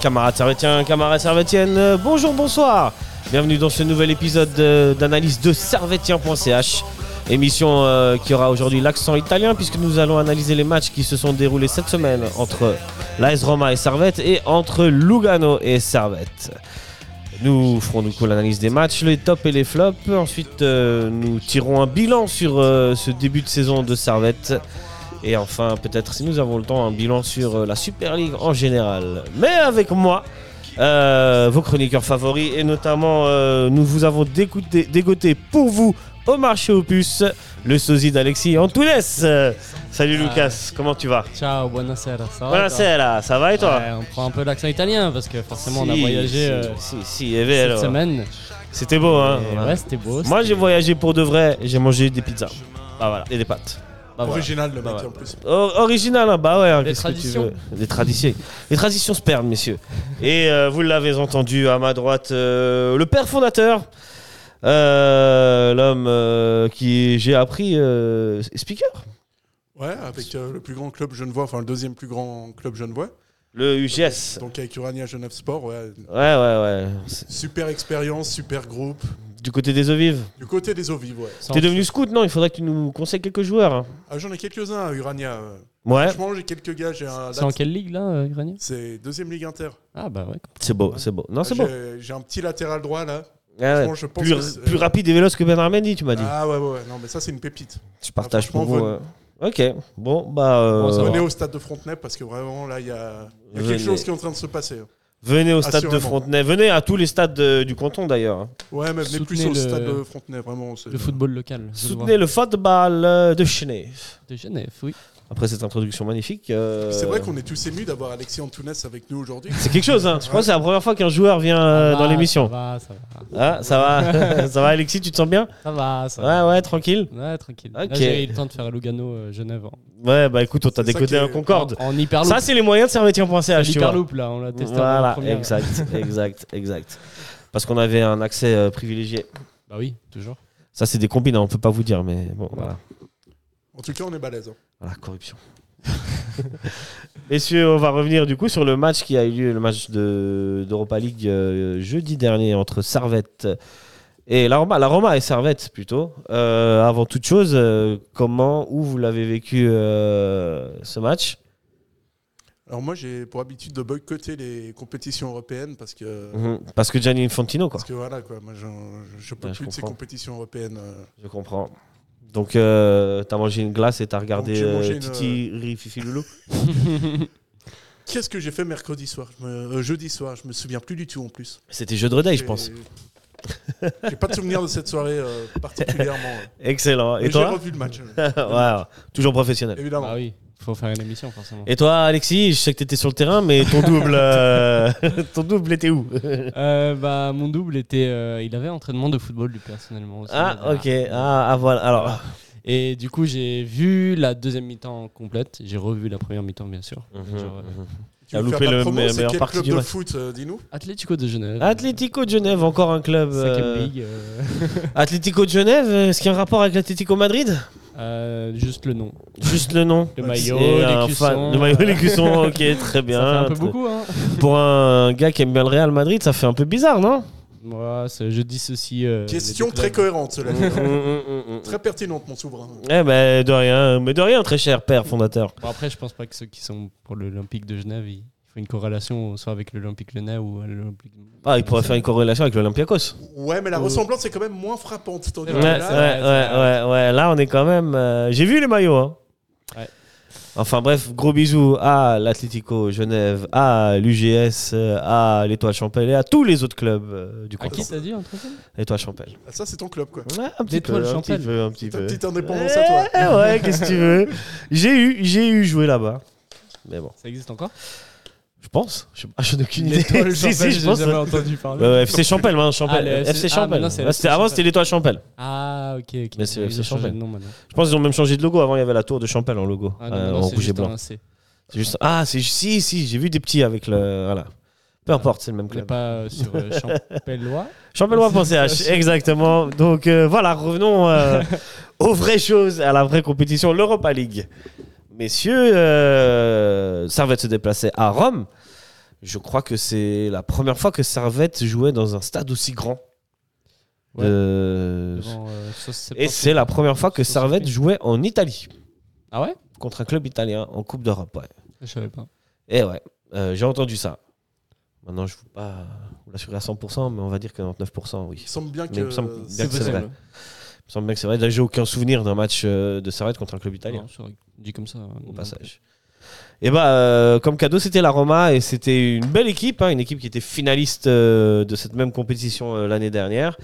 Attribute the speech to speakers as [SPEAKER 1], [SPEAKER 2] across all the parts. [SPEAKER 1] Camarades servétiens, camarades servétiennes, euh, bonjour, bonsoir. Bienvenue dans ce nouvel épisode euh, d'analyse de servetien.ch. Émission euh, qui aura aujourd'hui l'accent italien puisque nous allons analyser les matchs qui se sont déroulés cette semaine entre l'AS Roma et Servette et entre Lugano et Servette. Nous ferons du coup l'analyse des matchs, les tops et les flops. Ensuite, euh, nous tirons un bilan sur euh, ce début de saison de Servette. Et enfin, peut-être si nous avons le temps, un bilan sur euh, la Super League en général. Mais avec moi, euh, vos chroniqueurs favoris, et notamment, euh, nous vous avons dégoûté, dégoté pour vous au marché opus le sosie d'Alexis Antunes. Euh, salut
[SPEAKER 2] Ah.
[SPEAKER 1] Lucas, comment tu vas
[SPEAKER 2] Ciao, buonasera. Ça va,
[SPEAKER 1] Voilà,
[SPEAKER 2] toi
[SPEAKER 1] c'est là, ça va et toi
[SPEAKER 2] Ouais, on prend un peu l'accent italien parce que forcément on a
[SPEAKER 1] Si,
[SPEAKER 2] voyagé
[SPEAKER 1] si,
[SPEAKER 2] euh,
[SPEAKER 1] Si, si, eh bien,
[SPEAKER 2] cette
[SPEAKER 1] alors.
[SPEAKER 2] semaine.
[SPEAKER 1] C'était beau, hein
[SPEAKER 2] Et
[SPEAKER 1] Voilà.
[SPEAKER 2] Ouais, c'était beau.
[SPEAKER 1] Moi,
[SPEAKER 2] c'était-
[SPEAKER 1] j'ai voyagé pour de vrai et j'ai mangé des pizzas. Bah voilà, et des pâtes.
[SPEAKER 2] Bah, voilà.
[SPEAKER 3] Original le mec
[SPEAKER 2] Bah ouais.
[SPEAKER 3] en plus.
[SPEAKER 1] O- original, hein, bah ouais. hein,
[SPEAKER 2] Des
[SPEAKER 1] qu'est-ce que tu
[SPEAKER 2] traditions.
[SPEAKER 1] veux Des traditions. Les traditions se perdent, messieurs. Et euh, vous l'avez entendu, à ma droite, euh, le père fondateur. euh, L'homme euh, qui, j'ai appris, euh, speaker.
[SPEAKER 3] Ouais, avec euh, le plus grand club genevois, enfin le deuxième plus grand club genevois.
[SPEAKER 1] Le UGS.
[SPEAKER 3] Donc avec Urania Genève Sport, ouais.
[SPEAKER 1] Ouais, ouais, ouais. C'est-
[SPEAKER 3] Super expérience, super groupe.
[SPEAKER 1] Du côté des eaux vives.
[SPEAKER 3] Du côté des eaux vives, ouais.
[SPEAKER 2] Sans-
[SPEAKER 1] T'es devenu scout, non Il faudrait que tu nous conseilles quelques joueurs. hein.
[SPEAKER 3] Ah, j'en ai quelques-uns à Urania. euh.
[SPEAKER 1] Ouais.
[SPEAKER 3] Franchement, j'ai quelques gars, j'ai un.
[SPEAKER 2] C'est en quelle ligue là, euh, Granier
[SPEAKER 3] C'est deuxième ligue inter.
[SPEAKER 2] Ah bah ouais.
[SPEAKER 1] C'est beau, c'est beau. Non, c'est beau.
[SPEAKER 3] J'ai- J'ai un petit latéral droit là.
[SPEAKER 1] Ah Ouais, ouais.
[SPEAKER 3] Franchement, je pense que
[SPEAKER 1] Plus,
[SPEAKER 3] c'est- euh,
[SPEAKER 1] plus rapide et véloce que Bernard Mendy, tu m'as dit.
[SPEAKER 3] Ah ouais, ouais, ouais. Non, mais ça, c'est une pépite.
[SPEAKER 1] Je partage pour
[SPEAKER 3] franchement,
[SPEAKER 1] vous.
[SPEAKER 3] bonne.
[SPEAKER 1] euh. Ok, bon, bah. euh,
[SPEAKER 2] Bon, ça va.
[SPEAKER 3] Venez au stade de Frontenay parce que vraiment là, il y a, il y a
[SPEAKER 1] Venez.
[SPEAKER 3] quelque chose qui est en train de se passer.
[SPEAKER 1] Venez au stade de
[SPEAKER 3] Assurément.
[SPEAKER 1] Frontenay. Venez à tous les stades euh, du canton d'ailleurs.
[SPEAKER 3] Ouais, mais venez
[SPEAKER 2] Soutenez
[SPEAKER 3] plus au
[SPEAKER 2] le-
[SPEAKER 3] stade de Frontenay, vraiment. c'est-
[SPEAKER 2] Le football local. je
[SPEAKER 1] Soutenez le football euh, de Genève.
[SPEAKER 2] vois. de Genève, oui.
[SPEAKER 1] Après cette introduction magnifique. euh,
[SPEAKER 3] C'est vrai qu'on est tous émus d'avoir Alexis Antunes avec nous aujourd'hui.
[SPEAKER 1] C'est quelque chose, hein. Je crois que c'est la première fois qu'un joueur vient
[SPEAKER 2] Ah
[SPEAKER 1] euh,
[SPEAKER 2] bah, Ça
[SPEAKER 1] dans
[SPEAKER 2] va,
[SPEAKER 1] l'émission.
[SPEAKER 2] Ça va, ça va.
[SPEAKER 1] Ah, ça va, ça va, Alexis, tu te sens bien
[SPEAKER 2] Ça va, ça va.
[SPEAKER 1] Ouais, ouais, tranquille.
[SPEAKER 2] Ouais, tranquille. Là,
[SPEAKER 1] Ok.
[SPEAKER 2] J'ai eu le temps de faire Lugano euh, Genève. hein.
[SPEAKER 1] Ouais, bah écoute, on t'a
[SPEAKER 3] C'est ça qui
[SPEAKER 1] décoté un
[SPEAKER 3] est-
[SPEAKER 1] Concorde.
[SPEAKER 2] En, en hyperloop.
[SPEAKER 1] Ça, c'est les moyens de servetien.ch, tu vois.
[SPEAKER 2] l'hyperloop là, on l'a testé en
[SPEAKER 1] Voilà,
[SPEAKER 2] première.
[SPEAKER 1] exact, exact, exact. Parce qu'on avait un accès euh, privilégié.
[SPEAKER 2] Bah oui, toujours.
[SPEAKER 1] Ça, c'est des combines, hein, on peut pas vous dire, mais bon, voilà.
[SPEAKER 3] En tout cas, on est balèze. hein.
[SPEAKER 1] Voilà, corruption. Messieurs, on va revenir du coup sur le match qui a eu lieu, le match de- d'Europa League euh, jeudi dernier entre Servette et la Roma, la Roma et Servette plutôt. Euh, avant toute chose, euh, comment, où vous l'avez vécu euh, ce match
[SPEAKER 3] Alors moi, j'ai pour habitude de boycotter les compétitions européennes parce que,
[SPEAKER 1] Mhm. Parce que Gianni Infantino, quoi.
[SPEAKER 3] parce que voilà, quoi, moi, j'en- je, je peux
[SPEAKER 1] Ouais, je
[SPEAKER 3] plus de ces
[SPEAKER 1] comprends.
[SPEAKER 3] compétitions européennes. euh.
[SPEAKER 1] Je comprends. Donc, euh, t'as mangé une glace et t'as regardé
[SPEAKER 3] j'ai
[SPEAKER 1] euh,
[SPEAKER 3] mangé une-
[SPEAKER 1] Titi Rififi Loulou.
[SPEAKER 3] Qu'est-ce que j'ai fait mercredi soir Je me- euh, Jeudi soir, je me souviens plus du tout en plus.
[SPEAKER 1] C'était jeu de redais, Ah, je
[SPEAKER 3] J'ai-
[SPEAKER 1] pense.
[SPEAKER 3] J'ai pas de souvenir de cette soirée euh, particulièrement. euh.
[SPEAKER 1] Excellent. Et
[SPEAKER 3] Mais j'ai
[SPEAKER 1] toi Ah
[SPEAKER 3] revu le match, euh,
[SPEAKER 1] Waouh, Toujours professionnel.
[SPEAKER 3] évidemment.
[SPEAKER 2] Bah oui, faut faire une émission forcément.
[SPEAKER 1] Et toi, Alexis, je sais que t'étais sur le terrain, mais ton double, euh, ton double était où
[SPEAKER 2] Euh, bah, mon double était. euh, il avait entraînement de football, lui, personnellement. aussi.
[SPEAKER 1] Ah,
[SPEAKER 2] Voilà.
[SPEAKER 1] ok. Ah, ah, voilà. Alors,
[SPEAKER 2] Et du coup, j'ai vu la deuxième mi-temps complète. J'ai revu la première mi-temps, bien sûr.
[SPEAKER 1] Mhm,
[SPEAKER 2] Genre, euh,
[SPEAKER 3] Tu
[SPEAKER 1] a
[SPEAKER 3] veux faire
[SPEAKER 1] loupé
[SPEAKER 3] ta
[SPEAKER 1] le
[SPEAKER 3] promo,
[SPEAKER 1] me-
[SPEAKER 3] c'est
[SPEAKER 1] meilleur
[SPEAKER 3] quel
[SPEAKER 1] parti
[SPEAKER 3] club
[SPEAKER 1] du
[SPEAKER 3] de
[SPEAKER 1] match.
[SPEAKER 3] foot, euh, dis-nous
[SPEAKER 2] Atlético de Genève.
[SPEAKER 1] Atlético de Genève, encore un club.
[SPEAKER 2] Euh, Cinquième
[SPEAKER 1] euh,
[SPEAKER 2] ligue. euh,
[SPEAKER 1] Atlético de Genève, est-ce qu'il y a un rapport avec l'Atlético Madrid
[SPEAKER 2] euh, juste le nom.
[SPEAKER 1] Juste le nom.
[SPEAKER 2] Le
[SPEAKER 1] Et
[SPEAKER 2] maillot,
[SPEAKER 1] un
[SPEAKER 2] les
[SPEAKER 1] fan-
[SPEAKER 2] cuissons,
[SPEAKER 1] Le maillot,
[SPEAKER 2] euh,
[SPEAKER 1] les cuissons, ok, Ah, très bien.
[SPEAKER 2] Ça fait un peu beaucoup, hein.
[SPEAKER 1] Pour un gars qui aime bien le Real Madrid, ça fait un peu bizarre, non
[SPEAKER 2] Moi, c'est- je dissocie. euh, les
[SPEAKER 3] Question
[SPEAKER 2] deux
[SPEAKER 3] très
[SPEAKER 2] clubs.
[SPEAKER 3] cohérente, cela dit.
[SPEAKER 1] Mm, mm, mm, mm.
[SPEAKER 3] Très pertinente, mon souverain.
[SPEAKER 1] Eh ben, de rien, mais de rien, très cher père fondateur.
[SPEAKER 2] Bon, après, je pense pas que ceux qui sont pour l'Olympique de Genève, il faut une corrélation soit avec l'Olympique Lyonnais ou l'Olympique.
[SPEAKER 1] Ah, il pourrait faire une corrélation avec l'Olympiakos.
[SPEAKER 3] Ouais, mais la
[SPEAKER 2] Euh.
[SPEAKER 3] ressemblance est quand même moins frappante. tandis
[SPEAKER 2] C'est
[SPEAKER 3] que
[SPEAKER 2] vrai,
[SPEAKER 1] Ouais, ouais,
[SPEAKER 3] là,
[SPEAKER 2] c'est
[SPEAKER 1] ouais, ouais, ouais. Là, on est quand même. euh, J'ai vu les maillots. Hein.
[SPEAKER 2] Ouais.
[SPEAKER 1] Enfin, bref, gros bisous à l'Atlético Genève, à l'UGS, euh, à l'Étoile Champel et à tous les autres clubs euh, du
[SPEAKER 2] À qui
[SPEAKER 1] canton.
[SPEAKER 2] t'as dit entre
[SPEAKER 1] L'Étoile Champel.
[SPEAKER 3] Ah, Ça, c'est ton club, quoi.
[SPEAKER 1] Ouais, un petit peu,
[SPEAKER 2] L'Étoile
[SPEAKER 1] un petit
[SPEAKER 2] Champel.
[SPEAKER 1] peu, un petit
[SPEAKER 3] Ta
[SPEAKER 1] peu.
[SPEAKER 3] petite indépendance à toi.
[SPEAKER 1] Eh ouais, qu'est-ce que tu veux J'ai eu, j'ai eu joué là-bas. Mais bon.
[SPEAKER 2] Ça existe encore
[SPEAKER 1] Je pense. Je sais pas, j'en ai aucune idée.
[SPEAKER 2] L'étoile,
[SPEAKER 1] Si, si,
[SPEAKER 2] Champel,
[SPEAKER 1] je
[SPEAKER 2] j'ai
[SPEAKER 1] pense.
[SPEAKER 2] jamais entendu parler.
[SPEAKER 1] Euh, FC Champel maintenant, Champel.
[SPEAKER 2] Ah, le FC
[SPEAKER 1] FC Champel.
[SPEAKER 2] ah, maintenant, c'est
[SPEAKER 1] Ouais,
[SPEAKER 2] FC
[SPEAKER 1] c'était- avant,
[SPEAKER 2] Champel.
[SPEAKER 1] c'était l'étoile Champel.
[SPEAKER 2] Ah, ok, ok.
[SPEAKER 1] Mais c'est-
[SPEAKER 2] Ils ont
[SPEAKER 1] c'est
[SPEAKER 2] changé
[SPEAKER 1] Champel.
[SPEAKER 2] le nom maintenant.
[SPEAKER 1] Je pense qu'ils ont même changé de logo. Avant, il y avait la tour de Champel en logo,
[SPEAKER 2] Ah, non,
[SPEAKER 1] euh,
[SPEAKER 2] maintenant,
[SPEAKER 1] en
[SPEAKER 2] c'est
[SPEAKER 1] rouge et
[SPEAKER 2] juste
[SPEAKER 1] blanc.
[SPEAKER 2] un C.
[SPEAKER 1] C'est juste... Ah, c'est si, si, j'ai vu des petits avec le. Voilà. Peu importe, c'est le même
[SPEAKER 2] On n'est
[SPEAKER 1] club.
[SPEAKER 2] Ah, pas
[SPEAKER 1] Euh,
[SPEAKER 2] euh, sur euh, Champellois.
[SPEAKER 1] Champellois.ch, exactement. Donc euh, voilà, revenons euh, aux vraies choses, à la vraie compétition, l'Europa League. Messieurs, euh, Servette se déplaçait à Rome. Je crois que c'est la première fois que Servette jouait dans un stade aussi grand.
[SPEAKER 2] Ouais.
[SPEAKER 1] Euh,
[SPEAKER 2] devant, euh,
[SPEAKER 1] Et c'est la première fois que Servette jouait en Italie,
[SPEAKER 2] Ah ouais
[SPEAKER 1] contre un club italien en Coupe d'Europe. Ouais.
[SPEAKER 2] Je savais pas.
[SPEAKER 1] Et ouais, euh, j'ai entendu ça. Maintenant, je ne vous pas vous l'assurer à 100%, mais on va dire que 99%, oui.
[SPEAKER 3] Il semble bien que.
[SPEAKER 1] Mais il me semble bien
[SPEAKER 3] c'est
[SPEAKER 1] que c'est
[SPEAKER 3] possible.
[SPEAKER 1] vrai. Il me semble bien que c'est vrai. D'ailleurs, J'ai aucun souvenir d'un match euh, de Servette contre un club italien,
[SPEAKER 2] Non, c'est vrai. Dit comme ça. euh,
[SPEAKER 1] au passage. Et bah, euh, comme cadeau, c'était la Roma et c'était une belle équipe, hein, une équipe qui était finaliste euh, de cette même compétition euh, l'année dernière.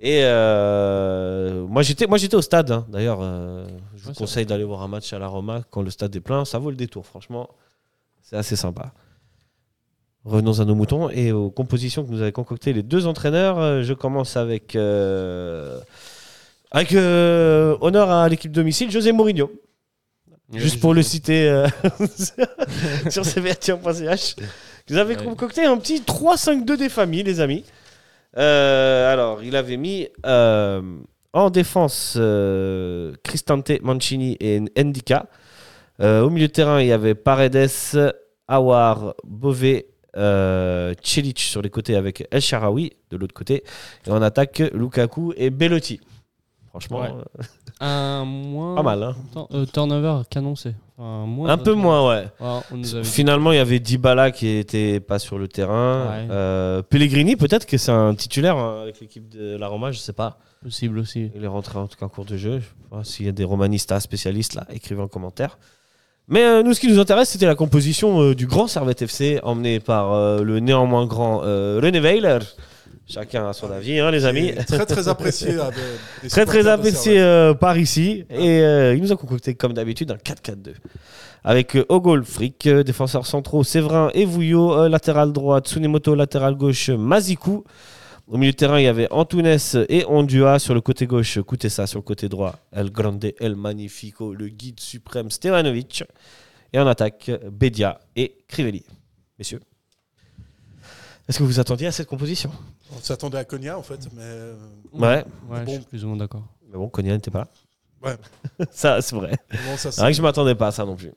[SPEAKER 1] Et euh, moi, j'étais, moi, j'étais au stade. hein. D'ailleurs, euh, je vous
[SPEAKER 2] Ouais, c'est
[SPEAKER 1] conseille d'aller voir un match à la Roma quand le stade est plein. Ça vaut le détour, franchement. C'est assez sympa. Revenons à nos moutons et aux compositions que nous avaient concoctées les deux entraîneurs. Euh, Je commence avec, euh, avec euh, honneur à l'équipe domicile, José Mourinho. Juste pour le citer euh, sur cvrtien.ch. Vous avez
[SPEAKER 2] Ouais.
[SPEAKER 1] concocté un petit 3-5-2 des familles, les amis. Euh, alors, il avait mis euh, en défense euh, Cristante Mancini et Ndika. Euh, au milieu de terrain, il y avait Paredes, Awar, Bové, euh, Cilic sur les côtés avec El Sharawi de l'autre côté. Et en attaque, Lukaku et Bellotti. Franchement,
[SPEAKER 2] Ouais.
[SPEAKER 1] euh,
[SPEAKER 2] Un moins.
[SPEAKER 1] pas mal. hein.
[SPEAKER 2] Attends, euh, turnover canoncé. Enfin, moins
[SPEAKER 1] Un peu moins, ouais.
[SPEAKER 2] Ouais, on nous avait dit.
[SPEAKER 1] Finalement, il y avait Dybala qui était pas sur le terrain.
[SPEAKER 2] Ouais.
[SPEAKER 1] Euh, Pellegrini, peut-être que c'est un titulaire hein, avec l'équipe de la Roma, je sais pas.
[SPEAKER 2] Possible aussi.
[SPEAKER 1] Il est rentré en tout cas en cours de jeu. Je sais pas S'il y a des romanistas spécialistes là, écrivez en commentaire. Mais euh, nous, ce qui nous intéresse, c'était la composition euh, du grand Servette FC, emmené par euh, le néanmoins grand euh, René Weiler. Chacun a son avis, hein, les amis.
[SPEAKER 3] Et Très très apprécié. avec des
[SPEAKER 1] Très très
[SPEAKER 3] supporters de
[SPEAKER 1] apprécié
[SPEAKER 3] Servette.
[SPEAKER 1] euh, par ici. Et euh, il nous a concocté comme d'habitude un 4-4-2. Avec euh, Ogol, Frick, euh, défenseur centraux, Séverin et Vouillot, euh, latéral droit, Tsunemoto, latéral gauche, euh, Mazikou. Au milieu de terrain, il y avait Antunes et Ondua. Sur le côté gauche, euh, Kutesa. Sur le côté droit, El Grande, El Magnifico, le guide suprême, Stevanovic. Et en attaque, euh, Bedia et Crivelli. Messieurs. Est-ce que vous vous attendiez à cette composition
[SPEAKER 3] On s'attendait à Konya en fait, mais. euh,
[SPEAKER 1] Ouais.
[SPEAKER 2] Ouais,
[SPEAKER 3] Bon.
[SPEAKER 2] je suis plus ou moins d'accord.
[SPEAKER 1] Mais bon, Konya n'était pas là.
[SPEAKER 3] Ouais.
[SPEAKER 1] Ça, c'est vrai.
[SPEAKER 3] non, ça,
[SPEAKER 1] C'est vrai que je m'attendais pas à ça non plus.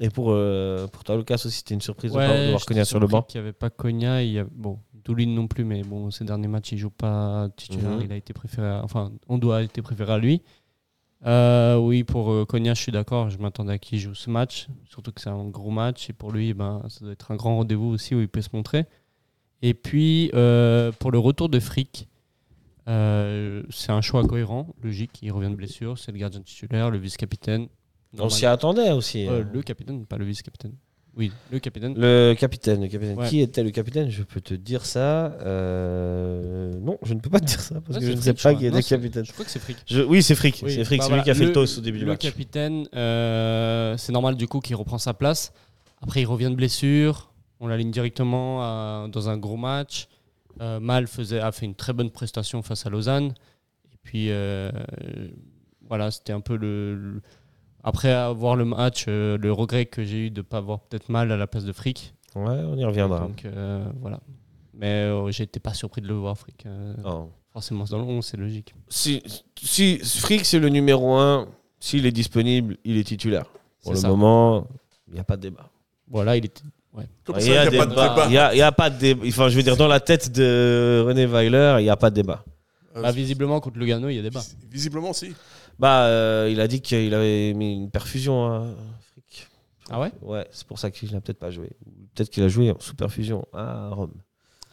[SPEAKER 1] Et pour, euh, pour toi, Lucas, aussi, c'était une surprise de voir- de voir
[SPEAKER 2] j'étais
[SPEAKER 1] Cognac sur le
[SPEAKER 2] surpris
[SPEAKER 1] banc.
[SPEAKER 2] qu'il n'y avait pas Cogna. Il y a- bon, Doulin non plus, mais bon, ces derniers matchs, il joue pas titulaire.
[SPEAKER 1] Mhm.
[SPEAKER 2] Il a été préféré. à- enfin, on doit a été préféré à lui. Euh, oui, pour euh, Cogna, je suis d'accord. Je m'attendais à qu'il joue ce match, surtout que c'est un gros match. Et pour lui, ben, ça doit être un grand rendez-vous aussi où il peut se montrer. Et puis, euh, pour le retour de Frick, euh, c'est un choix cohérent, logique. Il revient de blessure, c'est le gardien titulaire, le vice-capitaine.
[SPEAKER 1] On s'y attendait aussi. hein.
[SPEAKER 2] Euh, le capitaine, pas le vice-capitaine. Oui, le capitaine.
[SPEAKER 1] Le capitaine, le capitaine.
[SPEAKER 2] Ouais.
[SPEAKER 1] Qui était le capitaine Je peux te dire ça. Euh, Non, je ne peux pas te dire ça parce
[SPEAKER 2] Ouais,
[SPEAKER 1] que
[SPEAKER 2] c'est
[SPEAKER 1] je ne sais
[SPEAKER 2] Frick,
[SPEAKER 1] pas
[SPEAKER 2] je
[SPEAKER 1] qui
[SPEAKER 2] crois.
[SPEAKER 1] était
[SPEAKER 2] Non,
[SPEAKER 1] le
[SPEAKER 2] c'est-
[SPEAKER 1] capitaine.
[SPEAKER 2] Je crois que c'est Frick.
[SPEAKER 1] Je- Oui, c'est Frick.
[SPEAKER 2] Oui,
[SPEAKER 1] c'est Frick,
[SPEAKER 2] bah
[SPEAKER 1] c'est
[SPEAKER 2] voilà,
[SPEAKER 1] lui qui a fait le
[SPEAKER 2] le-
[SPEAKER 1] toss au début du
[SPEAKER 2] Le
[SPEAKER 1] match.
[SPEAKER 2] capitaine, euh, c'est normal du coup qu'il reprend sa place. Après, il revient de blessure. On l'aligne directement à- dans un gros match. Euh, Mal faisait, a fait une très bonne prestation face à Lausanne. Et puis, euh, voilà, c'était un peu le. le- Après avoir le match, euh, le regret que j'ai eu de ne pas avoir peut-être mal à la place de Frick.
[SPEAKER 1] Ouais, on y reviendra.
[SPEAKER 2] Donc, euh, voilà. Mais euh, j'étais pas surpris de le voir, Frick. Euh,
[SPEAKER 1] Non.
[SPEAKER 2] Forcément, c'est dans le 11, c'est logique.
[SPEAKER 1] Si, si Frick, c'est le numéro 1, s'il est disponible, il est titulaire.
[SPEAKER 2] C'est
[SPEAKER 1] Pour le
[SPEAKER 2] ça.
[SPEAKER 1] moment, il n'y a pas de débat.
[SPEAKER 2] Voilà, il était.
[SPEAKER 3] Comme
[SPEAKER 1] Ah, Il
[SPEAKER 3] ça,
[SPEAKER 1] y a,
[SPEAKER 3] il n'y a pas de
[SPEAKER 1] débat.
[SPEAKER 3] débat.
[SPEAKER 1] Il y a- il y a pas de débat. Enfin, je veux dire, dans la tête de René Weiler, il n'y a pas de débat.
[SPEAKER 3] Euh,
[SPEAKER 2] Bah, visiblement, contre Lugano, il y a débat.
[SPEAKER 3] vis- Visiblement, si.
[SPEAKER 1] Bah, euh, il a dit qu'il avait mis une perfusion à Frick.
[SPEAKER 2] Ah ouais
[SPEAKER 1] Ouais, c'est pour ça qu'il n'a peut-être pas joué. Ou Peut-être qu'il a joué en sous perfusion à Rome.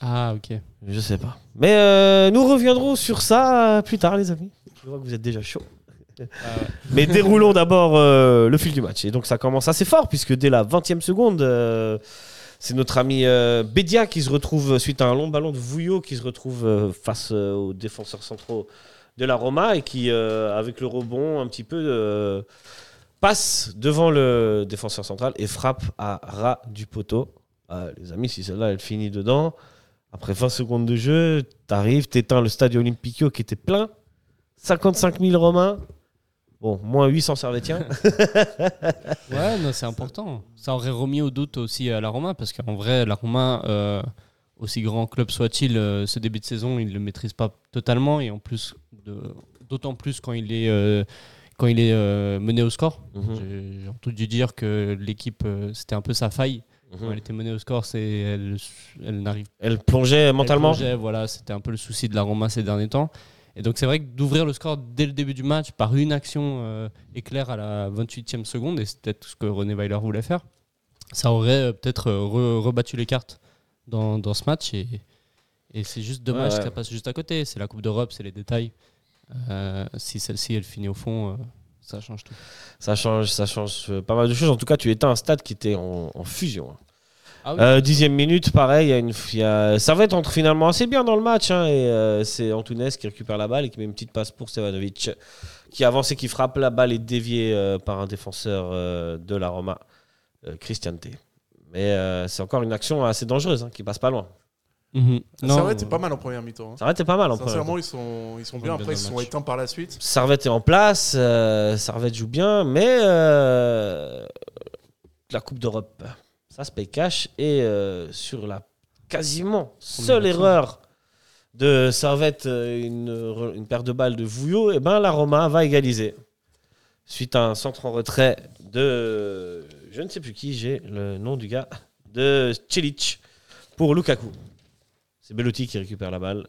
[SPEAKER 2] Ah, ok.
[SPEAKER 1] Je sais pas. Mais euh, nous reviendrons sur ça euh, plus tard, les amis. Je vois que vous êtes déjà chaud. Mais déroulons d'abord euh, le fil du match. Et donc ça commence assez fort, puisque dès la 20e seconde, euh, c'est notre ami euh, Bedia qui se retrouve, suite à un long ballon de Vouillot, qui se retrouve euh, face euh, aux défenseurs centraux de la Roma et qui, euh, avec le rebond, un petit peu euh, passe devant le défenseur central et frappe à ras du poteau. Ah, les amis, si celle-là, elle finit dedans, après 20 secondes de jeu, t'arrives, t'éteins le stade Olympico qui était plein, 55 000 Romains, bon, moins 800 Servetiens.
[SPEAKER 2] Ouais, non, c'est important. Ça aurait remis au doute aussi à la Roma, parce qu'en vrai, la Roma, euh, aussi grand club soit-il, euh, ce début de saison, il ne le maîtrise pas totalement, et en plus, de- d'autant plus quand il est, euh, quand il est euh, mené au score.
[SPEAKER 1] Mhm.
[SPEAKER 2] J'ai j'ai entendu dire que l'équipe, euh, c'était un peu sa faille. Quand elle était menée au score, c'est elle, elle n'arrive
[SPEAKER 1] Elle plongeait mentalement.
[SPEAKER 2] elle plongeait, voilà, c'était un peu le souci de la Roma ces derniers temps. Et donc c'est vrai que d'ouvrir le score dès le début du match par une action euh, éclair à la 28e seconde, et c'est peut-être ce que René Weiler voulait faire, ça aurait euh, peut-être euh, re- rebattu les cartes dans, dans ce match. Et, et c'est juste dommage
[SPEAKER 1] Ouais, ouais.
[SPEAKER 2] que ça passe juste à côté. C'est la Coupe d'Europe, c'est les détails. Euh, si celle-ci, elle finit au fond, euh, ça change tout.
[SPEAKER 1] Ça change, ça change euh, pas mal de choses. En tout cas, tu éteins un stade qui était en, en fusion. hein.
[SPEAKER 2] Ah oui.
[SPEAKER 1] Euh, dixième minute, pareil, il y a une, il y a- ça va être entre finalement assez bien dans le match. hein, et euh, c'est Antunes qui récupère la balle et qui met une petite passe pour Stevanovic, qui avance et qui frappe. La balle est déviée euh, par un défenseur euh, de la Roma, euh, Cristiante. Mais euh, c'est encore une action assez dangereuse hein, qui passe pas loin.
[SPEAKER 2] Mhm.
[SPEAKER 3] La
[SPEAKER 2] Non,
[SPEAKER 3] Servette est
[SPEAKER 2] euh,
[SPEAKER 3] pas mal en première mi-temps. hein.
[SPEAKER 1] Ça était pas mal en première.
[SPEAKER 3] Sincèrement, ils sont, ils sont bien.
[SPEAKER 2] Ils ont bien
[SPEAKER 3] Après, ils se
[SPEAKER 2] le
[SPEAKER 3] sont
[SPEAKER 2] match.
[SPEAKER 3] éteints par la suite.
[SPEAKER 1] Servette est en place, euh, Servette joue bien, mais euh, la Coupe d'Europe, ça se paye cash. Et euh, sur la quasiment seule
[SPEAKER 2] action.
[SPEAKER 1] erreur de Servette, euh, une, re- une paire de balles de Vouillot, et ben, la Roma va égaliser. Suite à un centre en retrait de. Je ne sais plus qui, j'ai le nom du gars. De Cilic pour Lukaku. C'est Bellotti qui récupère la balle,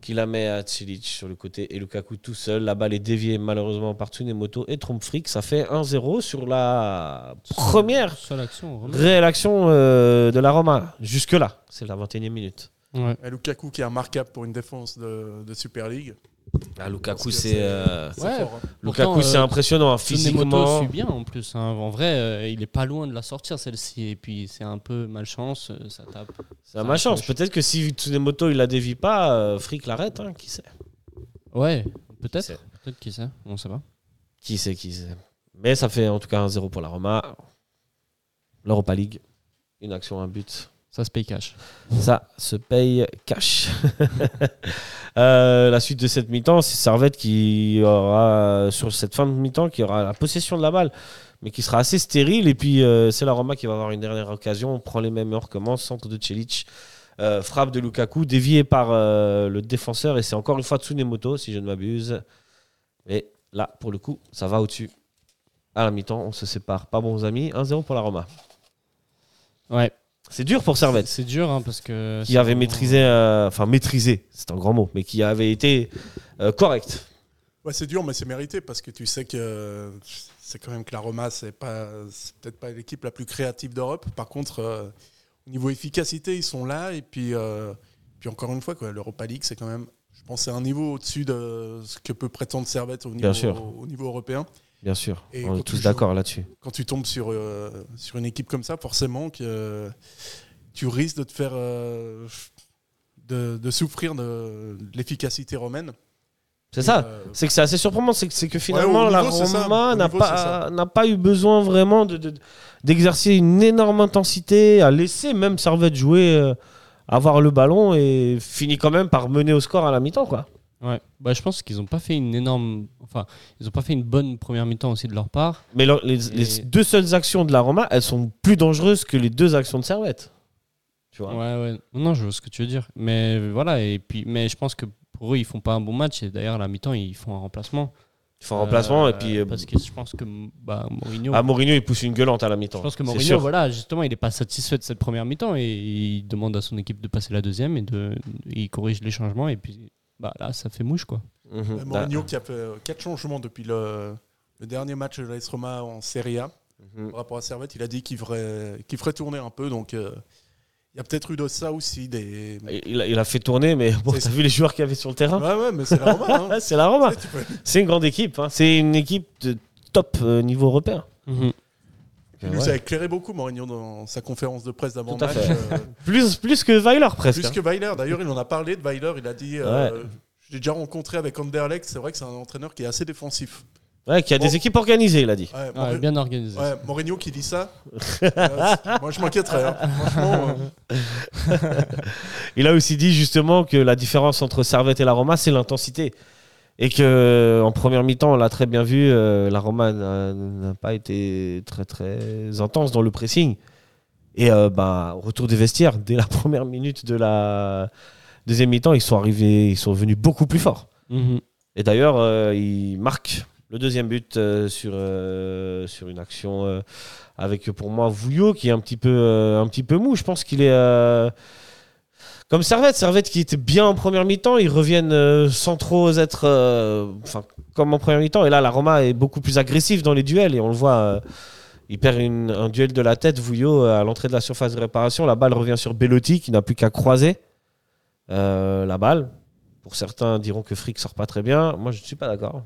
[SPEAKER 1] qui la met à Cilic sur le côté et Lukaku tout seul. La balle est déviée malheureusement par Tsunemoto et Trompfric. Ça fait 1-0 sur la première
[SPEAKER 2] Seule action. vraiment.
[SPEAKER 1] réelle action euh, de la Roma. Jusque-là, c'est la 21e minute.
[SPEAKER 2] Ouais.
[SPEAKER 3] Et Lukaku qui est immarquable pour une défense de, de Super League.
[SPEAKER 1] Ah,
[SPEAKER 3] Parce que
[SPEAKER 1] Lukaku, c'est euh,
[SPEAKER 3] c'est
[SPEAKER 2] Ouais.
[SPEAKER 3] fort, hein.
[SPEAKER 1] Lukaku,
[SPEAKER 2] Pourtant,
[SPEAKER 1] c'est
[SPEAKER 2] euh,
[SPEAKER 1] impressionnant hein,
[SPEAKER 2] Tsunemoto
[SPEAKER 1] physiquement.
[SPEAKER 2] suit bien en plus. hein. En vrai, euh, il est pas loin de la sortir celle-ci. Et puis c'est un peu malchance, euh, ça tape.
[SPEAKER 1] C'est ma chance. Peut-être que si Tsunemoto il la dévie pas, euh, Frick l'arrête. hein, qui sait
[SPEAKER 2] Ouais, peut-être.
[SPEAKER 1] C'est-
[SPEAKER 2] Peut-être qui sait. On sait pas.
[SPEAKER 1] Qui sait Qui sait Mais ça fait en tout cas 1-0 pour la Roma. L'Europa League, une action, un but.
[SPEAKER 2] Ça se paye cash.
[SPEAKER 1] Ça se paye cash. Euh, la suite de cette mi-temps, c'est Servette qui aura, sur cette fin de mi-temps, qui aura la possession de la balle, mais qui sera assez stérile. Et puis, euh, c'est la Roma qui va avoir une dernière occasion. On prend les mêmes, on recommence. Centre de Celic, euh, frappe de Lukaku, dévié par euh, le défenseur. Et c'est encore une fois Tsunemoto, si je ne m'abuse. Mais là, pour le coup, ça va au-dessus. À la mi-temps, on se sépare. Pas bons amis. 1-0 pour la Roma.
[SPEAKER 2] Ouais.
[SPEAKER 1] C'est dur pour Servette
[SPEAKER 2] C'est dur hein, parce que.
[SPEAKER 1] qui
[SPEAKER 2] c'est
[SPEAKER 1] avait
[SPEAKER 2] vraiment-
[SPEAKER 1] maîtrisé, euh, enfin maîtrisé, c'est un grand mot, mais qui avait été euh, correct.
[SPEAKER 3] Ouais, c'est dur, mais c'est mérité parce que tu sais que euh, c'est quand même que la Roma, c'est pas, c'est peut-être pas l'équipe la plus créative d'Europe. Par contre, euh, au niveau efficacité, ils sont là. Et puis, euh, puis encore une fois, quoi, l'Europa League, c'est quand même, je pense, c'est un niveau au-dessus de ce que peut prétendre Servette au niveau,
[SPEAKER 1] Bien sûr.
[SPEAKER 3] au niveau européen.
[SPEAKER 1] Bien sûr,
[SPEAKER 3] Et
[SPEAKER 1] on
[SPEAKER 3] quand
[SPEAKER 1] est
[SPEAKER 3] tu
[SPEAKER 1] tous
[SPEAKER 3] joues-
[SPEAKER 1] d'accord là-dessus.
[SPEAKER 3] Quand tu tombes sur, euh, sur une équipe comme ça, forcément que euh, tu risques de te faire euh, de, de souffrir de, de l'efficacité romaine.
[SPEAKER 1] C'est
[SPEAKER 3] Et,
[SPEAKER 1] ça.
[SPEAKER 3] euh,
[SPEAKER 1] C'est que c'est assez surprenant, c'est que, c'est que finalement
[SPEAKER 3] au
[SPEAKER 1] la
[SPEAKER 3] niveau, c'est ça.
[SPEAKER 1] Roma
[SPEAKER 3] Au
[SPEAKER 1] n'a
[SPEAKER 3] niveau, c'est
[SPEAKER 1] pas,
[SPEAKER 3] ça.
[SPEAKER 1] n'a pas eu besoin vraiment de, de- d'exercer une énorme intensité, à laisser même Servette jouer, euh, avoir le ballon et finit quand même par mener au score à la mi-temps. Quoi.
[SPEAKER 2] Ouais. Bah, je pense qu'ils ont pas fait une énorme. Enfin, ils ont pas fait une bonne première mi-temps aussi de leur part.
[SPEAKER 1] Mais le- les, les
[SPEAKER 2] Et-
[SPEAKER 1] deux seules actions de la Roma, elles sont plus dangereuses que les deux actions de Servette. Tu vois
[SPEAKER 2] Ouais, ouais. Non, je vois ce que tu veux dire. Mais voilà. Et puis, mais je pense que pour eux, ils font pas un bon match. Et d'ailleurs, à la mi-temps, ils font un remplacement.
[SPEAKER 1] Ils font un remplacement
[SPEAKER 2] Euh,
[SPEAKER 1] et puis euh,
[SPEAKER 2] Parce que je pense que bah, Mourinho.
[SPEAKER 1] Ah, Mourinho, il pousse une gueulante à la
[SPEAKER 2] Je
[SPEAKER 1] mi-temps.
[SPEAKER 2] pense que
[SPEAKER 1] C'est
[SPEAKER 2] Mourinho,
[SPEAKER 1] sûr.
[SPEAKER 2] voilà, justement, il n'est pas satisfait de cette première mi-temps et il demande à son équipe de passer la deuxième et de, il corrige les changements et puis bah, là, ça fait mouche quoi.
[SPEAKER 3] Mmh.
[SPEAKER 1] Mhm.
[SPEAKER 3] Mourinho qui a fait Mm. Bah, euh, quatre changements depuis le, le dernier match de l'AS Roma en Serie A.
[SPEAKER 1] Mhm.
[SPEAKER 3] Par rapport à Servette, il a dit qu'il ferait, qu'il ferait tourner un peu. Donc, euh, il y a peut-être eu de ça aussi. Des... Ouais,
[SPEAKER 1] Il, a, il a fait tourner, mais bon,
[SPEAKER 3] C'est-
[SPEAKER 1] t'as vu les joueurs qu'il y avait sur le terrain
[SPEAKER 3] ouais, mais c'est la Roma. hein.
[SPEAKER 1] Ah, C'est la
[SPEAKER 3] Tu
[SPEAKER 1] Roma.
[SPEAKER 3] sais, tu peux-
[SPEAKER 1] C'est une grande équipe. hein. C'est une équipe de top euh, niveau européen.
[SPEAKER 3] Il nous a éclairé beaucoup, Mourinho, dans sa conférence de presse
[SPEAKER 1] Tout à
[SPEAKER 3] d'avant-match.
[SPEAKER 1] fait.
[SPEAKER 3] euh,
[SPEAKER 1] Plus, plus que Weiler, presque.
[SPEAKER 3] plus
[SPEAKER 1] hein.
[SPEAKER 3] que Weiler. D'ailleurs, il en a parlé de Weiler. Il a dit euh, Je l'ai déjà rencontré avec Anderlecht. C'est vrai que c'est un entraîneur qui est assez défensif.
[SPEAKER 1] Ouais, qu'il y a des
[SPEAKER 3] Bon.
[SPEAKER 1] équipes organisées, il a dit.
[SPEAKER 3] Ouais,
[SPEAKER 2] Ouais,
[SPEAKER 3] Mourin-
[SPEAKER 2] bien organisé.
[SPEAKER 3] ouais, Mourinho qui dit ça, euh, c'est- moi je m'inquiéterais. hein. Franchement, euh,
[SPEAKER 1] Il a aussi dit justement que la différence entre Servette et la Roma, c'est l'intensité. Et que en première mi-temps, on l'a très bien vu, euh, la Roma n'a n'a pas été très très intense dans le pressing. Et euh, bah, au retour des vestiaires, dès la première minute de la deuxième mi-temps, ils sont arrivés, ils sont venus beaucoup plus forts.
[SPEAKER 2] Mhm.
[SPEAKER 1] Et d'ailleurs, euh, il marque le deuxième but euh, sur, euh, sur une action euh, avec pour moi Vouillot qui est un petit peu, euh, un petit peu mou. Je pense qu'il est euh, comme Servette. Servette qui était bien en première mi-temps. Ils reviennent euh, sans trop être euh, enfin, comme en première mi-temps. Et là, la Roma est beaucoup plus agressive dans les duels. Et on le voit, euh, il perd une- un duel de la tête. Vouillot euh, à l'entrée de la surface de réparation. La balle revient sur Bellotti qui n'a plus qu'à croiser euh, la balle. Pour certains diront que Frick sort pas très bien. Moi, je ne suis pas d'accord.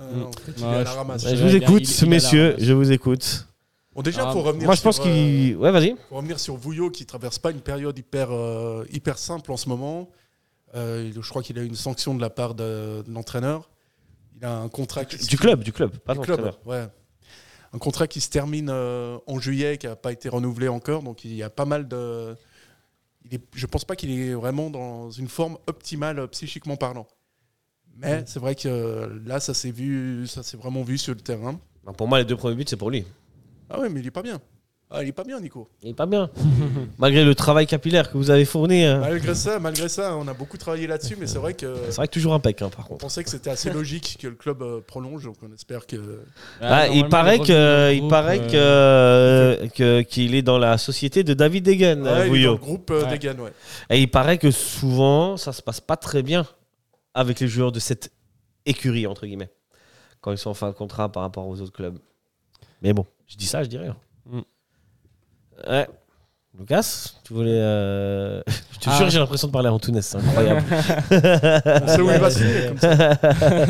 [SPEAKER 3] euh, en fait, il est
[SPEAKER 2] Ouais,
[SPEAKER 3] à la
[SPEAKER 2] je-
[SPEAKER 3] ramasse.
[SPEAKER 2] ouais,
[SPEAKER 1] Je
[SPEAKER 2] il
[SPEAKER 1] vous
[SPEAKER 2] a-
[SPEAKER 1] écoute,
[SPEAKER 2] il- il a la
[SPEAKER 1] messieurs.
[SPEAKER 2] ramasse.
[SPEAKER 1] Je vous écoute.
[SPEAKER 3] Bon, déjà,
[SPEAKER 2] Ah,
[SPEAKER 3] pour revenir,
[SPEAKER 1] Moi, je
[SPEAKER 3] sur,
[SPEAKER 1] pense
[SPEAKER 3] euh,
[SPEAKER 1] qu'il. Ouais, vas-y.
[SPEAKER 3] pour revenir sur Vouillot qui traverse pas une période hyper, euh, hyper simple en ce moment. Euh, il- je crois qu'il a eu une sanction de la part de, de l'entraîneur. Il a un contrat qui se-
[SPEAKER 1] Du club, du club. Pas
[SPEAKER 3] du
[SPEAKER 1] de
[SPEAKER 3] club,
[SPEAKER 1] l'entraîneur.
[SPEAKER 3] ouais. Un contrat qui se termine euh, en juillet, qui n'a pas été renouvelé encore. Donc il y a pas mal de. Il est, je pense pas qu'il est vraiment dans une forme optimale euh, psychiquement parlant. Mais
[SPEAKER 1] Mm.
[SPEAKER 3] c'est vrai que euh, là, ça s'est vu, ça s'est vraiment vu sur le terrain.
[SPEAKER 1] Non, Pour moi, les deux premiers buts, c'est pour lui.
[SPEAKER 3] Ah ouais, mais il est pas bien. Ah, il est pas bien, Nico.
[SPEAKER 1] Il est pas bien. Malgré le travail capillaire que vous avez fourni. hein.
[SPEAKER 3] Malgré ça, malgré ça, on a beaucoup travaillé là-dessus, mais c'est vrai que
[SPEAKER 1] C'est vrai que toujours un pec, hein, par
[SPEAKER 3] on
[SPEAKER 1] contre.
[SPEAKER 3] pensait que c'était assez logique que le club euh, prolonge. Donc on espère que.
[SPEAKER 1] Ah, il
[SPEAKER 2] normalement,
[SPEAKER 1] paraît
[SPEAKER 2] revient dans
[SPEAKER 1] que,
[SPEAKER 2] le
[SPEAKER 1] il
[SPEAKER 2] groupe,
[SPEAKER 1] paraît
[SPEAKER 2] euh,
[SPEAKER 1] que, euh, que- qu'il est dans la société de David Degen,
[SPEAKER 3] Ouais, il est dans
[SPEAKER 1] Vouillot.
[SPEAKER 3] le groupe euh,
[SPEAKER 2] Ah, Ouais.
[SPEAKER 3] des Ganes, ouais.
[SPEAKER 1] Et il paraît que souvent, ça se passe pas très bien avec les joueurs de cette écurie entre guillemets, quand ils sont en fin de contrat par rapport aux autres clubs. Mais bon, je dis ça, je dis rien.
[SPEAKER 2] Mm.
[SPEAKER 1] Ouais. Lucas, tu voulais. euh,
[SPEAKER 2] Ah.
[SPEAKER 1] je te jure, j'ai l'impression de parler en Tunis, c'est incroyable.
[SPEAKER 3] On sait où il va signer, comme ça.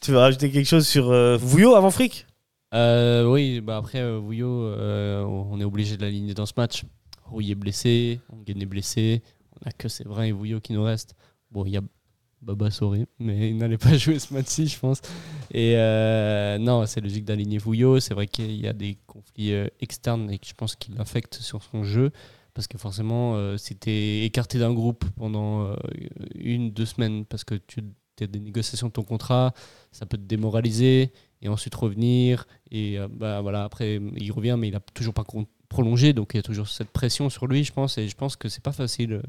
[SPEAKER 1] tu veux rajouter quelque chose sur euh, Vouillot avant Frick
[SPEAKER 2] Euh, oui, bah après, euh, Vouillot, euh, on est obligé de l'aligner dans ce match. Rouille est blessé, Onguen est blessé, on n'a que Séverin et Vouillot qui nous restent. Bon, il y a Baba Soré, mais il n'allait pas jouer ce match-ci, je pense. Et euh, non, c'est logique d'aligner Vouillot. C'est vrai qu'il y a des conflits euh, externes et que je pense qu'il l'affecte sur son jeu. Parce que forcément, euh, si tu écarté d'un groupe pendant euh, une, deux semaines, parce que tu as des négociations de ton contrat, ça peut te démoraliser et ensuite revenir. Et euh, bah, voilà, après, il revient, mais il n'a toujours pas con- prolongé, donc il y a toujours cette pression sur lui, je pense, et je pense que c'est pas facile.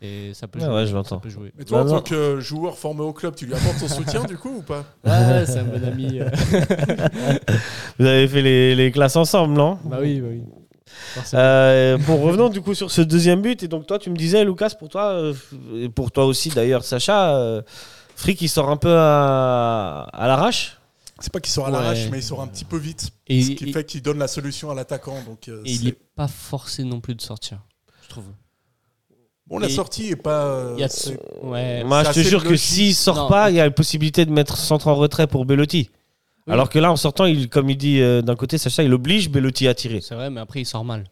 [SPEAKER 2] Et ça peut
[SPEAKER 1] Ouais,
[SPEAKER 2] jouer.
[SPEAKER 1] ouais, je
[SPEAKER 2] ça
[SPEAKER 1] l'entends.
[SPEAKER 2] peut jouer.
[SPEAKER 3] Mais toi,
[SPEAKER 1] Bah,
[SPEAKER 3] en
[SPEAKER 1] non.
[SPEAKER 3] tant que euh, joueur formé au club, tu lui apportes ton soutien du coup ou pas
[SPEAKER 2] Ah, c'est un bon ami. euh.
[SPEAKER 1] Vous avez fait les, les classes ensemble, non
[SPEAKER 2] bah oui, bah oui. Forcément.
[SPEAKER 1] Euh, bon, revenons du coup sur ce deuxième but. Et donc, toi, tu me disais, Lucas, pour toi, euh, et pour toi aussi d'ailleurs, Sacha, euh, Frick, il sort un peu à, à l'arrache.
[SPEAKER 3] C'est pas qu'il sort à
[SPEAKER 2] Ouais.
[SPEAKER 3] l'arrache, mais il sort un petit peu vite.
[SPEAKER 2] Et,
[SPEAKER 3] ce qui
[SPEAKER 2] et-
[SPEAKER 3] fait qu'il donne la solution à l'attaquant. Donc, euh,
[SPEAKER 2] et il
[SPEAKER 3] c'est-
[SPEAKER 2] n'est pas forcé non plus de sortir, je trouve.
[SPEAKER 3] bon, la
[SPEAKER 2] et-
[SPEAKER 3] sortie est pas. euh,
[SPEAKER 2] Il y a
[SPEAKER 3] c'est-
[SPEAKER 2] ouais.
[SPEAKER 1] Moi,
[SPEAKER 3] c'est
[SPEAKER 1] je te
[SPEAKER 3] assez
[SPEAKER 1] jure que
[SPEAKER 3] logique.
[SPEAKER 1] s'il sort
[SPEAKER 2] Non.
[SPEAKER 1] pas, il y a la possibilité de mettre centre en retrait pour Bellotti.
[SPEAKER 2] Oui.
[SPEAKER 1] Alors que là, en sortant, il, comme il dit euh, d'un côté, Sacha, il oblige Bellotti à tirer.
[SPEAKER 2] C'est vrai, mais après, il sort mal.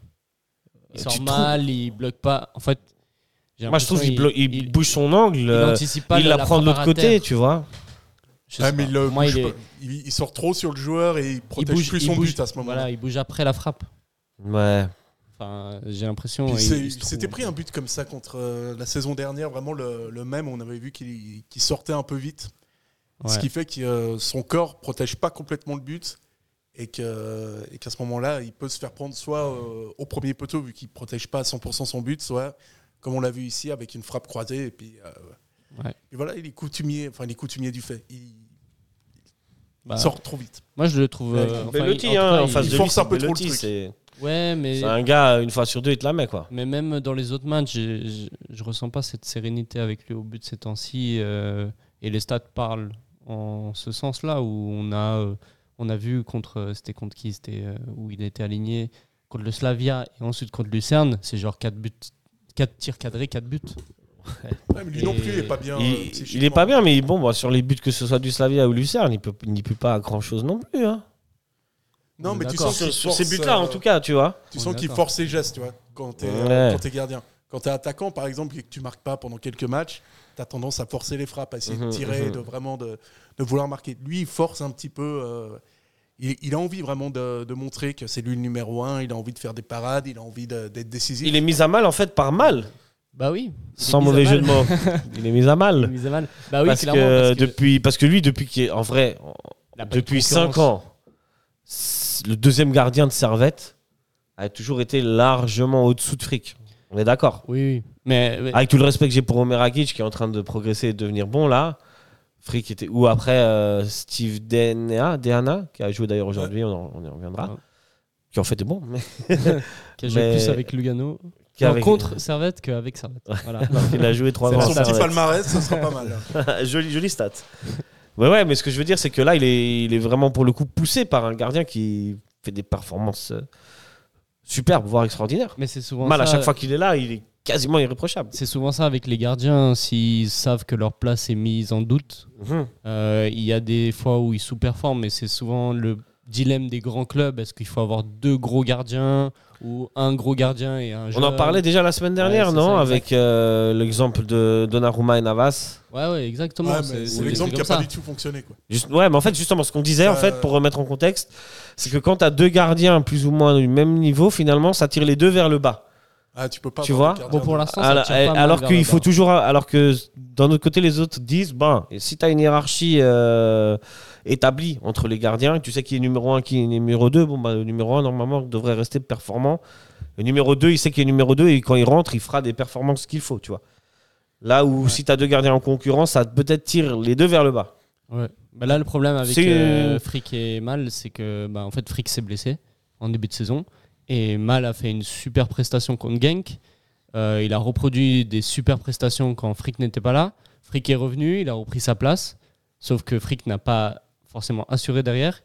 [SPEAKER 2] Il
[SPEAKER 1] Euh,
[SPEAKER 2] sort
[SPEAKER 1] tu
[SPEAKER 2] mal, il bloque pas. En fait, j'ai
[SPEAKER 1] Moi, je trouve
[SPEAKER 2] l'impression
[SPEAKER 1] qu'il blo- il, bouge son angle.
[SPEAKER 2] il
[SPEAKER 1] euh,
[SPEAKER 2] anticipe
[SPEAKER 1] Il,
[SPEAKER 2] pas
[SPEAKER 1] la prend de
[SPEAKER 2] frappe à
[SPEAKER 1] l'autre côté,
[SPEAKER 2] terre.
[SPEAKER 1] tu vois.
[SPEAKER 2] Je sais
[SPEAKER 3] Ouais, Ah, mais
[SPEAKER 2] pas.
[SPEAKER 3] il, le
[SPEAKER 2] Pour moi,
[SPEAKER 3] bouge
[SPEAKER 2] il est-
[SPEAKER 3] pas. Il- il sort trop sur le joueur et il protège plus
[SPEAKER 2] il
[SPEAKER 3] son
[SPEAKER 2] bouge-
[SPEAKER 3] but à ce moment-là.
[SPEAKER 2] Voilà, il bouge après la frappe.
[SPEAKER 1] Ouais.
[SPEAKER 2] Enfin, j'ai l'impression.
[SPEAKER 3] Puis
[SPEAKER 2] il-
[SPEAKER 3] c'est-
[SPEAKER 2] il se
[SPEAKER 3] il s'était
[SPEAKER 2] trouve.
[SPEAKER 3] pris un but comme ça contre euh, la saison dernière, vraiment le, le même. On avait vu qu'il qu'il sortait un peu vite, ce
[SPEAKER 2] Ouais.
[SPEAKER 3] qui fait que euh, son corps protège pas complètement le but et que- et qu'à ce moment-là, il peut se faire prendre soit euh, au premier poteau vu qu'il protège pas à 100% son but, soit comme on l'a vu ici avec une frappe croisée. Et puis euh,
[SPEAKER 2] Ouais.
[SPEAKER 3] et voilà, il est coutumier, enfin il est coutumier du fait. Il,
[SPEAKER 2] Bah,
[SPEAKER 3] il sort trop vite.
[SPEAKER 2] Moi, je le trouve. euh, enfin,
[SPEAKER 1] Bellotti,
[SPEAKER 2] il- en tout
[SPEAKER 1] hein,
[SPEAKER 2] cas,
[SPEAKER 1] en
[SPEAKER 2] il-
[SPEAKER 1] face
[SPEAKER 3] il
[SPEAKER 1] de lui,
[SPEAKER 3] force
[SPEAKER 1] c'est
[SPEAKER 3] un peu trop le
[SPEAKER 1] Bellotti,
[SPEAKER 3] truc.
[SPEAKER 1] C'est
[SPEAKER 2] Ouais, mais.
[SPEAKER 1] c'est un gars, une fois sur deux, il te la met, quoi.
[SPEAKER 2] Mais même dans les autres matchs, j'ai- je, je ressens pas cette sérénité avec lui au but de ces temps-ci. euh, et les stats parlent en ce sens-là où on a, euh, on a vu contre, euh, c'était contre qui, c'était euh, où il était aligné contre le Slavia et ensuite contre Lucerne, c'est genre 4 buts, 4 tirs cadrés, 4 buts.
[SPEAKER 3] Ouais, mais lui non
[SPEAKER 2] Et-
[SPEAKER 3] plus, il est pas bien. euh,
[SPEAKER 1] Il, il est
[SPEAKER 3] psychiquement.
[SPEAKER 1] pas bien, mais bon, bah, sur les buts, que ce soit du Slavia ou Lucerne, il peut- il n'y peut, pas grand chose non plus. hein.
[SPEAKER 3] Non, mais tu
[SPEAKER 2] D'accord.
[SPEAKER 3] sens
[SPEAKER 1] Sur,
[SPEAKER 3] qu'il
[SPEAKER 1] sur ces
[SPEAKER 3] force,
[SPEAKER 1] buts-là, en
[SPEAKER 3] euh,
[SPEAKER 1] tout cas, tu vois.
[SPEAKER 3] Tu
[SPEAKER 2] On est
[SPEAKER 3] sens qu'il
[SPEAKER 2] d'accord.
[SPEAKER 3] force ses gestes, tu vois, quand t'es
[SPEAKER 1] Ouais.
[SPEAKER 3] quand t'es gardien. Quand tu es attaquant, par exemple, et que tu marques pas pendant quelques matchs, tu as tendance à forcer les frappes, à essayer
[SPEAKER 1] Mhm,
[SPEAKER 3] de tirer,
[SPEAKER 1] mhm.
[SPEAKER 3] de vraiment de, de vouloir marquer. Lui, il force un petit peu. euh, il, il a envie vraiment de, de montrer que c'est lui le numéro un. Il a envie de faire des parades, il a envie de- d'être décisif.
[SPEAKER 1] Il est mis à mal en fait par mal,
[SPEAKER 2] Bah oui.
[SPEAKER 1] sans mauvais jeu de mots. Il est mis à mal.
[SPEAKER 2] Mise à mal. Bah oui,
[SPEAKER 1] parce, que
[SPEAKER 2] clairement. parce que
[SPEAKER 1] depuis, parce que lui, depuis qu'il est, en vrai,
[SPEAKER 2] il a pas de
[SPEAKER 1] depuis
[SPEAKER 2] concurrence.
[SPEAKER 1] 5 ans, c'est- le deuxième gardien de Servette a toujours été largement au-dessous de fric. On est d'accord.
[SPEAKER 2] Oui, oui. Mais, mais-
[SPEAKER 1] Avec tout le respect que j'ai pour Omer Rakic, qui est en train de progresser et de devenir bon là, fric était. Ou après euh, Steve DNA, Dehana, qui a joué d'ailleurs aujourd'hui, on, en- on y reviendra.
[SPEAKER 2] Ouais.
[SPEAKER 1] Qui en fait est bon. Mais...
[SPEAKER 2] qui a joué
[SPEAKER 1] mais-
[SPEAKER 2] plus avec Lugano.
[SPEAKER 1] qui
[SPEAKER 2] Non,
[SPEAKER 1] avec-
[SPEAKER 2] contre Servette qu'avec Servette. Voilà.
[SPEAKER 1] Il a joué 3
[SPEAKER 3] Dans
[SPEAKER 1] ans.
[SPEAKER 3] son
[SPEAKER 1] à
[SPEAKER 3] petit
[SPEAKER 1] Servette.
[SPEAKER 3] palmarès, ce sera pas mal.
[SPEAKER 1] jolie, jolie stat. Ouais, ouais, mais ce que je veux dire, c'est que là, il est, il est vraiment pour le coup poussé par un gardien qui fait des performances euh, superbes, voire extraordinaires.
[SPEAKER 2] Mais c'est souvent
[SPEAKER 1] Mal, à
[SPEAKER 2] ça.
[SPEAKER 1] chaque fois qu'il est là, il est quasiment irréprochable.
[SPEAKER 2] C'est souvent ça avec les gardiens. S'ils savent que leur place est mise en doute, euh, il y a des fois où ils sous-performent, mais c'est souvent le dilemme des grands clubs. Est-ce qu'il faut avoir deux gros gardiens ou un gros gardien et un
[SPEAKER 1] On
[SPEAKER 2] jeune
[SPEAKER 1] en parlait déjà la semaine dernière,
[SPEAKER 2] Ouais, c'est
[SPEAKER 1] non
[SPEAKER 2] ça, exact.
[SPEAKER 1] Avec euh, l'exemple de Donnarumma et Navas.
[SPEAKER 2] Ouais, ouais, exactement.
[SPEAKER 3] Ouais, mais
[SPEAKER 2] c'est- c'est
[SPEAKER 3] c'est
[SPEAKER 2] des
[SPEAKER 3] l'exemple
[SPEAKER 2] trucs
[SPEAKER 3] qui a
[SPEAKER 2] comme
[SPEAKER 3] pas
[SPEAKER 2] ça.
[SPEAKER 3] du tout fonctionné. Quoi.
[SPEAKER 1] Juste- ouais, mais en fait, justement, ce qu'on disait, en
[SPEAKER 3] Euh,
[SPEAKER 1] fait, pour remettre en contexte, c'est que quand tu as deux gardiens plus ou moins du même niveau, finalement, ça tire les deux vers le bas.
[SPEAKER 3] Ah, tu peux pas.
[SPEAKER 1] Tu
[SPEAKER 3] avoir
[SPEAKER 1] vois
[SPEAKER 3] de gardien
[SPEAKER 2] Bon, pour l'instant, ça
[SPEAKER 1] Alors, eh,
[SPEAKER 2] tire pas mal
[SPEAKER 1] alors
[SPEAKER 2] vers
[SPEAKER 1] qu'il
[SPEAKER 2] le
[SPEAKER 1] faut
[SPEAKER 2] bas.
[SPEAKER 1] toujours, alors que d'un autre côté, les autres disent, ben, si tu as une hiérarchie euh, établie entre les gardiens, tu sais qui est numéro 1, qui est numéro 2, bon, bah, le numéro 1, normalement, devrait rester performant. Le numéro 2, il sait qui est numéro 2 et quand il rentre, il fera des performances qu'il faut, tu vois. Là où si tu as deux gardiens en concurrence, ça peut-être tire les deux vers le bas.
[SPEAKER 2] Ouais. Bah là, le problème avec
[SPEAKER 1] C'est-
[SPEAKER 2] euh, Frick et Mal, c'est que bah, en fait, Frick s'est blessé en début de saison et Mal a fait une super prestation contre Genk. Euh, il a reproduit des super prestations quand Frick n'était pas là. Frick est revenu, il a repris sa place, sauf que Frick n'a pas forcément assuré derrière.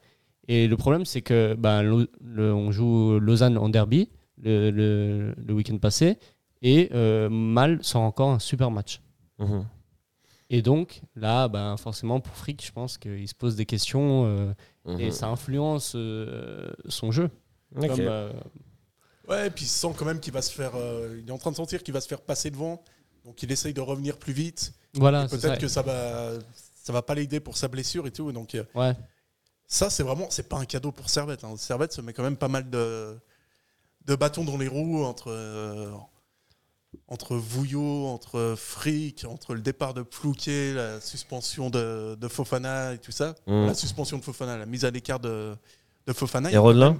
[SPEAKER 2] Et le problème, c'est que bah, Lo- le- on joue Lausanne en derby le, le- le week-end passé et euh, Mal sort encore un super match. Et donc, là, ben, forcément, pour Frick, je pense qu'il se pose des questions euh, et ça influence euh, son jeu.
[SPEAKER 1] Ok.
[SPEAKER 2] Comme, euh,
[SPEAKER 3] Ouais, et puis il sent quand même qu'il va se faire. euh, il est en train de sentir qu'il va se faire passer devant. Donc il essaye de revenir plus vite.
[SPEAKER 2] voilà,
[SPEAKER 3] Et
[SPEAKER 2] Ah, c'est ça.
[SPEAKER 3] Peut-être que ça va, ça va pas l'aider pour sa blessure et tout. Donc euh,
[SPEAKER 2] Ouais.
[SPEAKER 3] ça, c'est vraiment, c'est pas un cadeau pour Servette. hein. Servette se met quand même pas mal de, de bâtons dans les roues entre. euh, entre Vouillot, entre Frick, entre le départ de Plouquet, la suspension de, de Fofana et tout ça.
[SPEAKER 1] Mhm.
[SPEAKER 3] La suspension de Fofana, la mise à l'écart de, de Fofana.
[SPEAKER 1] Et Rodelin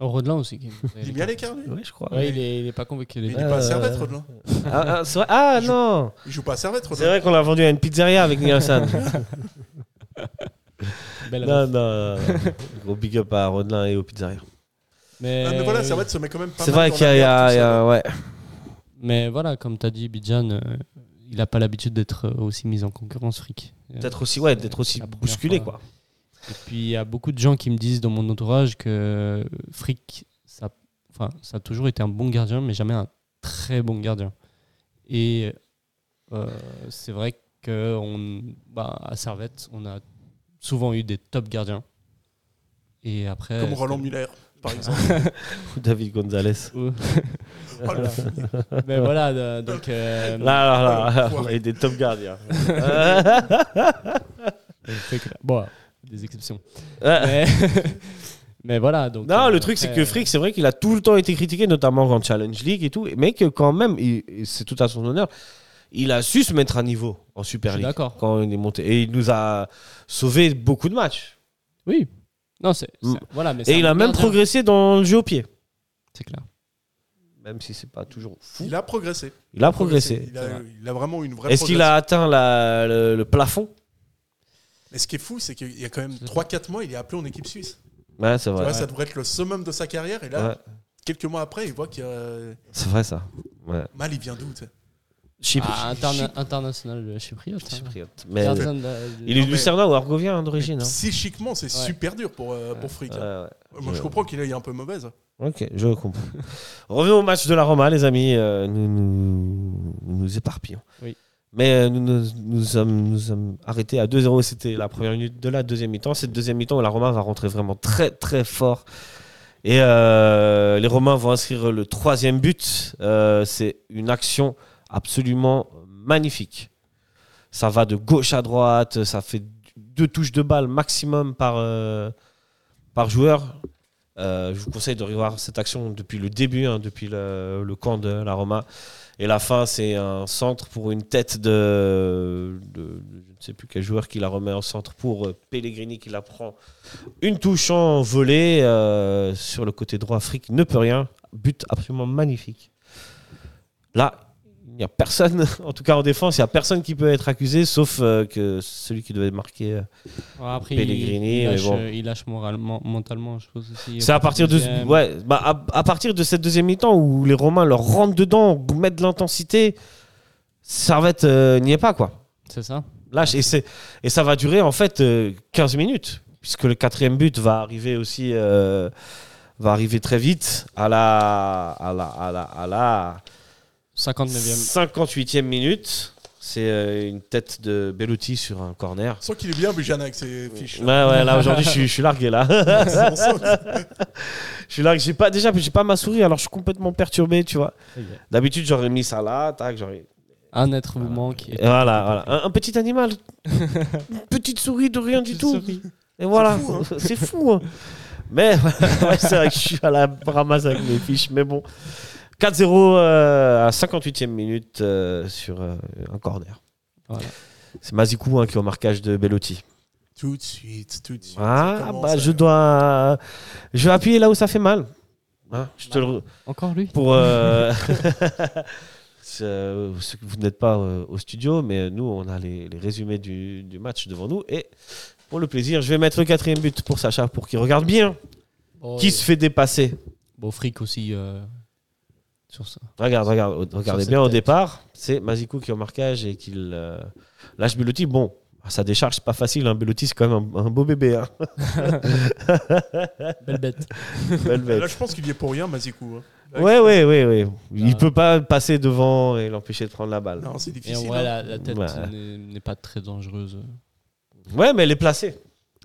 [SPEAKER 2] Rodelin aussi. qui-
[SPEAKER 3] Il est mis à l'écart, lui.
[SPEAKER 1] Oui, je crois.
[SPEAKER 2] Ouais, il est- il est pas convaincu.
[SPEAKER 3] Mais
[SPEAKER 2] les
[SPEAKER 3] Il
[SPEAKER 2] gars.
[SPEAKER 3] est
[SPEAKER 1] Euh,
[SPEAKER 3] pas à Servette, Rodelin.
[SPEAKER 1] Ah, ah, c'est vrai- ah,
[SPEAKER 3] Je-
[SPEAKER 1] non
[SPEAKER 3] Il joue pas à Servette,
[SPEAKER 1] C'est
[SPEAKER 3] Rodelin.
[SPEAKER 1] vrai qu'on l'a vendu à une pizzeria avec Nielsen.
[SPEAKER 2] Belle
[SPEAKER 1] non,
[SPEAKER 2] annonce.
[SPEAKER 1] non. Gros big up à Rodelin et aux pizzerias.
[SPEAKER 2] Mais,
[SPEAKER 3] Ah, mais voilà,
[SPEAKER 2] oui.
[SPEAKER 3] Servette se met quand même pas
[SPEAKER 1] C'est
[SPEAKER 3] mal
[SPEAKER 1] vrai
[SPEAKER 3] dans
[SPEAKER 1] qu'il y a,
[SPEAKER 3] la
[SPEAKER 1] il y
[SPEAKER 3] merde,
[SPEAKER 1] a-
[SPEAKER 3] tout
[SPEAKER 1] il y
[SPEAKER 3] ça.
[SPEAKER 1] a- ouais.
[SPEAKER 2] Mais voilà, comme tu as dit, Bidjan, euh, il n'a pas l'habitude d'être euh, aussi mis en concurrence, Frick. Euh,
[SPEAKER 1] Peut-être aussi, ouais, d'être aussi
[SPEAKER 2] La première
[SPEAKER 1] bousculé,
[SPEAKER 2] fois.
[SPEAKER 1] quoi.
[SPEAKER 2] Et puis il y a beaucoup de gens qui me disent dans mon entourage que Frick, ça, enfin, ça a toujours été un bon gardien, mais jamais un très bon gardien. Et euh, c'est vrai que on, bah, à Servette, on a souvent eu des top gardiens. Et après,
[SPEAKER 3] Comme Roland Muller, par exemple.
[SPEAKER 1] Ou David Gonzalez.
[SPEAKER 3] Oh là.
[SPEAKER 2] mais voilà, euh, donc euh,
[SPEAKER 1] Là, là, là,
[SPEAKER 3] Ah, le
[SPEAKER 1] on a eu des top gardiens.
[SPEAKER 2] le fait que- bon, des exceptions. Mais,
[SPEAKER 1] Ouais.
[SPEAKER 2] mais voilà, donc
[SPEAKER 1] non,
[SPEAKER 2] euh,
[SPEAKER 1] le truc, c'est
[SPEAKER 2] après,
[SPEAKER 1] que Frick, c'est vrai qu'il a tout le temps été critiqué, notamment en Challenge League et tout, mais que quand même, il- et c'est tout à son honneur, il a su se mettre à niveau en
[SPEAKER 2] Je
[SPEAKER 1] Super
[SPEAKER 2] suis
[SPEAKER 1] League.
[SPEAKER 2] d'accord.
[SPEAKER 1] Quand il est monté. Et il nous a sauvé beaucoup de matchs.
[SPEAKER 2] oui, non, c'est c'est-
[SPEAKER 1] Mm.
[SPEAKER 2] voilà, mais c'est
[SPEAKER 1] Et il
[SPEAKER 2] un
[SPEAKER 1] a
[SPEAKER 2] bon
[SPEAKER 1] même
[SPEAKER 2] gardien.
[SPEAKER 1] progressé dans le jeu au pied.
[SPEAKER 2] C'est clair.
[SPEAKER 1] Même si c'est pas toujours fou.
[SPEAKER 3] Il a progressé.
[SPEAKER 1] Il a progressé.
[SPEAKER 3] Il a, il a vraiment une vraie
[SPEAKER 1] Est-ce qu'il a atteint la- le, le plafond
[SPEAKER 3] Mais ce qui est fou, c'est qu'il y a quand même 3-4 mois, il est appelé en équipe suisse.
[SPEAKER 1] Ouais, c'est
[SPEAKER 3] Tu
[SPEAKER 1] vrai.
[SPEAKER 3] vois, ça devrait être le summum de sa carrière. Et là,
[SPEAKER 1] Ouais,
[SPEAKER 3] quelques mois après, il voit que euh,
[SPEAKER 1] c'est vrai ça. Ouais.
[SPEAKER 3] Mal, il vient d'où tu sais
[SPEAKER 1] Chypre.
[SPEAKER 2] Ah, interna- international euh, chypriote. hein.
[SPEAKER 1] Chypriote. Mais
[SPEAKER 2] Gardien de la- de-
[SPEAKER 1] il est
[SPEAKER 3] Non, mais-
[SPEAKER 1] Lucerna ou Argovien hein, d'origine. hein.
[SPEAKER 3] Psychiquement, c'est
[SPEAKER 2] Ouais.
[SPEAKER 3] super dur pour, euh, pour Frick. hein.
[SPEAKER 1] Ouais,
[SPEAKER 3] Moi, je comprends qu'il est un peu mauvaise.
[SPEAKER 1] ouais. Ok, je comprends. Revenons au match de la Roma, les amis. Euh, nous, nous nous nous éparpillons.
[SPEAKER 2] Oui.
[SPEAKER 1] Mais euh, nous, nous, nous sommes, nous sommes arrêtés à 2-0. C'était la première minute de la deuxième mi-temps. Cette deuxième mi-temps, la Roma va rentrer vraiment très très fort. Et euh, les Romains vont inscrire le troisième but. Euh, c'est une action absolument magnifique. Ça va de gauche à droite, ça fait deux touches de balle maximum par, euh, par joueur. Euh, je vous conseille de revoir cette action depuis le début, hein, depuis le, le camp de la Roma. Et la fin, c'est un centre pour une tête de, de- Je ne sais plus quel joueur qui la remet en centre pour euh, Pellegrini qui la prend. Une touche en volée euh, sur le côté droit. Frick ne peut rien. But absolument magnifique. Là, il n'y a personne, en tout cas en défense, il n'y a personne qui peut être accusé sauf euh, que celui qui devait marquer. euh,
[SPEAKER 2] Ouais, après, il,
[SPEAKER 1] Pellegrini,
[SPEAKER 2] il lâche,
[SPEAKER 1] mais bon.
[SPEAKER 2] euh, il lâche moralement, mentalement, je pense aussi.
[SPEAKER 1] C'est à partir de
[SPEAKER 2] Deuxième.
[SPEAKER 1] ouais, bah, à, à partir de cette deuxième mi-temps où les Romains leur rentrent dedans, mettent de l'intensité, Servette euh, n'y est pas quoi.
[SPEAKER 2] C'est ça
[SPEAKER 1] Lâche et c'est et ça va durer en fait euh, 15 minutes puisque le quatrième but va arriver aussi euh, va arriver très vite à la à la à la, à la
[SPEAKER 2] 59e.
[SPEAKER 1] 58e minute. C'est euh, une tête de Bellotti sur un corner.
[SPEAKER 3] Je sens qu'il est bien, Bujana, avec ses fiches.
[SPEAKER 1] Ouais, ouais, là aujourd'hui je suis- je suis largué là.
[SPEAKER 3] On sent que-
[SPEAKER 1] Je suis là, que j'ai pas déjà, j'ai pas ma souris, alors je suis complètement perturbé, tu vois.
[SPEAKER 2] Ça y est.
[SPEAKER 1] D'habitude, j'aurais mis ça là, tac, j'aurais.
[SPEAKER 2] Un être vous manque.
[SPEAKER 1] Et
[SPEAKER 2] et-
[SPEAKER 1] Voilà, voilà. Un, un petit animal, une petite souris de rien du tout. Et voilà, c'est fou. hein. Mais ouais, c'est vrai que je suis à la ramasse avec mes fiches, mais bon. 4-0 euh, à 58e minute euh, sur euh, un corner.
[SPEAKER 2] Voilà.
[SPEAKER 1] C'est Mazikou hein, qui est au marquage de Bellotti.
[SPEAKER 3] Tout de suite, tout de suite. Ça
[SPEAKER 1] Ah,
[SPEAKER 3] commence
[SPEAKER 1] bah
[SPEAKER 3] à-
[SPEAKER 1] je dois. Je vais appuyer là où ça fait mal. Hein, je te le.
[SPEAKER 2] Encore lui
[SPEAKER 1] pour euh, ce- euh, ceux que vous n'êtes pas euh, au studio, mais nous, on a les, les résumés du, du match devant nous. Et pour le plaisir, je vais mettre le quatrième but pour Sacha, pour qu'il regarde bien. Qui se fait dépasser
[SPEAKER 2] Bon, fric aussi euh, sur ça.
[SPEAKER 1] Regarde, regarde, au- regardez
[SPEAKER 2] cette
[SPEAKER 1] bien au
[SPEAKER 2] tête.
[SPEAKER 1] départ. C'est Mazikou qui est au marquage et qu'il euh, lâche Belotti. Bon, à sa décharge, c'est pas facile. Hein. Belotti, c'est quand même un, un beau bébé. Hein.
[SPEAKER 2] Belle bête.
[SPEAKER 1] Belle bête.
[SPEAKER 3] Là, je pense qu'il y est pour rien, Mazikou. hein.
[SPEAKER 1] Ouais, ouais, ouais, ouais.
[SPEAKER 2] Ouais.
[SPEAKER 1] Il peut pas passer devant et l'empêcher de prendre la balle.
[SPEAKER 3] Non, c'est
[SPEAKER 2] Et en
[SPEAKER 3] difficile.
[SPEAKER 2] vrai,
[SPEAKER 3] hein.
[SPEAKER 2] la, la tête
[SPEAKER 1] Ouais.
[SPEAKER 2] n'est- n'est pas très dangereuse.
[SPEAKER 1] Ouais, mais elle est placée.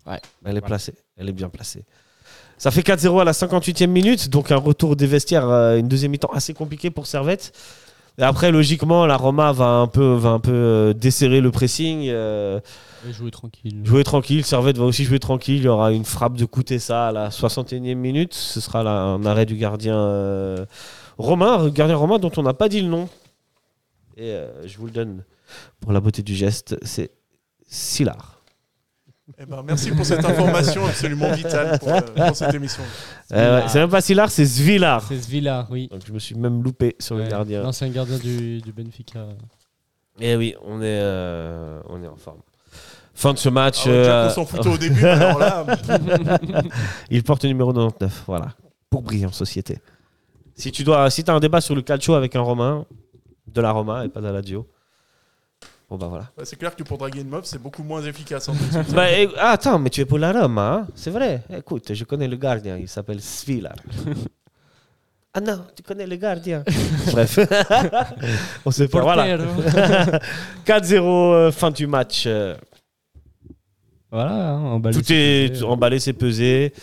[SPEAKER 2] Ouais.
[SPEAKER 1] Elle est
[SPEAKER 2] Ouais.
[SPEAKER 1] placée. Elle est bien placée. Ça fait 4-0 à la 58e minute, donc un retour des vestiaires, euh, une deuxième mi-temps assez compliquée pour Servette. Et après, logiquement, la Roma va un peu, va un peu euh, desserrer le pressing, euh,
[SPEAKER 2] Et jouer tranquille.
[SPEAKER 1] jouer tranquille. Servette va aussi jouer tranquille. Il y aura une frappe de ça à la 61e minute. Ce sera là un arrêt du gardien euh, romain, le gardien romain dont on n'a pas dit le nom. Et euh, je vous le donne pour la beauté du geste, c'est Silar.
[SPEAKER 3] Eh ben, merci pour cette information absolument vitale pour, euh, pour cette émission.
[SPEAKER 1] Euh, ouais,
[SPEAKER 2] Svilar.
[SPEAKER 1] c'est même pas Silar, c'est Zvilar.
[SPEAKER 2] C'est Svila, oui.
[SPEAKER 1] Donc je me suis même loupé sur
[SPEAKER 2] Ouais,
[SPEAKER 1] le gardien.
[SPEAKER 2] L'ancien gardien du, du Benfica.
[SPEAKER 1] Et Eh oui, on est, euh, on est en forme. Fin de ce match,
[SPEAKER 3] Ah ouais, déjà
[SPEAKER 1] euh,
[SPEAKER 3] qu'on s'en foutait au début, mais alors là,
[SPEAKER 1] il porte le numéro 99, voilà, pour briller en société. Si tu dois, si as un débat sur le calcio avec un Romain, de la Roma et pas de la Lazio, bon bah voilà.
[SPEAKER 3] bah, c'est clair que pour draguer une meuf, c'est beaucoup moins efficace. en tout cas.
[SPEAKER 1] Bah, eh, ah, attends, mais tu es pour la Roma, hein c'est vrai. Écoute, je connais le gardien, il s'appelle Svilar. ah non, tu connais le gardien. Bref, on se fait voilà.
[SPEAKER 2] Porter, hein.
[SPEAKER 1] 4-0, euh, fin du match. euh,
[SPEAKER 2] Voilà, hein, emballé,
[SPEAKER 1] tout
[SPEAKER 2] c'est
[SPEAKER 1] est
[SPEAKER 2] pesé.
[SPEAKER 1] tout- emballé, c'est pesé.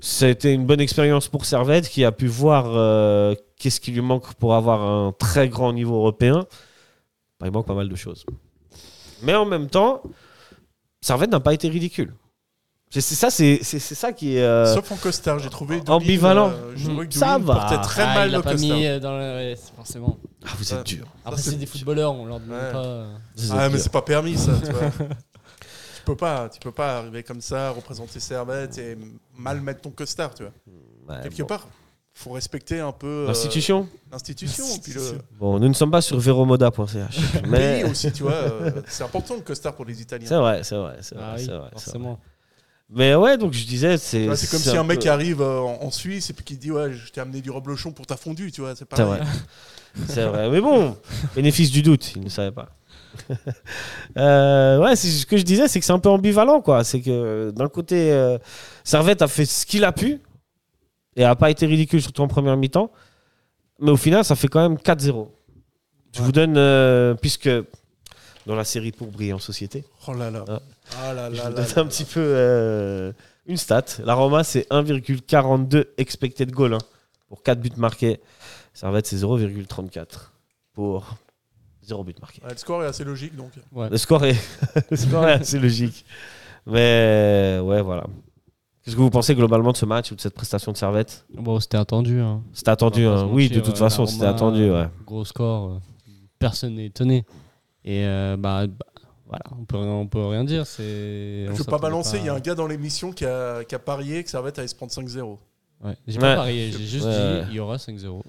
[SPEAKER 1] C'était une bonne expérience pour Servette qui a pu voir euh, qu'est-ce qui lui manque pour avoir un très grand niveau européen. Bah, il manque pas mal de choses. Mais en même temps, Servette n'a pas été ridicule. C'est c'est ça, c'est c'est- c'est ça qui est. euh,
[SPEAKER 3] Sauf en costard, j'ai trouvé. Doulin,
[SPEAKER 1] ambivalent.
[SPEAKER 3] euh, j'ai trouvé que
[SPEAKER 1] Ça
[SPEAKER 3] Doulin
[SPEAKER 1] va.
[SPEAKER 3] portait très
[SPEAKER 2] Ah,
[SPEAKER 3] mal
[SPEAKER 2] il l'a
[SPEAKER 3] le
[SPEAKER 2] pas
[SPEAKER 3] costard.
[SPEAKER 2] mis euh, dans le... ouais, c'est forcément.
[SPEAKER 1] Ah, vous êtes dur.
[SPEAKER 2] Après,
[SPEAKER 3] c'est
[SPEAKER 2] c'est des
[SPEAKER 3] dur.
[SPEAKER 2] footballeurs, on leur demande
[SPEAKER 3] Ouais.
[SPEAKER 2] pas... euh,
[SPEAKER 1] Vous êtes
[SPEAKER 3] Ah, mais
[SPEAKER 1] dur.
[SPEAKER 3] c'est pas permis, ça. tu vois. Tu peux pas, tu peux pas arriver comme ça, représenter Servette et mal mettre ton costard, tu vois.
[SPEAKER 2] Euh,
[SPEAKER 1] Ouais,
[SPEAKER 3] Quelque
[SPEAKER 1] bon.
[SPEAKER 3] part, faut respecter un peu euh,
[SPEAKER 1] L'institution
[SPEAKER 3] l'institution, puis le
[SPEAKER 1] Bon, nous ne sommes pas sur veromoda.ch. mais
[SPEAKER 3] pays aussi, tu vois. euh, c'est important le costard pour les Italiens.
[SPEAKER 1] c'est vrai, c'est vrai, c'est vrai,
[SPEAKER 2] Ah oui,
[SPEAKER 1] c'est vrai, c'est vrai.
[SPEAKER 2] forcément.
[SPEAKER 1] Mais ouais, donc je disais, c'est.
[SPEAKER 3] Tu vois, C'est comme si
[SPEAKER 1] peu-
[SPEAKER 3] un mec arrive euh, en, en Suisse et puis qui dit ouais je t'ai amené du reblochon pour ta fondue tu vois c'est
[SPEAKER 1] C'est
[SPEAKER 3] pas
[SPEAKER 1] vrai. C'est vrai. Mais bon, bénéfice du doute, il ne savait pas. Euh, ouais, c'est ce que je disais, c'est que c'est un peu ambivalent, quoi. C'est que euh, d'un côté, euh, Servette a fait ce qu'il a pu et a pas été ridicule, surtout en première mi-temps. Mais au final, ça fait quand même 4-0. Je vous donne, euh, puisque dans la série Pour briller en société,
[SPEAKER 3] oh là là
[SPEAKER 1] Ah.
[SPEAKER 3] Ah là
[SPEAKER 1] je
[SPEAKER 3] là
[SPEAKER 1] vous
[SPEAKER 3] là
[SPEAKER 1] donne
[SPEAKER 3] là.
[SPEAKER 1] un petit peu euh, une stat. La Roma, c'est 1,42 expected goal hein, pour 4 buts marqués. Servette, c'est 0,34 pour 0 but marqué.
[SPEAKER 3] Ouais, le score est assez logique, donc.
[SPEAKER 1] Le score est, le score est assez logique. Mais ouais, voilà. Qu'est-ce que vous pensez globalement de ce match ou de cette prestation de Servette
[SPEAKER 2] Bon, c'était attendu. hein.
[SPEAKER 1] C'était attendu,
[SPEAKER 2] On va pas
[SPEAKER 1] hein.
[SPEAKER 2] se
[SPEAKER 1] oui,
[SPEAKER 2] mentir,
[SPEAKER 1] de toute
[SPEAKER 2] euh,
[SPEAKER 1] façon,
[SPEAKER 2] la
[SPEAKER 1] c'était
[SPEAKER 2] Roma,
[SPEAKER 1] attendu. Ouais.
[SPEAKER 2] Gros score, euh, personne n'est étonné. Et euh, bah, bah, voilà, on peut, on peut rien dire. c'est-
[SPEAKER 3] Je
[SPEAKER 2] on
[SPEAKER 3] ne veux pas
[SPEAKER 2] s'attendait
[SPEAKER 3] balancer, il y a
[SPEAKER 2] à-
[SPEAKER 3] un gars dans l'émission qui a, qui a parié que Servette allait se prendre 5-0.
[SPEAKER 2] Ouais, J'ai
[SPEAKER 1] Ouais.
[SPEAKER 2] pas parié, j'ai juste
[SPEAKER 1] Ouais.
[SPEAKER 2] dit il y aura 5-0.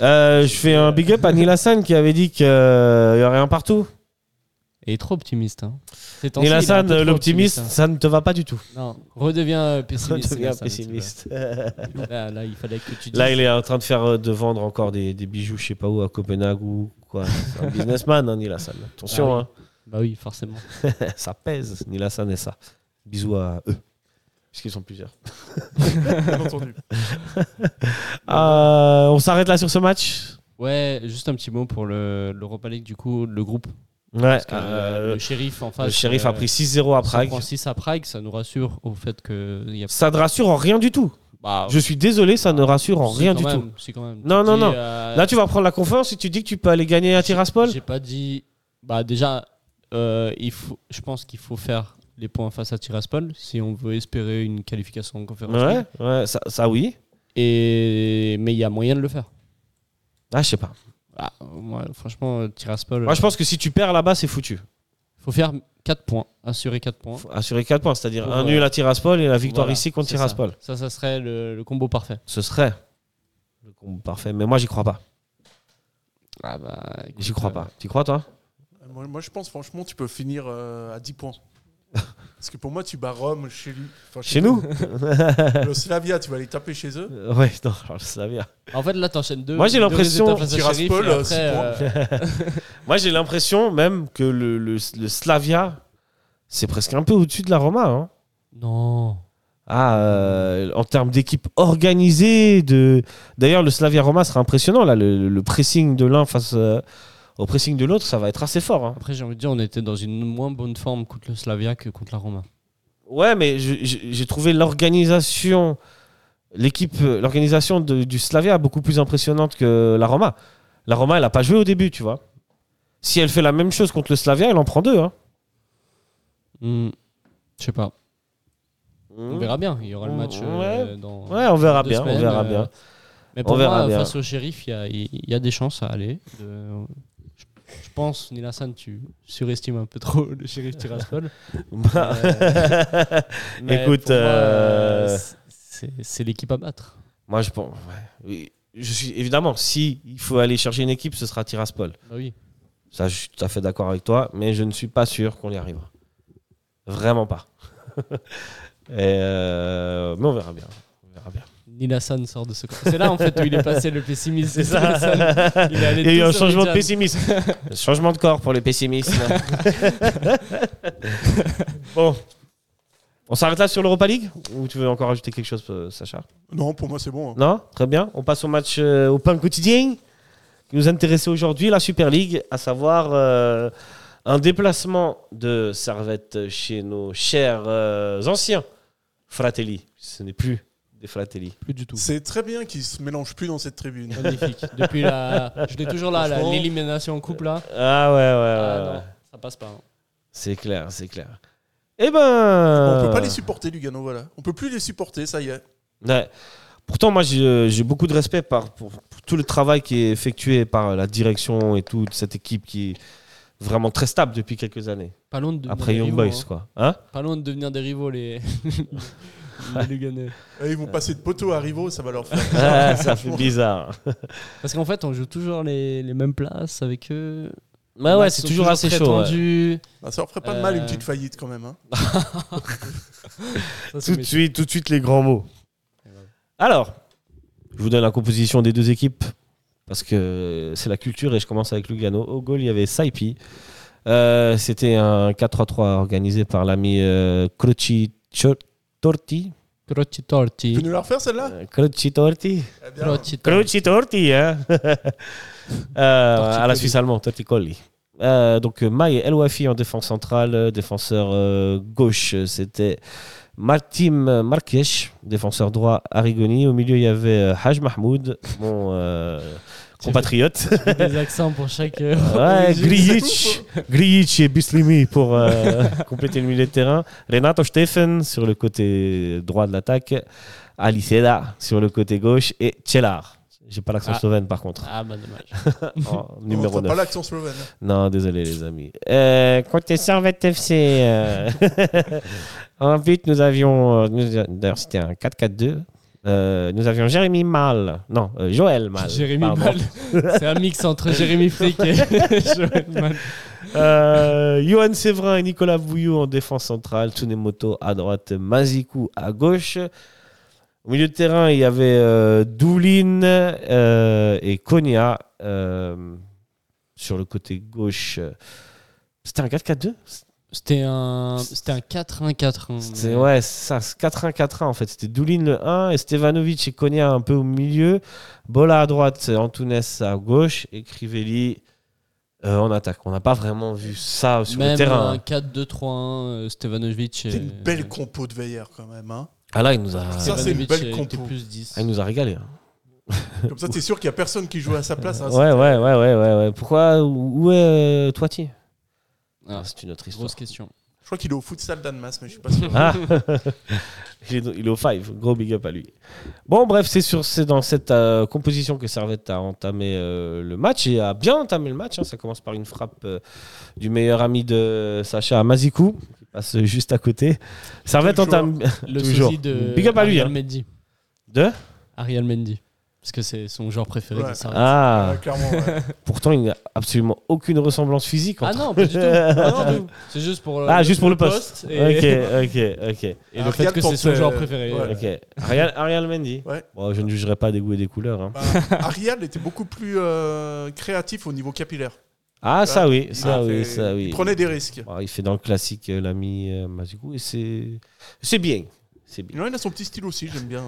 [SPEAKER 1] Euh, je fais un big up à Neil Hassan qui avait dit qu'il y aurait un partout.
[SPEAKER 2] Et il est trop optimiste. Hein. Ces temps-ci,
[SPEAKER 1] Neil
[SPEAKER 2] il est un
[SPEAKER 1] Hassan,
[SPEAKER 2] peu trop
[SPEAKER 1] l'optimiste,
[SPEAKER 2] optimiste,
[SPEAKER 1] ça ne te va pas du tout.
[SPEAKER 2] hein. Non, redeviens euh, pessimiste.
[SPEAKER 1] Deviens
[SPEAKER 2] Hassan, s'il te plaît.
[SPEAKER 1] pessimiste.
[SPEAKER 2] Là, là, il fallait que tu dises.
[SPEAKER 1] Là, il est en train de faire euh, de vendre encore des, des bijoux, je sais pas où, à Copenhague ou quoi. C'est un businessman, hein, Neil Hassan. Attention,
[SPEAKER 2] Ah Bah oui, forcément.
[SPEAKER 1] hein. ça pèse, Neil Hassan et ça. Bisous à eux, puisqu'ils sont plusieurs.
[SPEAKER 3] Bien entendu.
[SPEAKER 1] Euh, on s'arrête là sur ce match
[SPEAKER 2] Ouais, juste un petit mot pour le- l'Europa League, du coup, le groupe.
[SPEAKER 1] Ouais.
[SPEAKER 2] Parce que,
[SPEAKER 1] euh,
[SPEAKER 2] euh, le shérif en face.
[SPEAKER 1] le shérif a
[SPEAKER 2] euh,
[SPEAKER 1] pris 6-0 à Prague.
[SPEAKER 2] 6 à Prague, ça nous rassure au fait que. il Y a...
[SPEAKER 1] Ça ne rassure en rien du tout.
[SPEAKER 2] bah,
[SPEAKER 1] Je suis désolé, ça ne rassure en
[SPEAKER 2] si,
[SPEAKER 1] rien
[SPEAKER 2] quand
[SPEAKER 1] du
[SPEAKER 2] même,
[SPEAKER 1] tout.
[SPEAKER 2] si, quand même.
[SPEAKER 1] Non, non,
[SPEAKER 2] Dis,
[SPEAKER 1] non.
[SPEAKER 2] euh,
[SPEAKER 1] Là, tu vas prendre la confiance et tu dis que tu peux aller gagner à Tiraspol
[SPEAKER 2] J'ai pas dit. Bah, déjà, euh, il faut... je pense qu'il faut faire les points face à Tiraspol si on veut espérer une qualification en conférence.
[SPEAKER 1] Ouais,
[SPEAKER 2] League.
[SPEAKER 1] ouais, ça, ça, oui.
[SPEAKER 2] Et... Mais il y a moyen de le faire.
[SPEAKER 1] Ah, je sais pas.
[SPEAKER 2] Ah, moi, franchement, euh, Tiraspol,
[SPEAKER 1] Moi, je pense que si tu perds là-bas, c'est foutu.
[SPEAKER 2] il faut faire 4 points, assurer 4 points.
[SPEAKER 1] Faut Assurer 4 points, c'est-à-dire
[SPEAKER 2] Pour,
[SPEAKER 1] un
[SPEAKER 2] euh,
[SPEAKER 1] nul à Tiraspol et la victoire
[SPEAKER 2] Voilà,
[SPEAKER 1] ici contre
[SPEAKER 2] c'est ça.
[SPEAKER 1] Tiraspol.
[SPEAKER 2] Ça, ça serait le, le combo parfait.
[SPEAKER 1] Ce serait le combo parfait, mais moi, j'y crois pas.
[SPEAKER 2] Ah bah,
[SPEAKER 1] J'y crois pas. Tu crois, toi
[SPEAKER 3] Moi, moi, je pense, franchement, tu peux finir euh, à 10 points. Parce que pour moi, tu bats Rome chez lui. Enfin,
[SPEAKER 1] Chez nous
[SPEAKER 3] Le Slavia, tu vas les taper chez eux.
[SPEAKER 1] Euh, Ouais, non, alors, je savais.
[SPEAKER 2] euh, En fait, là, t'enchaînes deux.
[SPEAKER 1] Moi, j'ai
[SPEAKER 2] deux
[SPEAKER 1] l'impression-
[SPEAKER 2] résultats face à
[SPEAKER 3] Tiraspol,
[SPEAKER 2] Sheriff, et
[SPEAKER 3] euh,
[SPEAKER 2] après,
[SPEAKER 3] six
[SPEAKER 2] euh,
[SPEAKER 1] Moi, j'ai l'impression même que le, le, le Slavia, c'est presque un peu au-dessus de la Roma. Hein.
[SPEAKER 2] Non.
[SPEAKER 1] Ah, euh, en termes d'équipe organisée, de d'ailleurs le Slavia Roma sera impressionnant là, le, le pressing de l'un face euh, au pressing de l'autre, ça va être assez fort. hein.
[SPEAKER 2] Après, j'ai envie de dire, on était dans une moins bonne forme contre le Slavia que contre la Roma.
[SPEAKER 1] Ouais, mais je- je- j'ai trouvé l'organisation, l'équipe, euh, l'organisation de- du Slavia beaucoup plus impressionnante que la Roma. La Roma, elle a pas joué au début, tu vois. Si elle fait la même chose contre le Slavia, elle en prend deux. hein.
[SPEAKER 2] Hmm, Je sais pas. On verra bien. Il y aura le match euh, dans.
[SPEAKER 1] Hmm. Ouais, on verra
[SPEAKER 2] deux
[SPEAKER 1] bien, on
[SPEAKER 2] semaines,
[SPEAKER 1] verra
[SPEAKER 2] euh,
[SPEAKER 1] bien.
[SPEAKER 2] Mais pour
[SPEAKER 1] On verra
[SPEAKER 2] moi,
[SPEAKER 1] bien.
[SPEAKER 2] face au shérif, il y a, il y a des chances à aller. De- Je je pense, Nilassan, tu surestimes un peu trop le shérif Tiraspol. euh, Mais
[SPEAKER 1] Écoute,
[SPEAKER 2] pour moi,
[SPEAKER 1] euh,
[SPEAKER 2] c'est- c'est c'est l'équipe à battre.
[SPEAKER 1] Moi, je pense. ouais. Et Je suis évidemment, si il faut aller chercher une équipe, ce sera Tiraspol.
[SPEAKER 2] Bah oui.
[SPEAKER 1] Ça, je suis tout à fait d'accord avec toi, mais je ne suis pas sûr qu'on y arrivera. Vraiment pas. Et, euh, mais on verra bien. On verra bien.
[SPEAKER 2] Nilassan sort de ce camp. C'est là en fait où il est passé le pessimiste.
[SPEAKER 1] C'est ça.
[SPEAKER 2] Nilassan, il est allé
[SPEAKER 1] Il y a eu
[SPEAKER 2] tout
[SPEAKER 1] un
[SPEAKER 2] sur
[SPEAKER 1] changement de
[SPEAKER 2] Jan.
[SPEAKER 1] pessimisme. Un changement de corps pour les pessimistes. bon. On s'arrête là sur l'Europa League Ou tu veux encore ajouter quelque chose, euh, Sacha
[SPEAKER 3] Non, pour moi, c'est bon. hein.
[SPEAKER 1] Non Très bien. On passe au match euh, au pain quotidien qui nous intéressait aujourd'hui, la Super League, à savoir euh, un déplacement de Servette chez nos chers euh, anciens Fratelli. Ce n'est plus des Fratelli.
[SPEAKER 2] Plus du tout.
[SPEAKER 3] C'est très bien qu'ils se mélangent plus dans cette tribune.
[SPEAKER 2] Magnifique. Depuis la. Je l'ai toujours là, la-
[SPEAKER 3] Franchement.
[SPEAKER 2] l'élimination en coupe là.
[SPEAKER 1] Ah ouais, ouais,
[SPEAKER 2] Ah
[SPEAKER 1] ouais. ouais.
[SPEAKER 2] non, ça passe pas. hein.
[SPEAKER 1] c'est clair, c'est clair. Eh ben.
[SPEAKER 3] On peut pas les supporter, Lugano, voilà. On peut plus les supporter, ça y est.
[SPEAKER 1] Ouais. Pourtant, moi, j'ai j'ai beaucoup de respect par, pour, pour tout le travail qui est effectué par la direction et toute cette équipe qui est vraiment très stable depuis quelques années.
[SPEAKER 2] Pas loin de devenir
[SPEAKER 1] Après
[SPEAKER 2] des
[SPEAKER 1] Young
[SPEAKER 2] rivaux,
[SPEAKER 1] Boys,
[SPEAKER 2] hein.
[SPEAKER 1] quoi. Hein
[SPEAKER 2] Pas loin de devenir des rivaux les. les Luganais.
[SPEAKER 3] Et ils vont passer de poteau à rivaux, ça va leur faire.
[SPEAKER 1] Ah, ça fait bizarre.
[SPEAKER 2] Parce qu'en fait, on joue toujours les, les mêmes places avec eux.
[SPEAKER 1] Mais ouais, c'est toujours assez chaud.
[SPEAKER 3] Bah, ça leur ferait pas de mal
[SPEAKER 2] Euh.
[SPEAKER 3] une petite faillite quand même. hein.
[SPEAKER 1] Tout de suite, tout de suite les grands mots. Alors, je vous donne la composition des deux équipes parce que c'est la culture et je commence avec Lugano. Au goal, il y avait Saipi. Euh, C'était un 4-3-3 organisé par l'ami euh, Croci Cho- Torti.
[SPEAKER 2] Croci
[SPEAKER 3] Tu
[SPEAKER 2] torti.
[SPEAKER 3] peux nous la refaire celle-là
[SPEAKER 1] Euh, Croci Torti.
[SPEAKER 3] Eh bien,
[SPEAKER 2] Croci torti.
[SPEAKER 1] Croci Torti, hein Euh, À la Suisse allemande, Torticolli. Euh, donc euh, Maï et El Wafi en défense centrale, euh, défenseur euh, gauche, euh, c'était Martim Marques, défenseur droit Arrigoni. Au milieu, il y avait euh, Haj Mahmoud, mon euh, compatriote.
[SPEAKER 2] Des accents pour chaque. euh,
[SPEAKER 1] Ouais,
[SPEAKER 2] origine.
[SPEAKER 1] Grijic, Grijic et Bislimi pour euh, compléter le milieu de terrain. Renato Steffen sur le côté droit de l'attaque. Aliceda sur le côté gauche. Et Tchelar. J'ai pas l'accent
[SPEAKER 2] Ah.
[SPEAKER 1] slovène par contre.
[SPEAKER 2] Ah, bah dommage.
[SPEAKER 1] En
[SPEAKER 3] Numéro
[SPEAKER 1] numéro 9.
[SPEAKER 3] pas l'accent slovène.
[SPEAKER 1] Non, désolé les amis. Euh, côté Servette FC, euh, en but nous avions, euh, nous- d'ailleurs c'était un 4-4-2, Euh, nous avions Jérémy Mal, non, euh, Joël Mal.
[SPEAKER 2] Jérémy Mal. C'est un mix entre Jérémy Flick et Joël Mal.
[SPEAKER 1] Euh, Johan Séverin et Nicolas Bouillou en défense centrale, Tsunemoto à droite, Mazikou à gauche. Au milieu de terrain, il y avait euh, Doulin euh, et Konya. euh, sur le côté gauche, c'était un 4-4-2
[SPEAKER 2] C'était un, c'était un hein. 4-1-4.
[SPEAKER 1] C'est ouais, c'est ça, c'est 4-1-4-1 en fait. C'était Doulin le 1 et Stevanovic et Konya un peu au milieu. Bola à droite, Antunes à gauche et Crivelli euh, en attaque. On n'a pas vraiment vu ça sur
[SPEAKER 2] Même euh,
[SPEAKER 1] le terrain.
[SPEAKER 2] un
[SPEAKER 1] hein.
[SPEAKER 2] 4-2-3-1, euh, Stevanovic.
[SPEAKER 3] C'est
[SPEAKER 2] et- euh,
[SPEAKER 3] une belle compo de Veillère quand même. hein.
[SPEAKER 1] Ah là, il nous a,
[SPEAKER 3] Ça, c'est une
[SPEAKER 2] Stevanovic
[SPEAKER 3] belle
[SPEAKER 2] était
[SPEAKER 3] compo.
[SPEAKER 2] plus 10.
[SPEAKER 1] ah, il nous a régalé. hein.
[SPEAKER 3] Comme ça, t'es sûr qu'il n'y a personne qui joue à sa place. hein.
[SPEAKER 1] ouais, ouais, ouais, ouais, ouais, ouais. Pourquoi Où où est euh, Toiti
[SPEAKER 2] Ah,
[SPEAKER 1] Ah, C'est une autre histoire.
[SPEAKER 2] grosse question.
[SPEAKER 3] Je crois qu'il est au futsal d'Annemasse, mais je suis pas sûr.
[SPEAKER 1] Ah il, est, il est au 5, gros big up à lui. Bon, bref, c'est sur- c'est dans cette euh, composition que Servette a entamé euh, le match et a bien entamé le match. hein. Ça commence par une frappe euh, du meilleur ami de Sacha Mazikou, qui passe juste à côté. Servette
[SPEAKER 3] Toujours.
[SPEAKER 1] entame
[SPEAKER 2] Le
[SPEAKER 1] Toujours.
[SPEAKER 2] sosie de
[SPEAKER 1] Big up à lui,
[SPEAKER 2] Ariel
[SPEAKER 1] hein.
[SPEAKER 2] Mendy.
[SPEAKER 1] de
[SPEAKER 2] Ariel Mendy. Parce que c'est son joueur préféré.
[SPEAKER 3] Ouais.
[SPEAKER 2] de Sarri.
[SPEAKER 1] Ah,
[SPEAKER 3] Ouais, clairement, ouais.
[SPEAKER 1] pourtant il n'a absolument aucune ressemblance physique.
[SPEAKER 2] Ah
[SPEAKER 1] entre-
[SPEAKER 2] non, pas du tout. Pas du tout. C'est juste pour, euh,
[SPEAKER 1] Ah, juste pour le poste.
[SPEAKER 2] et,
[SPEAKER 1] Ok, ok, ok.
[SPEAKER 2] et le
[SPEAKER 3] Ah, Ariel
[SPEAKER 2] fait que c'est son
[SPEAKER 3] porte,
[SPEAKER 2] joueur
[SPEAKER 3] euh,
[SPEAKER 2] préféré.
[SPEAKER 3] ouais.
[SPEAKER 1] Ok. Ariel, Ariel Mendy.
[SPEAKER 3] Ouais.
[SPEAKER 1] Bon, je ne jugerai pas des goûts et des couleurs. hein.
[SPEAKER 3] Bah, Ariel était beaucoup plus euh, créatif au niveau capillaire.
[SPEAKER 1] Ah, ça oui, ça
[SPEAKER 3] Il
[SPEAKER 1] oui,
[SPEAKER 3] avait-
[SPEAKER 1] ça oui.
[SPEAKER 3] Il prenait des risques.
[SPEAKER 1] Bon, il fait dans le classique euh, l'ami euh, Mazikou et c'est c'est bien. C'est bien.
[SPEAKER 3] Il en a son petit style aussi, j'aime bien.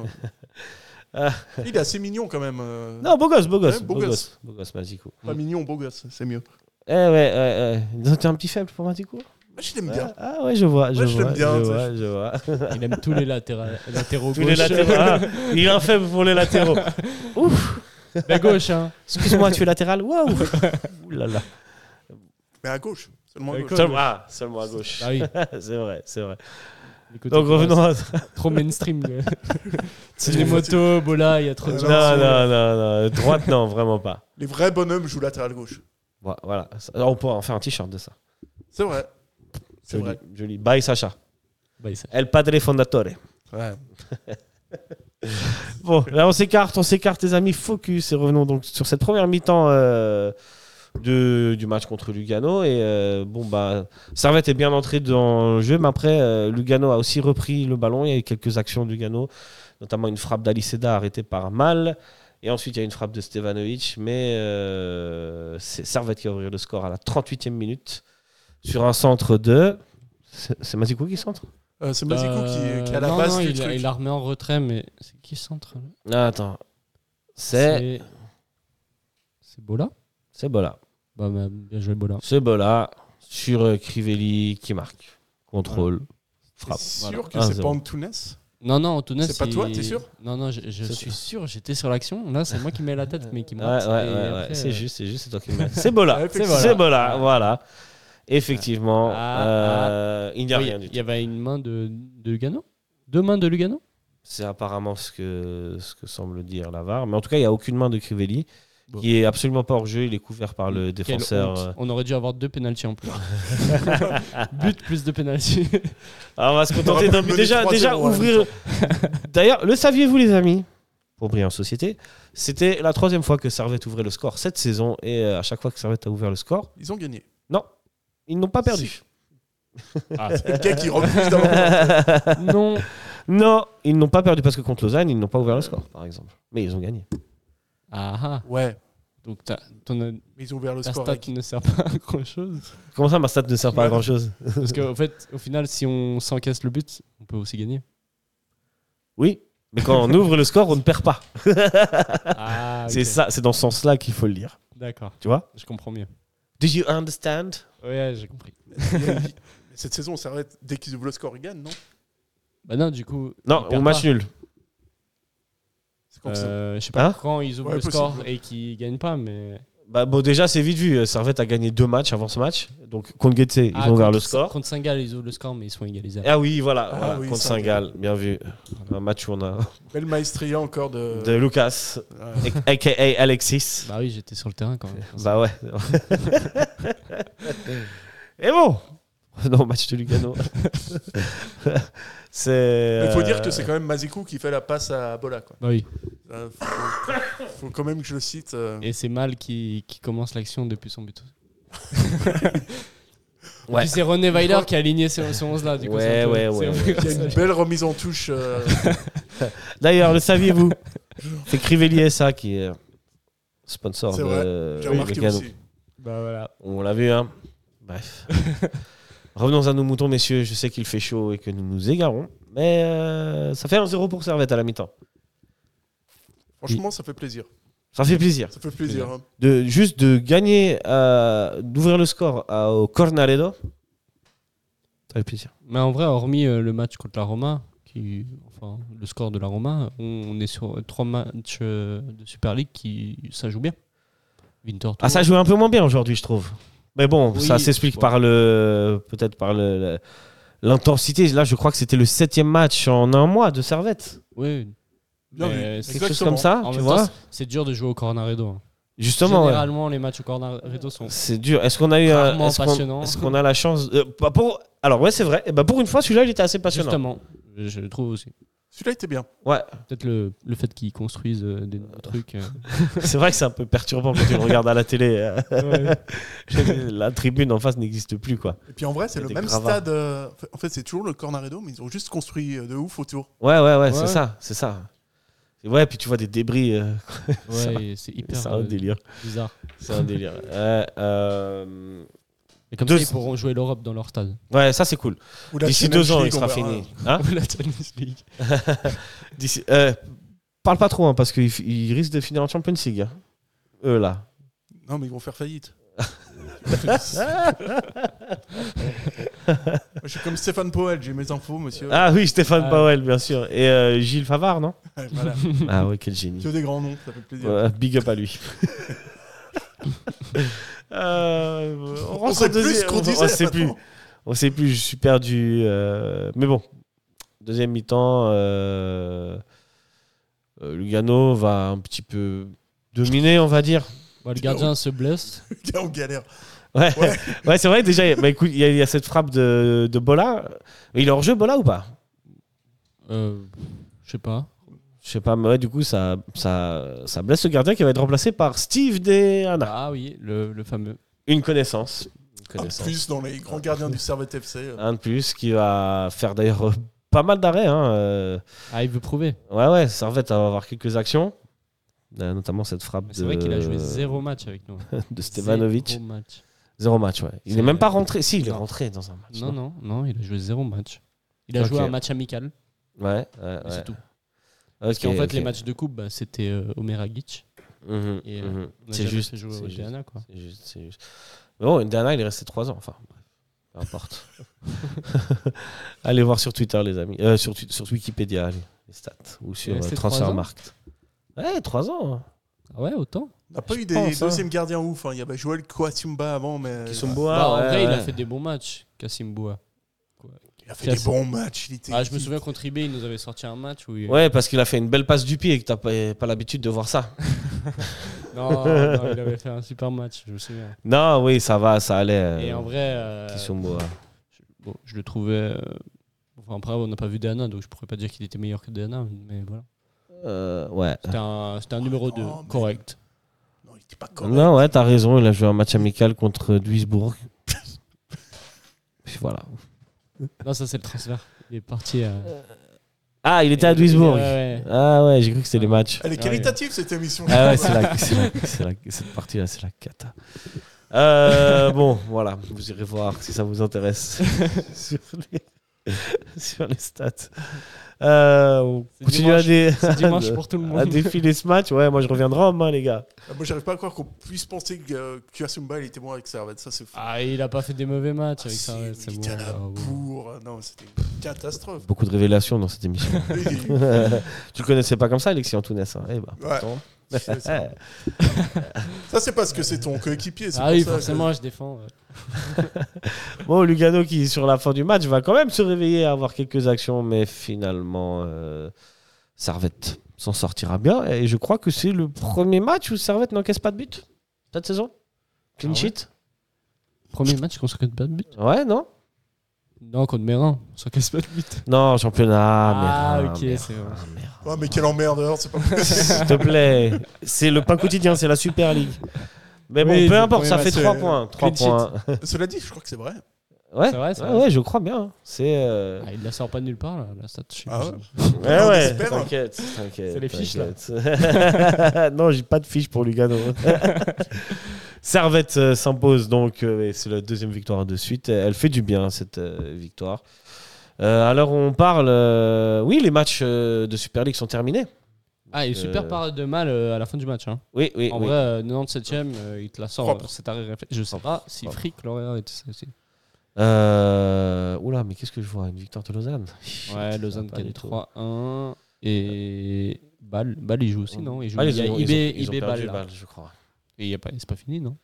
[SPEAKER 1] Ah.
[SPEAKER 3] Il est assez mignon quand même. euh,
[SPEAKER 1] Non, beau gosse, beau gosse,
[SPEAKER 3] Ouais,
[SPEAKER 1] beau,
[SPEAKER 3] beau
[SPEAKER 1] gosse.
[SPEAKER 3] gosse.
[SPEAKER 1] beau gosse Mazikou.
[SPEAKER 3] Pas mignon, beau gosse, c'est mieux.
[SPEAKER 1] Eh ouais, ouais, ouais. Donc, T'es un petit faible pour Mazikou
[SPEAKER 3] Moi, je l'aime
[SPEAKER 1] Ouais.
[SPEAKER 3] bien.
[SPEAKER 1] Ah ouais, je vois, je
[SPEAKER 3] Ouais, je l'aime
[SPEAKER 1] vois,
[SPEAKER 3] bien,
[SPEAKER 1] je
[SPEAKER 3] tu sais.
[SPEAKER 1] vois, je vois.
[SPEAKER 2] Il aime tous les latéra- latéraux
[SPEAKER 1] Tous les
[SPEAKER 2] gauche.
[SPEAKER 1] latéraux. Ah, il a un faible pour les latéraux.
[SPEAKER 2] La gauche, hein.
[SPEAKER 1] Excuse-moi, tu es latéral. Waouh. Ouh là là.
[SPEAKER 3] Mais à gauche, seulement à
[SPEAKER 2] Ouais,
[SPEAKER 3] gauche.
[SPEAKER 1] Seulement, ah, seulement à gauche.
[SPEAKER 2] Ah oui.
[SPEAKER 1] c'est vrai, c'est vrai.
[SPEAKER 2] Écoute,
[SPEAKER 1] Donc
[SPEAKER 2] on commence.
[SPEAKER 1] revenons à
[SPEAKER 2] Trop mainstream. quoi. C'est les motos, Bola, il y a trop de
[SPEAKER 1] Non,
[SPEAKER 2] gens.
[SPEAKER 1] non, non, non. Droite, non, vraiment pas.
[SPEAKER 3] Les vrais bonhommes jouent latéral gauche.
[SPEAKER 1] Vo- Voilà. Ça- On pourra en faire un t-shirt de ça.
[SPEAKER 3] C'est vrai. C'est
[SPEAKER 1] Joli,
[SPEAKER 3] vrai.
[SPEAKER 1] joli. Bye, Sacha.
[SPEAKER 2] Bah, il s'est-
[SPEAKER 1] El padre fondatore.
[SPEAKER 3] Ouais.
[SPEAKER 1] Bon, là, on s'écarte, on s'écarte, les amis. Focus et revenons donc sur cette première mi-temps euh, de, du match contre Lugano. Et euh, bon, bah, Servette est bien entrée dans le jeu, mais après, euh, Lugano a aussi repris le ballon. Il y a eu quelques actions de Lugano, notamment une frappe d'Aliceda arrêtée par Mal. Et ensuite, il y a une frappe de Stevanovic, mais euh, c'est Servette qui va ouvrir le score à la 38e minute sur un centre de. C'est c'est Mazikou qui centre
[SPEAKER 3] Euh,
[SPEAKER 1] Bah,
[SPEAKER 3] c'est Mazikou
[SPEAKER 2] Euh,
[SPEAKER 3] qui, qui est à la
[SPEAKER 2] non,
[SPEAKER 3] base
[SPEAKER 2] non,
[SPEAKER 3] du
[SPEAKER 2] il,
[SPEAKER 3] truc.
[SPEAKER 2] il la remet en retrait, mais c'est qui le centre là
[SPEAKER 1] ah, Attends. C'est.
[SPEAKER 2] C'est Bola
[SPEAKER 1] C'est Bola.
[SPEAKER 2] Bah, bah, bien joué, Bola.
[SPEAKER 1] Ce bol-là sur euh, Crivelli qui marque. Contrôle,
[SPEAKER 3] T'es
[SPEAKER 2] Ah,
[SPEAKER 1] frappe.
[SPEAKER 3] sûr que
[SPEAKER 1] Voilà.
[SPEAKER 3] c'est pas
[SPEAKER 1] 1-0.
[SPEAKER 3] Antunes
[SPEAKER 2] Non, non, Antunes.
[SPEAKER 3] C'est pas
[SPEAKER 2] il-
[SPEAKER 3] toi, t'es sûr
[SPEAKER 2] Non, non, je, je
[SPEAKER 1] C'est
[SPEAKER 2] suis
[SPEAKER 1] ça.
[SPEAKER 2] sûr, j'étais sur l'action. Là, c'est moi qui mets la tête, mais qui
[SPEAKER 1] Ouais,
[SPEAKER 2] marque.
[SPEAKER 1] ouais, ouais,
[SPEAKER 2] Et
[SPEAKER 1] ouais,
[SPEAKER 2] après,
[SPEAKER 1] c'est
[SPEAKER 2] euh,
[SPEAKER 1] juste, c'est juste, c'est toi qui me- C'est Bola.
[SPEAKER 3] Ah,
[SPEAKER 1] C'est
[SPEAKER 3] effectivement.
[SPEAKER 1] Bola. voilà. Effectivement,
[SPEAKER 2] Ah,
[SPEAKER 1] euh, il n'y a
[SPEAKER 2] oui,
[SPEAKER 1] rien du
[SPEAKER 2] Il
[SPEAKER 1] tout.
[SPEAKER 2] y avait une main de, de Lugano Deux mains de Lugano
[SPEAKER 1] C'est apparemment ce que, ce que semble dire Lavar. Mais en tout cas, il n'y a aucune main de Crivelli
[SPEAKER 2] Bon.
[SPEAKER 1] qui est absolument pas hors jeu. Il est couvert par le
[SPEAKER 2] Quelle
[SPEAKER 1] défenseur.
[SPEAKER 2] honte.
[SPEAKER 1] euh.
[SPEAKER 2] On aurait dû avoir deux pénalties en plus. But plus de pénalty.
[SPEAKER 1] Ah, on va se contenter
[SPEAKER 3] On va
[SPEAKER 1] d'un
[SPEAKER 3] pas
[SPEAKER 1] but.
[SPEAKER 3] mener
[SPEAKER 1] Déjà,
[SPEAKER 3] 3-0
[SPEAKER 1] déjà
[SPEAKER 3] en même
[SPEAKER 1] ouvrir. D'ailleurs, le saviez-vous, les amis Pour briller en société, c'était la troisième fois que Servette ouvrait le score cette saison. Et euh, à chaque fois que Servette a ouvert le score,
[SPEAKER 3] Ils ont gagné.
[SPEAKER 1] Ils n'ont pas perdu.
[SPEAKER 3] Le gars qui refuse d'avoir.
[SPEAKER 2] non.
[SPEAKER 1] Non, ils n'ont pas perdu parce que contre Lausanne, ils n'ont pas ouvert le score, par exemple. Mais ils ont gagné.
[SPEAKER 2] Ah ah.
[SPEAKER 3] Ouais,
[SPEAKER 2] Donc, t'as- ton, euh,
[SPEAKER 3] mais ils ont ouvert le
[SPEAKER 2] ta
[SPEAKER 3] score.
[SPEAKER 2] stat
[SPEAKER 3] avec-
[SPEAKER 2] qui ne sert pas à grand chose.
[SPEAKER 1] Comment ça, ma stat ne sert pas à grand chose
[SPEAKER 2] Parce qu'en fait, au final, si on s'encaisse le but, on peut aussi gagner.
[SPEAKER 1] Oui, mais quand on ouvre le score, on ne perd pas.
[SPEAKER 2] Ah,
[SPEAKER 1] C'est ça, c'est dans ce sens-là qu'il faut le lire.
[SPEAKER 2] D'accord,
[SPEAKER 1] Tu vois
[SPEAKER 2] je comprends mieux.
[SPEAKER 1] Do you understand
[SPEAKER 2] Ouais, j'ai compris.
[SPEAKER 3] Il y a une vie. Cette saison, on s'arrête dès qu'ils ouvrent le score, ils gagnent, non
[SPEAKER 2] Bah non, du coup.
[SPEAKER 1] Non,
[SPEAKER 2] ils
[SPEAKER 1] au
[SPEAKER 2] perdent
[SPEAKER 1] match
[SPEAKER 2] pas.
[SPEAKER 1] nul.
[SPEAKER 3] C'est comme ça.
[SPEAKER 2] Euh, je sais pas
[SPEAKER 1] Hein
[SPEAKER 2] quand ils ouvrent
[SPEAKER 3] Ouais,
[SPEAKER 2] le
[SPEAKER 3] possible.
[SPEAKER 2] score et qu'ils gagnent pas, mais.
[SPEAKER 1] Bah, bon, déjà, c'est vite vu. Servette a gagné deux matchs avant ce match. Donc, contre Getse, ils
[SPEAKER 2] Ah,
[SPEAKER 1] ont ouvert
[SPEAKER 2] contre-
[SPEAKER 1] le score.
[SPEAKER 2] Contre Saint-Gall, ils ouvrent le score, mais ils sont égalisés.
[SPEAKER 1] Ah oui, voilà,
[SPEAKER 3] Ah
[SPEAKER 1] voilà,
[SPEAKER 3] oui,
[SPEAKER 1] contre
[SPEAKER 3] Saint-Gall.
[SPEAKER 1] Saint-Gall. Bien vu. Un match où on a
[SPEAKER 3] Belle maestria encore de.
[SPEAKER 1] de Lucas,
[SPEAKER 3] Ouais.
[SPEAKER 1] aka Alexis.
[SPEAKER 2] Bah oui, j'étais sur le terrain quand même.
[SPEAKER 1] Bah ouais. Et bon Non, match de Lugano. c'est.
[SPEAKER 3] Il faut
[SPEAKER 1] euh,
[SPEAKER 3] dire que c'est quand même Mazikou qui fait la passe à Bola. Quoi.
[SPEAKER 2] Bah oui.
[SPEAKER 3] Euh, faut, faut quand même que je le cite. euh,
[SPEAKER 2] Et c'est Mal qui, qui commence l'action depuis son but.
[SPEAKER 1] Ouais.
[SPEAKER 2] Puis c'est René Weiler qui a aligné ce, 11 là. Du coup,
[SPEAKER 1] Ouais,
[SPEAKER 2] c'est un peu-
[SPEAKER 1] ouais,
[SPEAKER 2] c'est
[SPEAKER 1] ouais,
[SPEAKER 2] un peu
[SPEAKER 1] ouais.
[SPEAKER 2] comme
[SPEAKER 3] Il y a
[SPEAKER 2] ça.
[SPEAKER 3] une belle remise en touche. euh,
[SPEAKER 1] D'ailleurs, le saviez-vous C'est Crivelli SA qui est sponsor
[SPEAKER 3] C'est
[SPEAKER 1] de
[SPEAKER 3] vrai,
[SPEAKER 1] de
[SPEAKER 3] J'ai remarqué
[SPEAKER 1] Lugano.
[SPEAKER 3] aussi.
[SPEAKER 2] Bah voilà.
[SPEAKER 1] On l'a vu, hein Bref. Revenons à nos moutons, messieurs. Je sais qu'il fait chaud et que nous nous égarons. Mais euh, ça fait un 0 pour Servette à la mi-temps.
[SPEAKER 3] Franchement, ça fait plaisir.
[SPEAKER 1] Ça fait plaisir.
[SPEAKER 3] Ça fait plaisir. hein.
[SPEAKER 1] de juste de gagner, euh, d'ouvrir le score à- au Cornaredo. Ça fait plaisir.
[SPEAKER 2] Mais en vrai, hormis euh, le match contre la Roma, qui, enfin, le score de la Roma, on, on est sur euh, trois matchs euh, de Super League qui ça joue bien. Winter
[SPEAKER 1] Ah, ça joue un peu moins bien aujourd'hui, je trouve. Mais bon,
[SPEAKER 2] Oui,
[SPEAKER 1] ça s'explique
[SPEAKER 2] ouais.
[SPEAKER 1] par le, peut-être par le- le- l'intensité. Là, je crois que c'était le septième match en un mois de Servette.
[SPEAKER 2] Oui,
[SPEAKER 3] Bien
[SPEAKER 2] Mais
[SPEAKER 3] vu.
[SPEAKER 2] c'est
[SPEAKER 1] Quelque chose
[SPEAKER 3] Exactement.
[SPEAKER 1] comme ça,
[SPEAKER 2] en
[SPEAKER 1] Ah, tu
[SPEAKER 2] même
[SPEAKER 1] vois.
[SPEAKER 2] temps, c'est dur de jouer au Cornaredo. hein.
[SPEAKER 1] Justement, ouais.
[SPEAKER 2] Généralement, les matchs au Cornaredo sont.
[SPEAKER 1] c'est dur. Est-ce qu'on a eu, un-
[SPEAKER 2] Rarement
[SPEAKER 1] est-ce qu'on,
[SPEAKER 2] passionnant.
[SPEAKER 1] est-ce qu'on a la chance euh, bah, pour, Alors ouais, c'est vrai. Eh ben, pour une fois, celui-là, il était assez passionnant.
[SPEAKER 2] Justement, je le trouve aussi.
[SPEAKER 3] Celui-là était bien.
[SPEAKER 1] Ouais,
[SPEAKER 2] Peut-être le, le fait qu'ils construisent euh, des nouveaux trucs. euh.
[SPEAKER 1] c'est vrai que c'est un peu perturbant quand tu le regardes à la télé. euh,
[SPEAKER 2] Ouais.
[SPEAKER 1] la tribune en face n'existe plus, quoi.
[SPEAKER 3] Et puis en vrai, c'est
[SPEAKER 1] Il y a
[SPEAKER 3] le
[SPEAKER 1] des
[SPEAKER 3] même
[SPEAKER 1] gravats.
[SPEAKER 3] stade. euh, En fait, c'est toujours le Cornaredo, mais ils ont juste construit euh, de ouf autour.
[SPEAKER 1] Ouais, ouais, ouais, c'est
[SPEAKER 2] Ouais.
[SPEAKER 1] ça, c'est ça. Et Ouais, puis tu vois des débris. euh, Ça-
[SPEAKER 2] Ouais, et c'est hyper
[SPEAKER 1] c'est un
[SPEAKER 2] euh,
[SPEAKER 1] délire.
[SPEAKER 2] bizarre.
[SPEAKER 1] C'est un délire. Ouais, euh,
[SPEAKER 2] Et comme
[SPEAKER 1] Deux-
[SPEAKER 2] ça, ils pourront jouer l'Europe dans leur stade.
[SPEAKER 1] ouais, ça c'est cool.
[SPEAKER 3] Ou la
[SPEAKER 1] D'ici
[SPEAKER 3] Challenge
[SPEAKER 1] deux ans, il
[SPEAKER 3] League, on
[SPEAKER 1] sera
[SPEAKER 3] verra.
[SPEAKER 1] fini. Hein
[SPEAKER 2] la Challenge League.
[SPEAKER 1] D'ici- euh, parle pas trop, hein, parce qu'ils f- ils risquent de finir en Champions League. hein. Eux là.
[SPEAKER 3] Non, mais ils vont faire faillite. Moi, je suis comme Stéphane Powell, j'ai mes infos, monsieur.
[SPEAKER 1] Ah oui, Stéphane
[SPEAKER 2] Ah.
[SPEAKER 1] Powell, bien sûr. Et euh, Gilles Favard, non
[SPEAKER 3] Ouais, voilà.
[SPEAKER 1] Ah ouais, quel génie.
[SPEAKER 3] Que des grands noms, ça fait plaisir.
[SPEAKER 1] Ouais, big up à lui. Euh, on
[SPEAKER 3] On
[SPEAKER 1] rentre
[SPEAKER 3] sait
[SPEAKER 1] au deuxième-
[SPEAKER 3] plus ce qu'on disait.
[SPEAKER 1] On sait plus.
[SPEAKER 3] maintenant.
[SPEAKER 1] On sait plus, je suis perdu. euh, mais bon, deuxième mi-temps, euh, euh, Lugano va un petit peu dominer, on va dire.
[SPEAKER 2] Bah, le gardien se blesse.
[SPEAKER 3] Gars, On galère.
[SPEAKER 1] Ouais, ouais.
[SPEAKER 3] Ouais.
[SPEAKER 1] c'est vrai, déjà, il y a- bah, écoute, il y, a- il y a cette frappe de, de Bola. Il est hors jeu, Bola ou pas
[SPEAKER 2] Euh, je sais pas.
[SPEAKER 1] Je sais pas, mais ouais, du coup, ça, ça, ça blesse le gardien qui va être remplacé par Steve Dehanna.
[SPEAKER 2] Ah oui, le, le fameux.
[SPEAKER 1] Une connaissance. Une
[SPEAKER 3] En
[SPEAKER 1] connaissance.
[SPEAKER 3] plus, dans les grands gardiens du Servette FC. euh,
[SPEAKER 1] Un de plus qui va faire d'ailleurs euh, pas mal d'arrêts. Hein, euh,
[SPEAKER 2] Ah, il veut prouver.
[SPEAKER 1] Ouais, ouais, Servette va avoir quelques actions. Euh, Notamment cette frappe
[SPEAKER 2] Mais
[SPEAKER 1] de,
[SPEAKER 2] C'est vrai qu'il a joué zéro match avec nous.
[SPEAKER 1] de Euh, Stevanovic.
[SPEAKER 2] Zéro match.
[SPEAKER 1] Zéro match, ouais. Il
[SPEAKER 2] C'est-
[SPEAKER 1] n'est même pas rentré. Si, il est
[SPEAKER 2] Non.
[SPEAKER 1] rentré dans un match.
[SPEAKER 2] Non, non, non, il a joué zéro match. Il a
[SPEAKER 1] Ok.
[SPEAKER 2] joué un match amical,
[SPEAKER 1] Ouais, ouais,
[SPEAKER 2] mais c'est
[SPEAKER 1] ouais.
[SPEAKER 2] tout. Parce
[SPEAKER 1] Parce
[SPEAKER 2] qu'en fait, les matchs de coupe, bah, c'était euh, Omer Agic. et, euh, On a
[SPEAKER 1] Mhm, C'est
[SPEAKER 2] jamais
[SPEAKER 1] juste.
[SPEAKER 2] fait jouer
[SPEAKER 1] c'est
[SPEAKER 2] au
[SPEAKER 1] juste,
[SPEAKER 2] DNA, quoi.
[SPEAKER 1] c'est juste, c'est juste. Mais bon, une dernière, il est resté trois ans. Enfin, bref. Peu importe. allez voir sur Twitter, les amis. Euh, sur, Twi- sur Wikipédia, allez, les stats. Ou sur
[SPEAKER 2] est
[SPEAKER 1] euh,
[SPEAKER 2] resté trois ans
[SPEAKER 1] Transfermarkt. Ouais, trois ans. hein.
[SPEAKER 2] Ah ouais, autant.
[SPEAKER 3] On n'a pas
[SPEAKER 1] Je
[SPEAKER 3] eu des
[SPEAKER 1] pense, hein.
[SPEAKER 3] deuxièmes gardiens ouf. hein. Il y avait Joël Kouatumba avant, mais euh,
[SPEAKER 1] bois,
[SPEAKER 2] Bah, en
[SPEAKER 1] ouais,
[SPEAKER 2] vrai, il a
[SPEAKER 1] ouais.
[SPEAKER 2] fait des bons matchs, Kassim Boua.
[SPEAKER 1] hein.
[SPEAKER 3] il a fait des
[SPEAKER 2] Cassim.
[SPEAKER 3] bons matchs. Il était-
[SPEAKER 2] Ah, je me souviens contre IB, il nous avait sorti un match où. il-
[SPEAKER 1] Ouais, parce qu'il a fait une belle passe du pied et que t'as pas, pas l'habitude de voir ça.
[SPEAKER 2] Non, non, il avait fait un super match, je me souviens.
[SPEAKER 1] Non, oui, ça va, ça allait.
[SPEAKER 2] Et en vrai, euh,
[SPEAKER 1] Kissumbo, ouais.
[SPEAKER 2] je, bon, je le trouvais. euh, Enfin, après, on n'a pas vu Dana, donc je pourrais pas dire qu'il était meilleur que Dana, mais voilà.
[SPEAKER 1] Euh, ouais.
[SPEAKER 2] C'était un, c'était un numéro
[SPEAKER 3] Oh, non,
[SPEAKER 2] 2,
[SPEAKER 3] mais-
[SPEAKER 2] correct.
[SPEAKER 3] Non, il était pas correct.
[SPEAKER 1] Non, ouais, t'as raison. Il a joué un match amical contre Duisbourg. Puis voilà.
[SPEAKER 2] Non, ça, c'est le transfert. Il est parti. euh, à
[SPEAKER 1] Ah, il était
[SPEAKER 2] euh,
[SPEAKER 1] à Duisbourg.
[SPEAKER 2] Ouais, ouais.
[SPEAKER 1] Ah ouais, j'ai cru que c'était les matchs.
[SPEAKER 3] Elle est qualitative, cette émission.
[SPEAKER 1] Ah ouais, c'est la, c'est la- c'est la- cette partie-là, c'est la cata. Euh, bon, voilà, vous irez voir si ça vous intéresse. Sur les- sur les stats. Euh, on
[SPEAKER 2] C'est
[SPEAKER 1] continue à, dé-
[SPEAKER 2] C'est dimanche pour tout le
[SPEAKER 1] à
[SPEAKER 2] monde.
[SPEAKER 1] défiler ce match. Ouais, moi je reviendrai en main, hein, les gars.
[SPEAKER 3] Ah, Moi, j'arrive pas à croire qu'on puisse penser que euh, Kuasumba, il était bon avec Servette. Ça, c'est fou.
[SPEAKER 2] Ah, il a pas fait des mauvais matchs avec
[SPEAKER 3] si,
[SPEAKER 2] ça. ouais,
[SPEAKER 3] mais
[SPEAKER 2] c'est
[SPEAKER 3] il
[SPEAKER 2] bon,
[SPEAKER 3] était à la
[SPEAKER 2] ah, bon.
[SPEAKER 3] bourre. Non, c'était une catastrophe.
[SPEAKER 1] Beaucoup de révélations dans cette émission.
[SPEAKER 3] Oui,
[SPEAKER 1] tu le connaissais pas comme ça, Alexis Antunes. hein Eh bah,
[SPEAKER 3] Ouais.
[SPEAKER 1] pourtant.
[SPEAKER 3] c'est ça, Ça, c'est parce que c'est ton coéquipier. c'est
[SPEAKER 2] Ah
[SPEAKER 3] pour
[SPEAKER 2] oui,
[SPEAKER 3] ça que-
[SPEAKER 2] forcément, je défends. ouais.
[SPEAKER 1] Bon, Lugano qui, sur la fin du match, va quand même se réveiller à avoir quelques actions, mais finalement, euh, Servette s'en sortira bien. Et je crois que c'est le premier match où Servette n'encaisse pas de but cette saison. Clean
[SPEAKER 2] Ah ouais
[SPEAKER 1] sheet
[SPEAKER 2] Premier match qu'on s'encaisse pas de but.
[SPEAKER 1] Ouais, non
[SPEAKER 2] Non, contre Mérin, on s'encaisse pas de but.
[SPEAKER 1] Non, championnat.
[SPEAKER 2] Ah,
[SPEAKER 1] merde,
[SPEAKER 2] ok,
[SPEAKER 1] merde,
[SPEAKER 2] c'est vrai.
[SPEAKER 1] merde.
[SPEAKER 3] Ah, mais quel emmerdeur, c'est pas possible.
[SPEAKER 1] S'il te plaît. C'est le pain quotidien, c'est la Super League. Mais bon,
[SPEAKER 2] Oui,
[SPEAKER 1] peu
[SPEAKER 2] le
[SPEAKER 1] importe, ça
[SPEAKER 2] premier
[SPEAKER 1] fait
[SPEAKER 3] match,
[SPEAKER 1] 3
[SPEAKER 3] euh,
[SPEAKER 1] points. 3
[SPEAKER 2] clean sheet.
[SPEAKER 1] points.
[SPEAKER 3] Cela dit, je crois que c'est vrai.
[SPEAKER 1] Ouais,
[SPEAKER 2] C'est vrai, c'est
[SPEAKER 1] ouais,
[SPEAKER 2] vrai.
[SPEAKER 1] ouais, je crois bien. C'est. euh,
[SPEAKER 2] Ah, il la sort pas de nulle part, là, la stat. je sais
[SPEAKER 3] Ah
[SPEAKER 2] pas.
[SPEAKER 3] ouais
[SPEAKER 1] Eh Ouais,
[SPEAKER 3] on
[SPEAKER 1] ouais,
[SPEAKER 3] espère.
[SPEAKER 1] t'inquiète, t'inquiète.
[SPEAKER 2] C'est les fiches, là.
[SPEAKER 1] là. non, j'ai pas de fiche pour Lugano. Servette euh, s'impose donc, euh, et c'est la deuxième victoire de suite. Elle fait du bien, cette euh, victoire. Euh, alors, on parle. euh, Oui, les matchs euh, de Super League sont terminés.
[SPEAKER 2] Ah, il
[SPEAKER 1] Euh,
[SPEAKER 2] super parade de mal euh, à la fin du match. hein.
[SPEAKER 1] Oui, oui,
[SPEAKER 2] En
[SPEAKER 1] oui.
[SPEAKER 2] vrai, euh, 97ème, euh, il te la sort.
[SPEAKER 3] Propre.
[SPEAKER 2] euh, Cet arrêt réflexe. Je sais pas si
[SPEAKER 1] Propre.
[SPEAKER 2] Frick l'aurait arrêté ça aussi.
[SPEAKER 1] Euh, Oula, mais qu'est-ce que je vois Une victoire de Lausanne
[SPEAKER 2] Ouais,
[SPEAKER 1] Shit,
[SPEAKER 2] Lausanne
[SPEAKER 1] ça va
[SPEAKER 2] qui
[SPEAKER 1] pas
[SPEAKER 2] a
[SPEAKER 1] du
[SPEAKER 2] des
[SPEAKER 1] tout.
[SPEAKER 2] 3-1. Et. Bâle, Bâle, il joue aussi, non Il joue.
[SPEAKER 1] Ah,
[SPEAKER 2] il y a
[SPEAKER 1] ont-
[SPEAKER 2] IB,
[SPEAKER 1] ont- ils ont
[SPEAKER 2] IB
[SPEAKER 1] perdu
[SPEAKER 2] Bâle. là.
[SPEAKER 1] Bâle, je crois.
[SPEAKER 2] Et il y a pas- c'est pas fini, non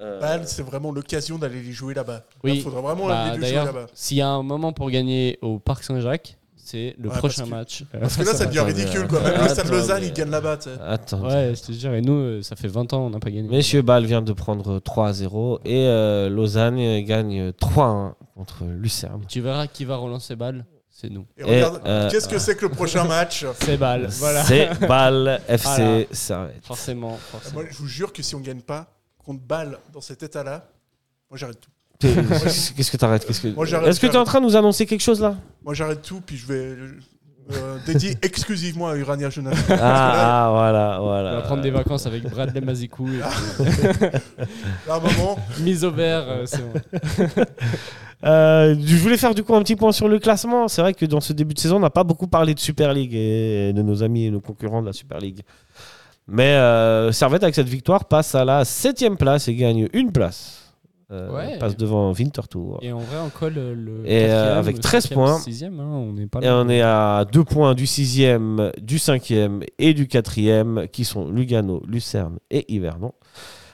[SPEAKER 1] Euh,
[SPEAKER 3] Bâle, Bah, c'est vraiment l'occasion d'aller les jouer là-bas.
[SPEAKER 2] Oui.
[SPEAKER 3] Il faudra vraiment
[SPEAKER 2] Bah,
[SPEAKER 3] aller les jouer là-bas.
[SPEAKER 2] D'ailleurs, s'il y a un moment pour gagner au Parc Saint-Jacques, c'est le
[SPEAKER 3] Ouais,
[SPEAKER 2] prochain
[SPEAKER 3] parce que-
[SPEAKER 2] match.
[SPEAKER 3] Parce que là, ça devient
[SPEAKER 1] Attendez,
[SPEAKER 3] ridicule. Quoi. Même
[SPEAKER 1] attendez.
[SPEAKER 3] le Stade Lausanne, ils gagnent là-bas. tu sais.
[SPEAKER 1] Attends.
[SPEAKER 2] Ouais, je te jure, et nous, euh, ça fait 20 ans, on n'a pas gagné.
[SPEAKER 1] Messieurs Bâle vient de prendre 3 à 0 et euh, Lausanne euh, gagne 3 à 1 contre Lucerne.
[SPEAKER 2] Tu verras qui va relancer balle, c'est nous.
[SPEAKER 3] Et regarde,
[SPEAKER 1] euh,
[SPEAKER 3] qu'est-ce que c'est que le prochain match Bah,
[SPEAKER 2] C'est balle, voilà.
[SPEAKER 1] C'est Bâle FC
[SPEAKER 2] Voilà.
[SPEAKER 1] s'arrête.
[SPEAKER 2] Forcément,
[SPEAKER 3] Ah,
[SPEAKER 2] forcément.
[SPEAKER 3] Moi, je vous jure que si on gagne pas contre Bâle dans cet état-là, moi j'arrête tout.
[SPEAKER 1] Qu'est-ce que t'arrêtes Qu'est-ce
[SPEAKER 3] Moi,
[SPEAKER 1] que...
[SPEAKER 3] j'arrête,
[SPEAKER 1] Est-ce que t'es en
[SPEAKER 3] j'arrête.
[SPEAKER 1] train de nous annoncer quelque chose là
[SPEAKER 3] Moi j'arrête tout, puis je vais euh, dédier exclusivement à Urania Jonas.
[SPEAKER 1] ah, ah, voilà,
[SPEAKER 2] On
[SPEAKER 1] voilà.
[SPEAKER 2] va prendre des vacances avec Bradley Mazikou. et
[SPEAKER 1] Ah.
[SPEAKER 3] Là, à un moment,
[SPEAKER 2] puis Mise au vert, euh, c'est bon.
[SPEAKER 1] Euh, je voulais faire du coup un petit point sur le classement. C'est vrai que dans ce début de saison, on n'a pas beaucoup parlé de Super League et de nos amis et nos concurrents de la Super League. Mais euh, Servette, avec cette victoire, passe à la 7 place et gagne une place. Euh,
[SPEAKER 2] Ouais.
[SPEAKER 1] Passe devant Winterthur.
[SPEAKER 2] Et en vrai, on colle euh, le.
[SPEAKER 1] Et, euh,
[SPEAKER 2] quatrième,
[SPEAKER 1] avec
[SPEAKER 2] le
[SPEAKER 1] 13
[SPEAKER 2] cinquième,
[SPEAKER 1] points.
[SPEAKER 2] sixième, hein, on n'est pas
[SPEAKER 1] Et
[SPEAKER 2] là.
[SPEAKER 1] on est à deux points du sixième, du cinquième et du quatrième, qui sont Lugano, Lucerne et Hivernon,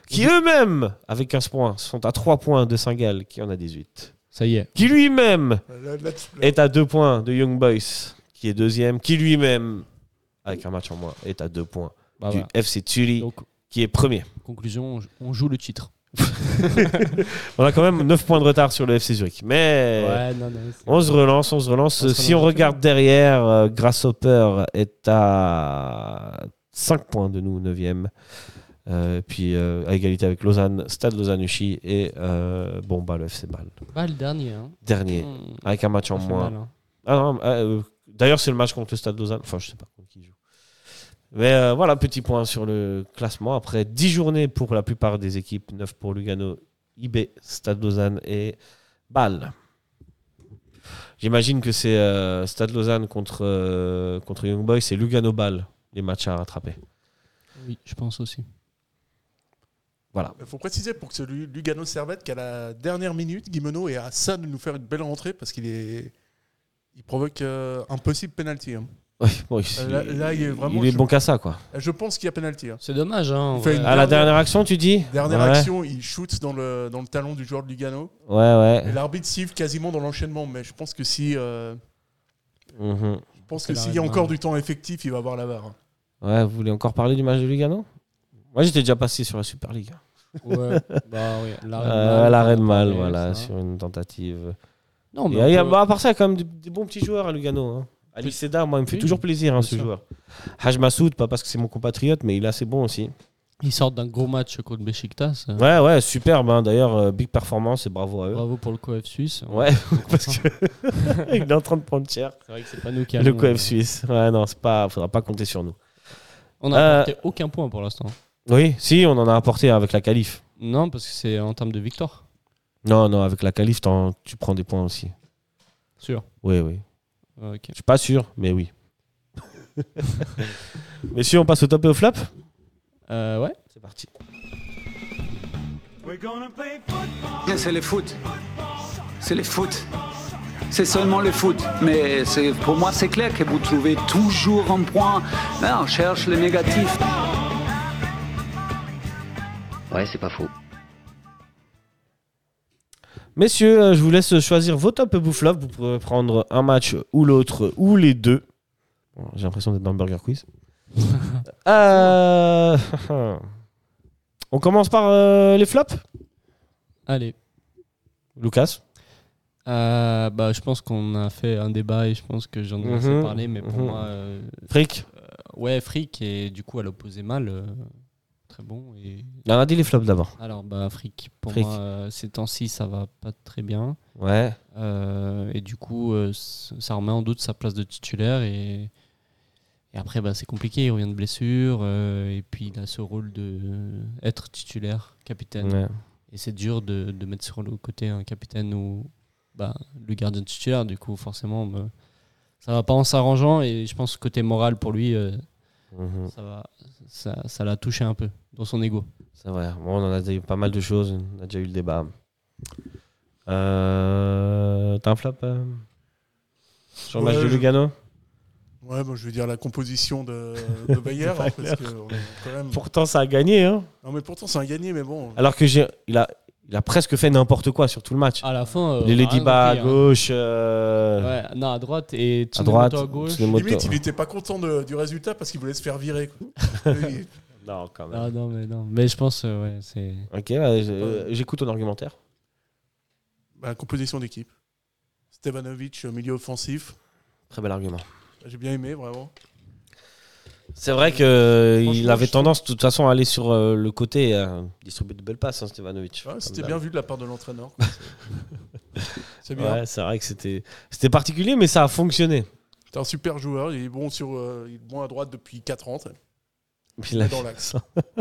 [SPEAKER 1] qui
[SPEAKER 2] Mhm.
[SPEAKER 1] eux-mêmes, avec 15 points, sont à 3 points de Saint-Gall, qui en a 18.
[SPEAKER 2] Ça y est.
[SPEAKER 1] Qui lui-même
[SPEAKER 3] euh, là, là, tu-
[SPEAKER 1] est à 2 points de Young Boys, qui est deuxième, qui lui-même, avec un match en moins, est à 2 points
[SPEAKER 2] Bah,
[SPEAKER 1] du
[SPEAKER 2] voilà.
[SPEAKER 1] FC Thierry,
[SPEAKER 2] Donc,
[SPEAKER 1] qui est premier.
[SPEAKER 2] conclusion, on- on joue le titre.
[SPEAKER 1] On a quand même 9 points de retard sur le FC Zurich. Mais
[SPEAKER 2] Ouais, non, non. c'est-
[SPEAKER 1] On se relance, on se relance.
[SPEAKER 2] On se
[SPEAKER 1] si
[SPEAKER 2] relance
[SPEAKER 1] on regarde derrière, euh, Grasshopper est à 5 points de nous, 9e. Euh, puis euh, à égalité avec Lausanne, Stade Lausanne-Uchi et euh, bon, bah, le FC Bâle.
[SPEAKER 2] Pas le dernier. Hein.
[SPEAKER 1] Dernier,
[SPEAKER 2] Hum,
[SPEAKER 1] avec un match en
[SPEAKER 2] ça fait
[SPEAKER 1] moins.
[SPEAKER 2] mal, hein.
[SPEAKER 1] Ah non, euh, euh, D'ailleurs, c'est le match contre le Stade Lausanne. Enfin, je sais pas contre qui joue. Mais euh, voilà, petit point sur le classement. Après 10 journées pour la plupart des équipes, 9 pour Lugano, IB, Stade Lausanne et Bâle. J'imagine que c'est euh, Stade Lausanne contre, euh, contre Young Boys et Lugano-Bâle, les matchs à rattraper.
[SPEAKER 2] Oui, je pense aussi.
[SPEAKER 1] Voilà.
[SPEAKER 3] Il faut préciser pour que celui Lugano Servette qu'à la dernière minute, Guimeno est à ça de nous faire une belle rentrée parce qu'il est. Il provoque euh, un possible penalty. hein.
[SPEAKER 1] Ouais, bon, il,
[SPEAKER 3] Là- là, il est vraiment-
[SPEAKER 1] il est
[SPEAKER 3] je-
[SPEAKER 1] bon qu'à ça, quoi.
[SPEAKER 3] Je pense qu'il y a penalty. hein.
[SPEAKER 2] C'est dommage. Hein, en
[SPEAKER 3] Il fait
[SPEAKER 2] vrai.
[SPEAKER 3] une-
[SPEAKER 1] À Ah, la dernière action, tu dis
[SPEAKER 3] Dernière
[SPEAKER 1] ouais.
[SPEAKER 3] action, il shoot dans le, dans le talon du joueur de Lugano.
[SPEAKER 1] Ouais, ouais.
[SPEAKER 3] Et l'arbitre siffle quasiment dans l'enchaînement. Mais je pense que si. euh,
[SPEAKER 1] Mhm.
[SPEAKER 3] je pense
[SPEAKER 2] C'est
[SPEAKER 3] que
[SPEAKER 2] la
[SPEAKER 3] s'il y a
[SPEAKER 2] règle,
[SPEAKER 3] encore
[SPEAKER 2] hein.
[SPEAKER 3] du temps effectif, il va avoir la barre. hein.
[SPEAKER 1] Ouais, vous voulez encore parler du match de Lugano Moi, j'étais déjà passé sur la Super League.
[SPEAKER 2] Ouais, bah oui. L'arrêt de
[SPEAKER 1] Euh,
[SPEAKER 2] balle,
[SPEAKER 1] l'arrêt de
[SPEAKER 2] on en
[SPEAKER 1] mal,
[SPEAKER 2] parlait,
[SPEAKER 1] voilà,
[SPEAKER 2] ça.
[SPEAKER 1] sur une tentative.
[SPEAKER 2] Non,
[SPEAKER 1] Il
[SPEAKER 2] mais
[SPEAKER 1] y a- il y a-
[SPEAKER 2] on peut-
[SPEAKER 1] bah, à part ça, il y a quand même des, des bons petits joueurs à Lugano. Hein. Ali Seda, moi, il me fait
[SPEAKER 2] Oui,
[SPEAKER 1] toujours plaisir, hein,
[SPEAKER 2] bien
[SPEAKER 1] ce
[SPEAKER 2] sûr.
[SPEAKER 1] joueur. Haj Massoud, pas parce que c'est mon compatriote, mais il est assez bon aussi.
[SPEAKER 2] ils sortent d'un gros match contre Besiktas. euh.
[SPEAKER 1] Ouais, ouais, superbe. hein. D'ailleurs, euh, big performance et bravo à eux.
[SPEAKER 2] Bravo pour le COF suisse.
[SPEAKER 1] Ouais, parce que il est en train de prendre cher.
[SPEAKER 2] C'est vrai que c'est pas nous qui
[SPEAKER 1] Le
[SPEAKER 2] allons, euh,
[SPEAKER 1] coef suisse. Ouais, non, c'est pas. Faudra pas compter sur nous.
[SPEAKER 2] On n'a
[SPEAKER 1] Euh,
[SPEAKER 2] apporté aucun point pour l'instant.
[SPEAKER 1] Oui, si, on en a apporté avec la qualif.
[SPEAKER 2] Non, parce que c'est en termes de victoire.
[SPEAKER 1] Non, non, avec la qualif, t'en- tu prends des points aussi.
[SPEAKER 2] Sûr.
[SPEAKER 1] Oui, oui.
[SPEAKER 2] Euh, Ok.
[SPEAKER 1] Je suis pas sûr, mais oui. Messieurs, on passe au top et au flop
[SPEAKER 2] Euh, ouais.
[SPEAKER 1] C'est parti.
[SPEAKER 4] Mais C'est le foot. C'est le foot. C'est seulement le foot. Mais c'est- pour moi, c'est clair que vous trouvez toujours un point. Là, on cherche le négatif.
[SPEAKER 5] Ouais, c'est pas faux.
[SPEAKER 1] Messieurs, euh, je vous laisse choisir vos top et vos flops. Vous pouvez prendre un match ou l'autre ou les deux. Bon, J'ai l'impression d'être dans le Burger Quiz. Euh, On commence par euh, les flops
[SPEAKER 2] Allez.
[SPEAKER 1] Lucas
[SPEAKER 2] Euh, bah, je pense qu'on a fait un débat et je pense que j'en ai
[SPEAKER 1] Mhm.
[SPEAKER 2] assez parlé, mais pour
[SPEAKER 1] Mhm.
[SPEAKER 2] moi, euh,
[SPEAKER 1] Frick
[SPEAKER 2] ouais, Frick et du coup, à l'opposé mal, euh, très bon. Et...
[SPEAKER 1] On a dit les flops d'abord.
[SPEAKER 2] Alors, bah, Frick, pour
[SPEAKER 1] Frick.
[SPEAKER 2] moi, euh, ces temps-ci, ça va pas très bien.
[SPEAKER 1] Ouais.
[SPEAKER 2] Euh, et du coup, euh, c- ça remet en doute sa place de titulaire. Et, et après, bah, c'est compliqué. Il revient de blessure. euh, et puis, il a ce rôle de euh, être titulaire, capitaine.
[SPEAKER 1] Ouais.
[SPEAKER 2] Et c'est dur de, de mettre sur le côté un capitaine ou bah, le gardien titulaire. Du coup, forcément, bah, ça va pas en s'arrangeant. Et je pense que côté moral, pour lui, euh,
[SPEAKER 1] Mhm.
[SPEAKER 2] ça va, ça, ça l'a touché un peu dans son ego.
[SPEAKER 1] C'est vrai. Bon, on en a déjà eu pas mal de choses. On a déjà eu le débat. Euh, T'as un flop euh, sur le match
[SPEAKER 3] Ouais,
[SPEAKER 1] de
[SPEAKER 3] je-
[SPEAKER 1] Lugano
[SPEAKER 3] Ouais, bon, je veux dire la composition de, de Bayer. hein, parce que on est quand même-
[SPEAKER 1] Pourtant, ça a gagné. Hein.
[SPEAKER 3] Non, mais pourtant, c'est un gagné, mais bon.
[SPEAKER 1] Alors que j'ai, il a, il a presque fait n'importe quoi sur tout le match.
[SPEAKER 2] À la fin,
[SPEAKER 3] Ah,
[SPEAKER 2] euh, on a
[SPEAKER 1] les
[SPEAKER 2] rien
[SPEAKER 1] Ladybugs à
[SPEAKER 2] compris, hein.
[SPEAKER 1] gauche, euh,
[SPEAKER 2] Ouais, non, à droite et
[SPEAKER 1] à
[SPEAKER 2] Tsunemoto
[SPEAKER 1] droite,
[SPEAKER 2] à gauche.
[SPEAKER 1] les motos.
[SPEAKER 3] Limite, il n'était pas content de- du résultat parce qu'il voulait se faire virer. quoi. Oui,
[SPEAKER 1] Non, quand même.
[SPEAKER 2] Ah non, mais non. Mais je pense, euh, ouais, c'est.
[SPEAKER 1] Ok, bah, je- euh, j'écoute ton argumentaire.
[SPEAKER 3] bah, composition d'équipe. Stevanovic, euh, milieu offensif.
[SPEAKER 1] Très bel argument.
[SPEAKER 3] J'ai bien aimé, vraiment.
[SPEAKER 1] C'est vrai que euh,
[SPEAKER 3] Franchement,
[SPEAKER 1] il avait
[SPEAKER 3] je
[SPEAKER 1] tendance, de toute façon, à aller sur euh, le côté et à distribuer de belles passes, hein, Stevanovic.
[SPEAKER 3] Ouais,
[SPEAKER 1] Comme
[SPEAKER 3] C'était
[SPEAKER 1] d'hab.
[SPEAKER 3] bien vu de la part de l'entraîneur. quoi. C'est- C'est bien.
[SPEAKER 1] Ouais, c'est vrai que c'était, c'était particulier, mais ça a fonctionné.
[SPEAKER 3] C'est un super joueur. Il est bon, sur, euh, il est bon à droite depuis 4 ans. ça.
[SPEAKER 1] Il a-
[SPEAKER 3] Dans l'axe.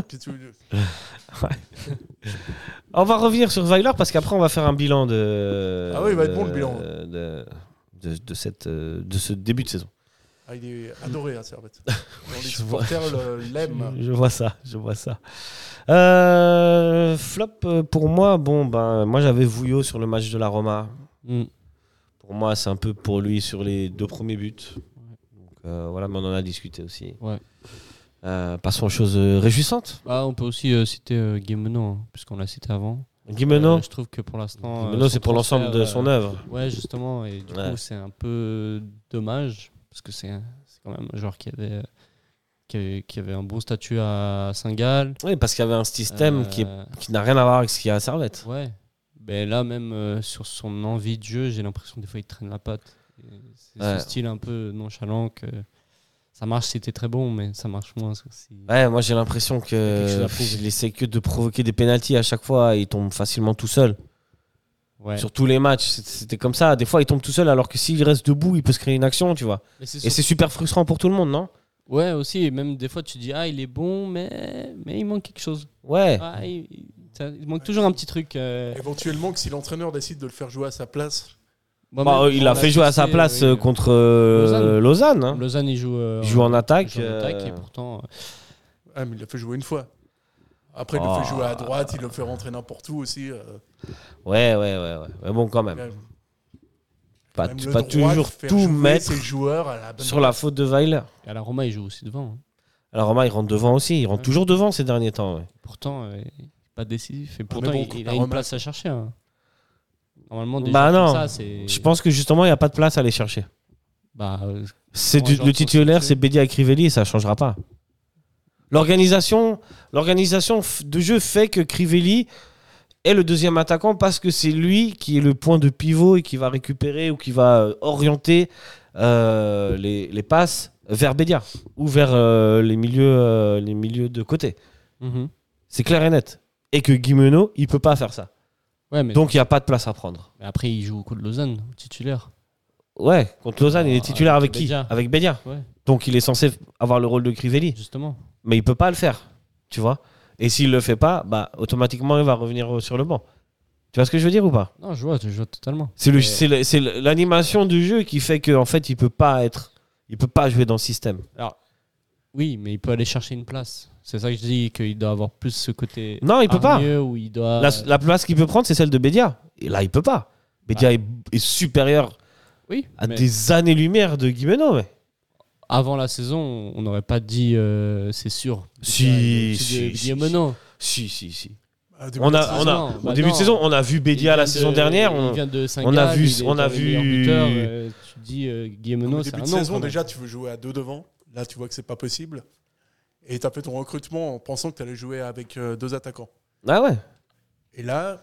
[SPEAKER 3] Qu'est-ce que tu veux dire
[SPEAKER 1] On va revenir sur Weiler parce qu'après on va faire un bilan de.
[SPEAKER 3] Ah oui, il va être
[SPEAKER 1] de-
[SPEAKER 3] bon, le bilan.
[SPEAKER 1] De, de, de cette, euh, de ce début de saison.
[SPEAKER 3] Ah, il est adoré à Servette. Dans Les
[SPEAKER 1] Je vois.
[SPEAKER 3] supporters le- l'aiment.
[SPEAKER 1] Je, je vois ça, je vois ça. Euh, flop euh, pour moi, bon ben moi j'avais Vouillot sur le match de la Roma.
[SPEAKER 2] Mm.
[SPEAKER 1] Pour moi c'est un peu pour lui sur les deux premiers buts. Donc, euh, voilà, mais on en a discuté aussi.
[SPEAKER 2] Ouais.
[SPEAKER 1] Euh, passons aux choses euh, réjouissantes.
[SPEAKER 2] Ah, on peut aussi euh, citer euh, Guémeneau, hein, puisqu'on l'a cité avant.
[SPEAKER 1] Guimeno,
[SPEAKER 2] Euh, je trouve que pour l'instant. euh,
[SPEAKER 1] c'est
[SPEAKER 2] son
[SPEAKER 1] pour l'ensemble
[SPEAKER 2] transfert,
[SPEAKER 1] de son
[SPEAKER 2] euh,
[SPEAKER 1] œuvre.
[SPEAKER 2] Ouais, justement. Et du
[SPEAKER 1] Ouais.
[SPEAKER 2] coup, c'est un peu dommage, parce que c'est c'est quand même un joueur qui avait, qui avait, qui avait un bon statut à Saint-Gall.
[SPEAKER 1] Oui, parce qu'il y avait un système
[SPEAKER 2] Euh,
[SPEAKER 1] qui, est- qui n'a rien à voir avec ce qu'il y a à Servette.
[SPEAKER 2] Ouais. Mais là, même euh, sur son envie de jeu, j'ai l'impression que des fois, il traîne la patte. Et C'est ce
[SPEAKER 1] Ouais.
[SPEAKER 2] style un peu nonchalant que. Ça marche si t'es très bon, mais ça marche moins. si-
[SPEAKER 1] Ouais, moi j'ai l'impression
[SPEAKER 2] quelque chose
[SPEAKER 1] que
[SPEAKER 2] à prouver.
[SPEAKER 1] il essaie que de provoquer des pénalties à chaque fois. Il tombe facilement tout seul.
[SPEAKER 2] Ouais.
[SPEAKER 1] Sur tous les matchs, c'est- c'était comme ça. Des fois, il tombe tout seul, alors que s'il reste debout, il peut se créer une action, tu vois.
[SPEAKER 2] Mais c'est
[SPEAKER 1] Et c'est super frustrant pour tout le monde, non
[SPEAKER 2] Ouais, aussi, et même des fois tu dis, ah, il est bon, mais, mais il manque quelque chose.
[SPEAKER 1] Ouais.
[SPEAKER 2] Ah, il... il- ça- il manque toujours un petit truc. euh,
[SPEAKER 3] Éventuellement, que si l'entraîneur décide de le faire jouer à sa place,
[SPEAKER 2] moi-même,
[SPEAKER 1] Bah, euh, il
[SPEAKER 2] on l'a
[SPEAKER 1] a fait jouer à sa
[SPEAKER 2] testé,
[SPEAKER 1] place
[SPEAKER 2] oui.
[SPEAKER 1] euh, contre euh, Lausanne. hein.
[SPEAKER 2] Lausanne, il joue, euh,
[SPEAKER 1] Il joue en attaque.
[SPEAKER 2] joue en attaque,
[SPEAKER 1] euh,
[SPEAKER 2] et pourtant.
[SPEAKER 3] ah, mais il l'a fait jouer une fois. Après, il
[SPEAKER 1] Oh.
[SPEAKER 3] le fait jouer à droite, il le fait rentrer n'importe où aussi. euh,
[SPEAKER 1] Ouais, ouais, ouais, ouais. Mais bon, quand même.
[SPEAKER 3] même-
[SPEAKER 1] Euh, Pas,
[SPEAKER 3] même
[SPEAKER 1] tu
[SPEAKER 3] le
[SPEAKER 1] pas
[SPEAKER 3] droit de
[SPEAKER 1] toujours
[SPEAKER 3] faire
[SPEAKER 1] tout
[SPEAKER 3] jouer
[SPEAKER 1] mettre
[SPEAKER 3] ses joueurs à la bonne
[SPEAKER 1] sur la faute de Weiler.
[SPEAKER 2] Et à la Roma, il joue aussi devant. hein.
[SPEAKER 1] Alors, Romain, il rentre devant aussi. Il rentre
[SPEAKER 2] Ouais.
[SPEAKER 1] toujours devant ces derniers temps. ouais.
[SPEAKER 2] Pourtant, euh, il est pas décisif. Et pourtant,
[SPEAKER 3] Ah, bon,
[SPEAKER 2] il- il,
[SPEAKER 3] la
[SPEAKER 2] a une
[SPEAKER 3] Roma-
[SPEAKER 2] place à chercher. hein. Normalement, des
[SPEAKER 1] Bah
[SPEAKER 2] joueurs
[SPEAKER 1] non.
[SPEAKER 2] comme ça, c'est.
[SPEAKER 1] Je pense que justement, il n'y a pas de place à aller chercher.
[SPEAKER 2] Bah, euh,
[SPEAKER 1] C'est
[SPEAKER 2] Ouais,
[SPEAKER 1] du-
[SPEAKER 2] genre,
[SPEAKER 1] le
[SPEAKER 2] faut
[SPEAKER 1] titulaire,
[SPEAKER 2] sortir.
[SPEAKER 1] c'est Bédia et Crivelli, et ça changera pas. L'organisation, l'organisation f- de jeu fait que Crivelli est le deuxième attaquant parce que c'est lui qui est le point de pivot et qui va récupérer ou qui va euh, orienter euh, les, les passes vers Bédia ou vers euh, les, milieux, euh, les milieux de côté.
[SPEAKER 2] mhm.
[SPEAKER 1] Mm-hmm. C'est clair et net. Et que Guimeno, il peut pas faire ça.
[SPEAKER 2] ouais, mais,
[SPEAKER 1] Donc il n'y a pas de place à prendre.
[SPEAKER 2] mais après, il joue au coup de Lausanne, titulaire.
[SPEAKER 1] Ouais, contre Lausanne, il est titulaire avec qui
[SPEAKER 2] Ah, Bedia.
[SPEAKER 1] Avec Bédia.
[SPEAKER 2] Ouais,
[SPEAKER 1] Donc il est censé avoir le rôle de Crivelli.
[SPEAKER 2] justement.
[SPEAKER 1] mais il peut pas le faire, tu vois. Et s'il le fait pas, bah automatiquement il va revenir euh, sur le banc. Tu vois ce que je veux dire ou pas
[SPEAKER 2] Non, je vois, je vois totalement.
[SPEAKER 1] C'est le- c'est le- c'est le- l'animation du jeu qui fait qu'en en fait, il peut pas être. Il peut pas jouer dans le système.
[SPEAKER 2] Oui, mais il peut aller chercher une place. C'est ça que je dis, qu'il doit avoir plus ce côté.
[SPEAKER 1] Non, il peut pas.
[SPEAKER 2] hargneux Où il doit...
[SPEAKER 1] La, la place qu'il peut prendre, c'est celle de Bédia. Et là, il peut pas. Bédia est, est supérieur
[SPEAKER 2] Oui,
[SPEAKER 1] à
[SPEAKER 2] mais
[SPEAKER 1] des années-lumière de Guimeno. ouais.
[SPEAKER 2] avant la saison, on n'aurait pas dit euh, c'est sûr.
[SPEAKER 1] Si,
[SPEAKER 2] Il est au-dessus
[SPEAKER 1] si,
[SPEAKER 2] de
[SPEAKER 1] si,
[SPEAKER 2] Guillemenon.
[SPEAKER 1] Si, si, si.
[SPEAKER 3] Ah, du
[SPEAKER 1] On
[SPEAKER 3] coup,
[SPEAKER 1] a, on a,
[SPEAKER 2] non,
[SPEAKER 1] au
[SPEAKER 2] bah
[SPEAKER 1] début
[SPEAKER 2] non.
[SPEAKER 1] de saison, on a vu Bédia
[SPEAKER 2] Il
[SPEAKER 1] la
[SPEAKER 2] vient
[SPEAKER 1] saison
[SPEAKER 2] de-
[SPEAKER 1] dernière. on-
[SPEAKER 2] il vient de
[SPEAKER 1] on a
[SPEAKER 2] Saint-Gall,
[SPEAKER 1] vu-
[SPEAKER 2] il est
[SPEAKER 1] on a
[SPEAKER 2] parmi les meilleurs
[SPEAKER 1] vu-
[SPEAKER 2] buteurs, euh, tu te dis euh,
[SPEAKER 3] Au
[SPEAKER 2] Guillemenon, c'est
[SPEAKER 3] début
[SPEAKER 2] un
[SPEAKER 3] de
[SPEAKER 2] nom.
[SPEAKER 3] saison,
[SPEAKER 2] quand même.
[SPEAKER 3] déjà, tu veux jouer à deux devant. Là, tu vois que c'est pas possible. Et tu as fait ton recrutement en pensant que tu allais jouer avec euh, deux attaquants.
[SPEAKER 1] Ah ouais.
[SPEAKER 3] Et là,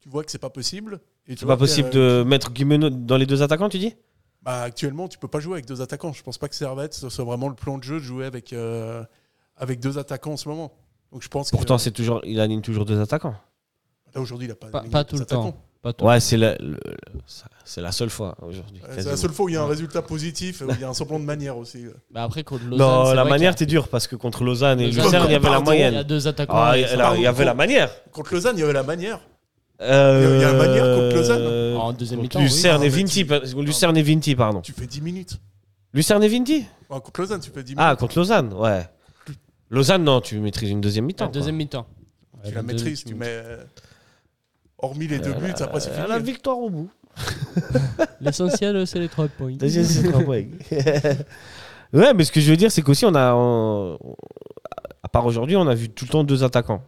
[SPEAKER 3] tu vois que c'est pas possible. et tu
[SPEAKER 1] C'est
[SPEAKER 3] vois
[SPEAKER 1] pas
[SPEAKER 3] que,
[SPEAKER 1] possible
[SPEAKER 3] euh,
[SPEAKER 1] de mettre Guimeno dans les deux attaquants, tu dis
[SPEAKER 3] bah, actuellement, tu peux pas jouer avec deux attaquants. Je pense pas que Servette, ce soit vraiment le plan de jeu de jouer avec, euh, avec deux attaquants en ce moment. Donc je pense
[SPEAKER 1] Pourtant,
[SPEAKER 3] que
[SPEAKER 1] c'est toujours, il anime toujours deux attaquants.
[SPEAKER 3] là, aujourd'hui, il a pas,
[SPEAKER 2] Pas-
[SPEAKER 3] aligné
[SPEAKER 2] pas
[SPEAKER 3] deux
[SPEAKER 2] tout le
[SPEAKER 3] attaquants.
[SPEAKER 2] temps. Pas tout.
[SPEAKER 1] Ouais, c'est la, le- le- c'est la seule fois hein, aujourd'hui.
[SPEAKER 3] Euh, C'est
[SPEAKER 1] quasiment.
[SPEAKER 3] la seule fois où il y a un résultat positif, et où il y a un semblant de manière aussi.
[SPEAKER 2] Bah après, contre Lausanne,
[SPEAKER 1] Non,
[SPEAKER 2] c'est
[SPEAKER 1] la
[SPEAKER 2] vrai
[SPEAKER 1] manière,
[SPEAKER 2] qu'il
[SPEAKER 1] t'es dur parce que contre Lausanne
[SPEAKER 2] y a-
[SPEAKER 1] et
[SPEAKER 2] Lausanne,
[SPEAKER 1] Lucerne, il y avait la
[SPEAKER 2] pardon, Il y a
[SPEAKER 1] moyenne.
[SPEAKER 2] deux attaquants.
[SPEAKER 1] Ah,
[SPEAKER 2] et
[SPEAKER 1] il y a
[SPEAKER 2] ça
[SPEAKER 1] la-
[SPEAKER 2] va.
[SPEAKER 1] il y avait la manière.
[SPEAKER 3] Contre Lausanne, il y avait la manière.
[SPEAKER 1] Euh,
[SPEAKER 3] Il y a la manière contre Lausanne.
[SPEAKER 1] euh,
[SPEAKER 2] En deuxième mi-temps,
[SPEAKER 1] contre
[SPEAKER 2] oui.
[SPEAKER 1] Lucerne
[SPEAKER 3] Ah,
[SPEAKER 1] et
[SPEAKER 3] mais
[SPEAKER 1] Vinti,
[SPEAKER 3] tu-
[SPEAKER 1] par- Lucerne et Vinti, pardon.
[SPEAKER 3] Tu fais 10 minutes.
[SPEAKER 1] Lucerne et Vinti
[SPEAKER 3] Ouais, contre Lausanne, tu fais 10 minutes.
[SPEAKER 1] Ah, contre Lausanne, ouais. Lausanne, non, tu maîtrises une deuxième
[SPEAKER 2] La
[SPEAKER 1] mi-temps.
[SPEAKER 2] deuxième mi-temps.
[SPEAKER 3] tu la maîtrises, tu mets. euh, Hormis les deux buts, après c'est
[SPEAKER 1] quoi. Euh, À la
[SPEAKER 3] fini.
[SPEAKER 1] victoire au bout.
[SPEAKER 2] L'essentiel, c'est les trois points.
[SPEAKER 1] Deuxième, c'est un break. Ouais, mais ce que je veux dire, c'est qu'aussi, on a. on- À part aujourd'hui, on a vu tout le temps deux attaquants.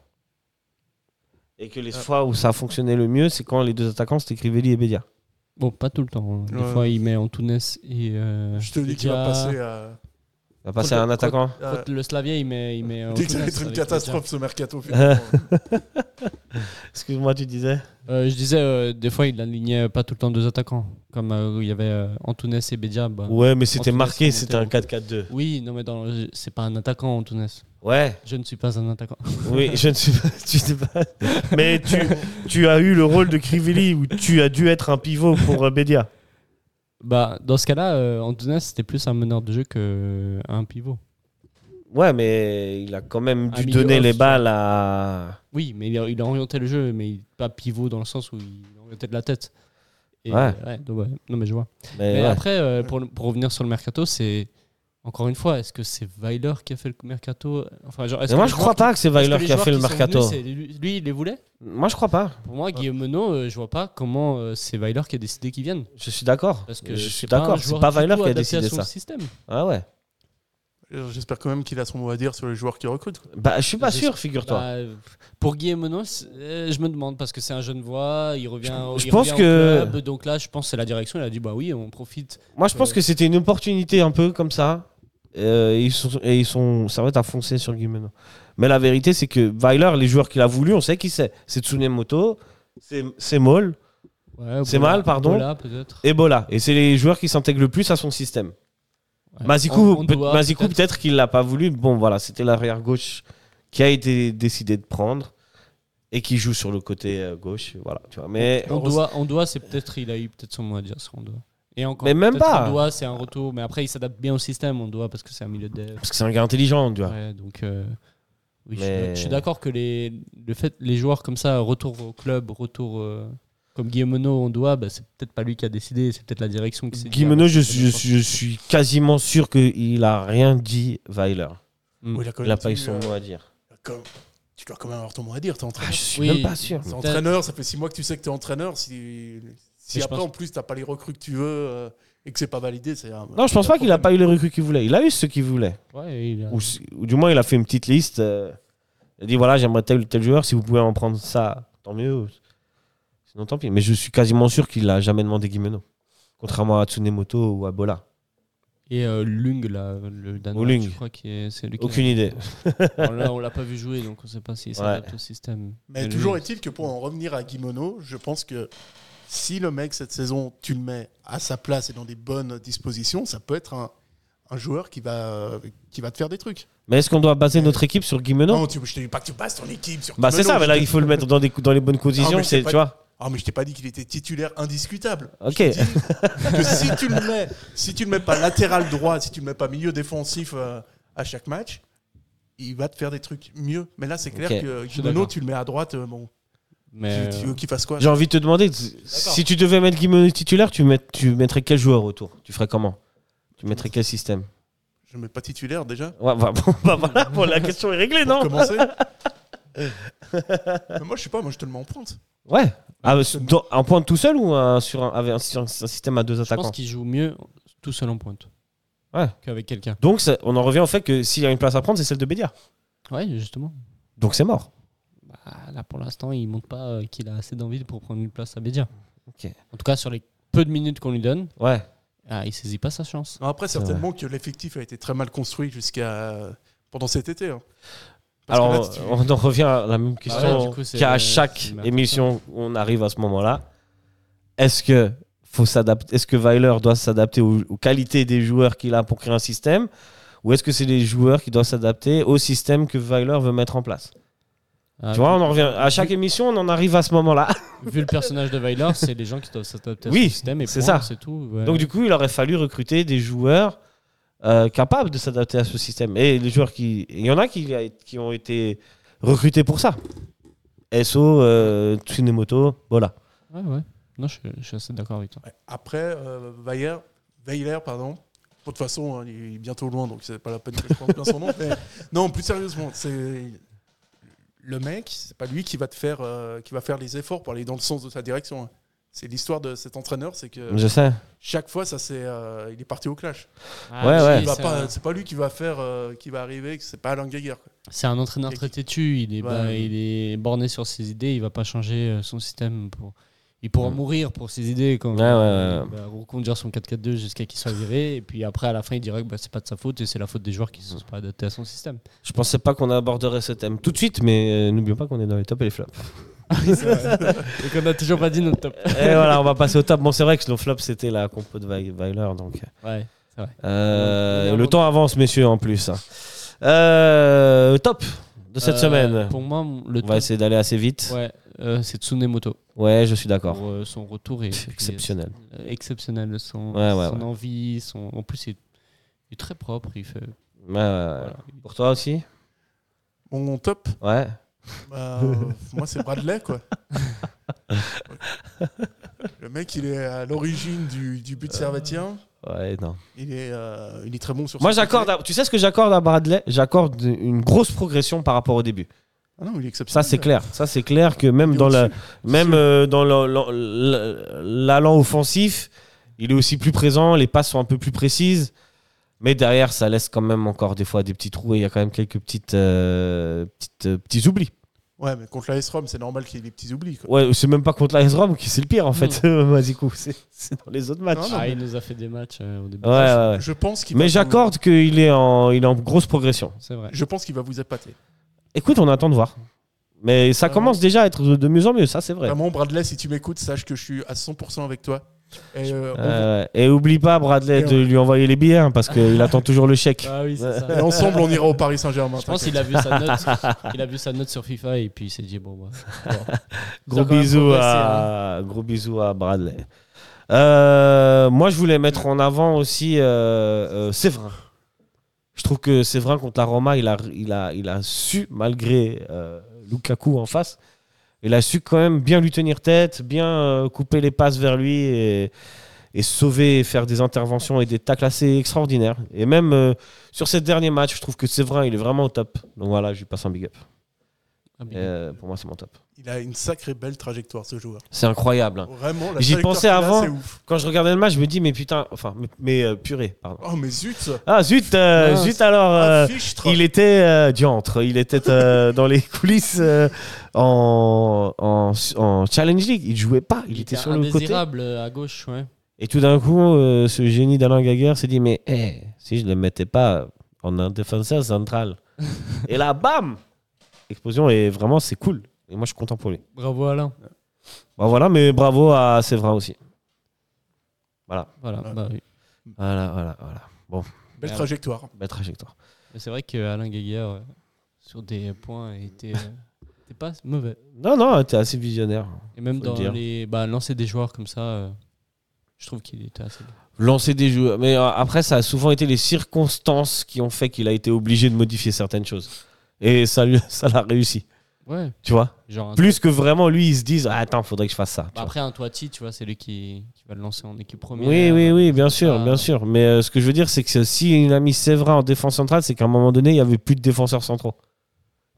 [SPEAKER 1] Et que les fois où ça a fonctionné le mieux, c'est quand les deux attaquants, c'était Crivelli et Bédia.
[SPEAKER 2] Bon, pas tout le temps. hein. Des
[SPEAKER 3] Ouais.
[SPEAKER 2] fois, il met Antunes et. euh,
[SPEAKER 3] Je te dis qu'il va
[SPEAKER 2] Bedia.
[SPEAKER 3] passer à.
[SPEAKER 1] On va passer à un
[SPEAKER 2] Contre-
[SPEAKER 1] attaquant.
[SPEAKER 3] à-
[SPEAKER 2] Contre le Slavia, il met. Il met
[SPEAKER 3] Dès que ça va
[SPEAKER 2] Antunes
[SPEAKER 3] être une
[SPEAKER 2] avec
[SPEAKER 3] catastrophe ce mercato. finalement.
[SPEAKER 1] Excuse-moi, tu disais
[SPEAKER 2] Bedia. Euh, je disais, euh, des fois, il alignait pas tout le temps deux attaquants. Comme euh, il y avait euh, Antunes et Bedia. bah,
[SPEAKER 1] Ouais, mais c'était
[SPEAKER 2] Antunes,
[SPEAKER 1] marqué,
[SPEAKER 2] c'est
[SPEAKER 1] c'était un 4-4-2.
[SPEAKER 2] Oui, non, mais dans le- c'est pas un attaquant, Antunes.
[SPEAKER 1] Ouais.
[SPEAKER 2] Je ne suis pas un attaquant.
[SPEAKER 1] Oui, je ne suis pas. Tu sais pas. Mais tu, tu as eu le rôle de Crivelli où tu as dû être un pivot pour euh, Bédia.
[SPEAKER 2] Bah, dans ce cas-là, euh, Antunes, c'était plus un meneur de jeu qu'un pivot.
[SPEAKER 1] Ouais, mais il a quand même
[SPEAKER 2] Un
[SPEAKER 1] dû
[SPEAKER 2] milieu
[SPEAKER 1] donner
[SPEAKER 2] off,
[SPEAKER 1] les
[SPEAKER 2] ça.
[SPEAKER 1] balles à.
[SPEAKER 2] Oui, mais il a, il a orienté le jeu, mais il- pas pivot dans le sens où il orientait de la tête. Et,
[SPEAKER 1] Ouais.
[SPEAKER 2] euh, donc, ouais. Non, mais je vois.
[SPEAKER 1] Mais
[SPEAKER 2] Mais
[SPEAKER 1] ouais.
[SPEAKER 2] après, euh, pour, le- pour revenir sur le mercato, c'est. Encore une fois, est-ce que c'est Weiler qui a fait le mercato enfin, genre, est-ce
[SPEAKER 1] Mais
[SPEAKER 2] que
[SPEAKER 1] moi,
[SPEAKER 2] les
[SPEAKER 1] je crois
[SPEAKER 2] joueurs
[SPEAKER 1] pas que c'est
[SPEAKER 2] est-ce que
[SPEAKER 1] Weiler
[SPEAKER 2] les
[SPEAKER 1] qui a
[SPEAKER 2] joueurs
[SPEAKER 1] fait le
[SPEAKER 2] sont
[SPEAKER 1] mercato.
[SPEAKER 2] venus, c'est lui, lui, il les voulait
[SPEAKER 1] Moi, je crois pas.
[SPEAKER 2] Pour moi, Guillaume Menot, euh, je vois pas comment euh, c'est Weiler qui a décidé qu'il vienne.
[SPEAKER 1] Je suis d'accord.
[SPEAKER 2] Parce que
[SPEAKER 1] Je
[SPEAKER 2] c'est
[SPEAKER 1] suis
[SPEAKER 2] pas un
[SPEAKER 1] d'accord. C'est
[SPEAKER 2] joueur
[SPEAKER 1] pas
[SPEAKER 2] du
[SPEAKER 1] Weiler
[SPEAKER 2] tout
[SPEAKER 1] qui a
[SPEAKER 2] adapté
[SPEAKER 1] décidé
[SPEAKER 2] à son
[SPEAKER 1] ça.
[SPEAKER 2] système.
[SPEAKER 1] Ah ouais.
[SPEAKER 3] J'espère quand même qu'il a son mot à dire sur les joueurs qu'il recrute.
[SPEAKER 1] Bah, je suis pas
[SPEAKER 2] Je-
[SPEAKER 1] sûr, figure-toi.
[SPEAKER 2] Bah, euh, pour Guillaume Menot, c'est- euh, je me demande parce que c'est un jeune voix, il revient, au-
[SPEAKER 1] je
[SPEAKER 2] il
[SPEAKER 1] pense
[SPEAKER 2] revient
[SPEAKER 1] que-
[SPEAKER 2] au club, donc là, je pense que c'est la direction. Il a dit bah oui, on profite.
[SPEAKER 1] Moi, je pense
[SPEAKER 2] euh,
[SPEAKER 1] que c'était une opportunité un peu comme ça. Euh, ils sont, et ils sont, ça va être à foncer sur Guimeno. Mais la vérité, c'est que Weiler, les joueurs qu'il a voulu, on sait qui c'est. C'est Tsunemoto, c'est- c'est Maul,
[SPEAKER 2] Ouais,
[SPEAKER 1] C'est
[SPEAKER 2] Bola-
[SPEAKER 1] mal, pardon.
[SPEAKER 2] Bola, peut-être.
[SPEAKER 1] Ebola. Et c'est les joueurs qui s'intègrent le plus à son système.
[SPEAKER 2] Ouais. On-
[SPEAKER 1] Mazikou,
[SPEAKER 2] on
[SPEAKER 1] Bah, peut-
[SPEAKER 2] doit
[SPEAKER 1] Mazikou,
[SPEAKER 2] peut-être-
[SPEAKER 1] peut-être qu'il l'a pas voulu. Bon, voilà, c'était l'arrière gauche qui a été décidé de prendre et qui joue sur le côté euh, gauche. Voilà, tu vois. Mais
[SPEAKER 2] On doit, on doit, c'est peut-être, il a eu peut-être son mot à dire sur on doit. Et encore,
[SPEAKER 1] Mais même
[SPEAKER 2] peut-être
[SPEAKER 1] pas.
[SPEAKER 2] On doit, c'est un retour, mais après il s'adapte bien au système. On doit parce que c'est un milieu de dev.
[SPEAKER 1] parce que c'est un gars intelligent, tu vois.
[SPEAKER 2] Ouais, donc euh, oui, je suis
[SPEAKER 1] Mais-
[SPEAKER 2] d'ac- je suis d'accord que les, le fait, les joueurs comme ça, retour au club, retour euh, comme Guillaume on doit, bah, c'est peut-être pas lui qui a décidé, c'est peut-être la direction qui s'est dit,
[SPEAKER 1] Guimeno,
[SPEAKER 2] ah,
[SPEAKER 1] je,
[SPEAKER 2] bah,
[SPEAKER 1] suis- je, suis- je suis quasiment sûr qu'il a rien dit, Weiler.
[SPEAKER 2] Mm.
[SPEAKER 3] Oui, il a quand
[SPEAKER 1] Il a
[SPEAKER 3] même
[SPEAKER 1] pas eu
[SPEAKER 3] dit,
[SPEAKER 1] son
[SPEAKER 3] euh,
[SPEAKER 1] mot à dire.
[SPEAKER 3] comme- Tu dois quand même avoir ton mot à dire, t'es
[SPEAKER 1] Ah,
[SPEAKER 3] entraîneur.
[SPEAKER 1] je suis
[SPEAKER 2] Oui.
[SPEAKER 1] même pas sûr.
[SPEAKER 3] T'es entraîneur, ça fait six mois que tu sais que t'es entraîneur. Si, si
[SPEAKER 2] je
[SPEAKER 3] après,
[SPEAKER 2] pense-
[SPEAKER 3] en plus, t'as pas les recrues que tu veux euh, et que c'est pas validé, c'est. un-
[SPEAKER 1] Non, je pense pas qu'il a pas eu les recrues qu'il voulait. Il a eu ce qu'il voulait.
[SPEAKER 2] Ouais, il a-
[SPEAKER 1] Ou, si- ou du moins, il a fait une petite liste. euh, il a dit voilà, j'aimerais tel ou tel joueur. Si vous pouvez en prendre ça, tant mieux. ou- Sinon, tant pis. Mais je suis quasiment sûr qu'il a jamais demandé Guimeno. Contrairement à Tsunemoto ou à Bola.
[SPEAKER 2] Et euh, Lung, là, le Danois,
[SPEAKER 1] Oh, Lung.
[SPEAKER 2] je crois qu'il est- c'est lui qui
[SPEAKER 1] Aucune idée.
[SPEAKER 2] l'a- on l'a- on l'a pas vu jouer, donc on sait pas s'il s'adapte au système.
[SPEAKER 3] Mais
[SPEAKER 2] Et
[SPEAKER 3] toujours
[SPEAKER 2] lui-
[SPEAKER 3] est-il que pour en revenir à Guimono, je pense que si le mec, cette saison, tu le mets à sa place et dans des bonnes dispositions, ça peut être un, un joueur qui va, euh, qui va te faire des trucs.
[SPEAKER 1] Mais est-ce qu'on doit baser notre équipe sur Guimeno
[SPEAKER 3] Non, tu, je te dis pas que tu passes ton équipe sur
[SPEAKER 1] Bah, c'est
[SPEAKER 3] Guimono,
[SPEAKER 1] ça, mais
[SPEAKER 3] je
[SPEAKER 1] là,
[SPEAKER 3] te-
[SPEAKER 1] il faut le mettre dans, des, cou- dans les bonnes
[SPEAKER 3] Non,
[SPEAKER 1] conditions.
[SPEAKER 3] mais je sais
[SPEAKER 1] c'est-
[SPEAKER 3] pas-
[SPEAKER 1] Tu vois
[SPEAKER 3] Ah, mais je t'ai pas dit qu'il était titulaire indiscutable.
[SPEAKER 1] Ok.
[SPEAKER 3] Je te dis que si tu le mets, si tu le mets pas latéral droit, si tu le mets pas milieu défensif euh, à chaque match, il va te faire des trucs mieux. Mais là, c'est clair
[SPEAKER 1] Ok,
[SPEAKER 3] que
[SPEAKER 2] suis
[SPEAKER 3] Guimeno,
[SPEAKER 2] d'accord.
[SPEAKER 3] tu le mets à droite, euh, bon,
[SPEAKER 2] Mais
[SPEAKER 3] Tu, tu veux qu'il fasse quoi
[SPEAKER 1] J'ai envie de te demander, si tu devais mettre Guimeno titulaire, tu, met- tu mettrais quel joueur autour Tu ferais comment Tu mettrais quel système
[SPEAKER 3] Je mets pas titulaire déjà
[SPEAKER 1] Ouais, bah, bon, bah, voilà, bon, la question est réglée, non
[SPEAKER 3] Pour commencer Mais Moi, je sais pas, moi je te le mets en pointe.
[SPEAKER 1] Ouais. Ah, euh, dans- en pointe tout seul ou euh, sur un, avec un, sur un système à deux
[SPEAKER 2] je pense
[SPEAKER 1] attaquants
[SPEAKER 2] qu'il joue mieux tout seul en pointe
[SPEAKER 1] Ouais.
[SPEAKER 2] qu'avec quelqu'un.
[SPEAKER 1] Donc ça- on en revient au fait que s'il y a une place à prendre, c'est celle de Bédia.
[SPEAKER 2] Ouais, justement.
[SPEAKER 1] Donc c'est mort.
[SPEAKER 2] Bah, là, pour l'instant, il montre pas euh, qu'il a assez d'envie pour prendre une place à Bédia.
[SPEAKER 1] Ok.
[SPEAKER 2] En tout cas, sur les peu de minutes qu'on lui donne,
[SPEAKER 1] Ouais.
[SPEAKER 2] ah, il saisit pas sa chance.
[SPEAKER 3] Non, après,
[SPEAKER 1] C'est
[SPEAKER 3] certainement que l'effectif a été très mal construit jusqu'à euh, pendant cet été. hein. Parce que
[SPEAKER 1] Alors
[SPEAKER 3] là, tu-
[SPEAKER 1] on en revient à la même
[SPEAKER 2] Bah
[SPEAKER 1] question
[SPEAKER 2] ouais, du coup, c'est-
[SPEAKER 1] qu'à
[SPEAKER 2] c'est
[SPEAKER 1] chaque
[SPEAKER 2] une merde.
[SPEAKER 1] émission, on arrive à ce moment-là. Est-ce que faut s'adapter Est-ce que Weiler doit s'adapter aux, aux qualités des joueurs qu'il a pour créer un système ou est-ce que c'est les joueurs qui doivent s'adapter au système que Weiler veut mettre en place
[SPEAKER 2] Ah,
[SPEAKER 1] Tu vois, on en revient à chaque émission, on en arrive à ce moment-là.
[SPEAKER 2] Vu le personnage de Weiler, c'est les gens qui doivent s'adapter à
[SPEAKER 1] Oui,
[SPEAKER 2] ce système et
[SPEAKER 1] c'est
[SPEAKER 2] point,
[SPEAKER 1] ça.
[SPEAKER 2] C'est tout. ouais.
[SPEAKER 1] Donc du coup, il aurait fallu recruter des joueurs euh, capables de s'adapter à ce système. Et les joueurs qui, il y en a qui, qui ont été recrutés pour ça. SO, euh, Tsunemoto, voilà.
[SPEAKER 2] Ouais, ouais. Non, je, je suis assez d'accord avec toi.
[SPEAKER 3] Ouais. Après, euh, Weiler, Weiler, pardon. Bon, De toute façon, hein, il est bientôt loin, donc c'est pas la peine que je prenne bien son nom. mais- Non, plus sérieusement, c'est le mec, c'est pas lui qui va te faire, euh, qui va faire les efforts pour aller dans le sens de sa direction. hein. C'est l'histoire de cet entraîneur, c'est que
[SPEAKER 1] Je sais.
[SPEAKER 3] chaque fois, ça c'est, euh, il est parti au clash.
[SPEAKER 1] Ouais,
[SPEAKER 2] Ah, oui,
[SPEAKER 1] ouais.
[SPEAKER 3] Il va
[SPEAKER 2] c'est
[SPEAKER 3] pas-
[SPEAKER 2] un-
[SPEAKER 3] c'est pas lui qui va faire, euh, qui va arriver, que c'est pas Alain Geiger. quoi.
[SPEAKER 2] C'est un entraîneur très têtu. Il est,
[SPEAKER 3] Ouais.
[SPEAKER 2] bah, il est borné sur ses idées. Il va pas changer euh, son système. Pour... Il pourra
[SPEAKER 1] Mm.
[SPEAKER 2] mourir pour ses idées quand euh,
[SPEAKER 1] Ouais, ouais, ouais.
[SPEAKER 2] il va reconduire son 4-4-2 jusqu'à qu'il soit viré. Et puis après, à la fin, il dira que bah, c'est pas de sa faute et c'est la faute des joueurs qui se sont pas adaptés à son système.
[SPEAKER 1] Je pensais pas qu'on aborderait ce thème tout de suite, mais euh, n'oublions pas qu'on est dans les tops et les flops.
[SPEAKER 2] Et qu'on a toujours pas dit notre top.
[SPEAKER 1] et voilà, on va passer au top. Bon, c'est vrai que le flop, c'était la compo de Wei- Weiler, donc.
[SPEAKER 2] Ouais.
[SPEAKER 1] euh, le temps avance, messieurs, en plus. hein. Euh, top de cette
[SPEAKER 2] Euh,
[SPEAKER 1] semaine.
[SPEAKER 2] Pour moi, mon- le
[SPEAKER 1] On va
[SPEAKER 2] top,
[SPEAKER 1] essayer d'aller assez vite.
[SPEAKER 2] ouais, euh, c'est Tsunemoto
[SPEAKER 1] Ouais, je suis d'accord.
[SPEAKER 2] pour euh, son retour. Et
[SPEAKER 1] Pff,
[SPEAKER 2] puis,
[SPEAKER 1] Exceptionnel.
[SPEAKER 2] euh, exceptionnel. Son,
[SPEAKER 1] Ouais, ouais,
[SPEAKER 2] son
[SPEAKER 1] ouais.
[SPEAKER 2] envie, son... en plus, il est, il est très propre. Il
[SPEAKER 1] Euh,
[SPEAKER 2] fait...
[SPEAKER 1] Ouais, ouais,
[SPEAKER 3] euh,
[SPEAKER 1] ouais.
[SPEAKER 2] voilà.
[SPEAKER 1] Pour toi aussi
[SPEAKER 3] Mon top,
[SPEAKER 1] Ouais.
[SPEAKER 3] bah, euh, moi c'est Bradley quoi. Le mec, il est à l'origine du, du but servetien.
[SPEAKER 1] Ouais, non.
[SPEAKER 3] Il est, euh, il est très bon sur.
[SPEAKER 1] Moi,
[SPEAKER 3] son côté.
[SPEAKER 1] j'accorde. à- Tu sais ce que j'accorde à Bradley J'accorde une grosse progression par rapport au début.
[SPEAKER 3] Ah non, il est exceptionnel.
[SPEAKER 1] Ça, c'est clair. Ça, c'est clair que même
[SPEAKER 3] Il est
[SPEAKER 1] dans la,
[SPEAKER 3] au-dessus.
[SPEAKER 1] même euh, dans le- le- le- l'allant offensif, il est aussi plus présent. Les passes sont un peu plus précises. Mais derrière, ça laisse quand même encore des fois des petits trous et il y a quand même quelques petites, euh, petites, euh, petits oublis.
[SPEAKER 3] Ouais, mais contre la S-ROM, c'est normal qu'il y ait des petits oublis. Quoi.
[SPEAKER 1] Ouais, c'est même pas contre la SROM qui c'est le pire en fait. Vas-y, coup, c'est c'est dans les autres matchs.
[SPEAKER 3] Mm. Non, non,
[SPEAKER 2] Ah,
[SPEAKER 3] mais-
[SPEAKER 2] il nous a fait des matchs euh, au début.
[SPEAKER 1] Ouais, ouais, ouais.
[SPEAKER 3] Je pense qu'il va
[SPEAKER 1] Mais
[SPEAKER 3] vous-
[SPEAKER 1] j'accorde qu'il est en, il est en grosse progression.
[SPEAKER 2] C'est vrai.
[SPEAKER 3] Je pense qu'il va vous épater.
[SPEAKER 1] Écoute, on attend de voir. Mais
[SPEAKER 3] Euh,
[SPEAKER 1] ça commence déjà à être de mieux en mieux, ça c'est vrai.
[SPEAKER 3] Vraiment, Bradley, si tu m'écoutes, sache que je suis à 100% avec toi. Et, euh,
[SPEAKER 1] Euh, et oublie pas Bradley
[SPEAKER 3] Et
[SPEAKER 1] de lui envoyer les billets hein, parce qu'il attend toujours le chèque.
[SPEAKER 2] Ah oui, c'est
[SPEAKER 3] on- et
[SPEAKER 2] ça.
[SPEAKER 3] ensemble, on ira au Paris Saint-Germain.
[SPEAKER 2] Je pense
[SPEAKER 3] t'inquiète.
[SPEAKER 2] qu'il a vu sa note. Il a vu sa note sur FIFA et puis il s'est dit bon bah. bon.
[SPEAKER 1] Gros
[SPEAKER 2] quand même
[SPEAKER 1] bisous,
[SPEAKER 2] progressé,
[SPEAKER 1] à... gros bisous à Bradley. Euh, moi, je voulais mettre en avant aussi euh, euh, Séverin. Je trouve que Séverin contre la Roma, il a, il a, il a su, malgré euh, Lukaku en face, il a su quand même bien lui tenir tête, bien euh, couper les passes vers lui et, et sauver, et faire des interventions et des tacles assez extraordinaires. Et même euh, sur ces derniers matchs, je trouve que Séverin, il est vraiment au top. Donc voilà, je lui passe un big up.
[SPEAKER 2] Ah, bien.
[SPEAKER 1] Euh, pour moi, c'est mon top.
[SPEAKER 3] Il a une sacrée belle trajectoire, ce joueur.
[SPEAKER 1] C'est incroyable. hein.
[SPEAKER 3] Vraiment, la
[SPEAKER 1] J'y
[SPEAKER 3] trajectoire
[SPEAKER 1] pensais
[SPEAKER 3] qu'il a,
[SPEAKER 1] avant.
[SPEAKER 3] C'est ouf.
[SPEAKER 1] Quand je regardais le match, je me dis, mais putain, enfin, mais, mais, euh, purée, pardon.
[SPEAKER 3] Oh, mais zut
[SPEAKER 1] Ah zut, euh,
[SPEAKER 2] Mince.
[SPEAKER 1] zut alors, euh,
[SPEAKER 3] Un fichtre.
[SPEAKER 1] il était euh, diantre, il était euh, dans les coulisses euh, en, en, en Challenge League, il jouait pas, il, était, sur le côté.
[SPEAKER 2] indésirable euh, à gauche, ouais.
[SPEAKER 1] Et tout d'un coup, euh, ce génie d'Alain Gaguerre s'est dit, mais eh, si je le mettais pas en un défenseur central. et là, bam Explosion, et vraiment, c'est cool. Et moi, je suis content pour lui.
[SPEAKER 2] Bravo Alain.
[SPEAKER 1] Bah, voilà, mais bravo à Séverin aussi.
[SPEAKER 2] Voilà.
[SPEAKER 3] Ouais.
[SPEAKER 2] bah oui.
[SPEAKER 1] Voilà, voilà, voilà. Bon,
[SPEAKER 3] Belle trajectoire.
[SPEAKER 1] belle trajectoire.
[SPEAKER 2] Mais c'est vrai que Alain Gaguer euh, sur des points était, euh, était pas mauvais.
[SPEAKER 1] Non, non, t'es assez visionnaire.
[SPEAKER 2] Et même
[SPEAKER 1] Faut le
[SPEAKER 2] dans
[SPEAKER 1] dire.
[SPEAKER 2] les bah, lancer des joueurs comme ça, euh, je trouve qu'il était assez. bon.
[SPEAKER 1] lancer des jeux. Mais euh, après, ça a souvent été les circonstances qui ont fait qu'il a été obligé de modifier certaines choses. Et ça lui- ça l'a réussi.
[SPEAKER 2] Ouais.
[SPEAKER 1] tu vois.
[SPEAKER 2] Genre un-
[SPEAKER 1] Plus que vraiment, lui, ils se disent ah, Attends, faudrait que je fasse ça. tu
[SPEAKER 2] Bah, après, un Toiti, tu vois, c'est lui qui, qui va le lancer en équipe première.
[SPEAKER 1] Oui, oui, oui, bien sûr,
[SPEAKER 2] Ah.
[SPEAKER 1] bien sûr. Mais euh, ce que je veux dire, c'est que c'est- si il a mis Séverin en défense centrale, c'est qu'à un moment donné, il n'y avait plus de défenseurs centraux. Tu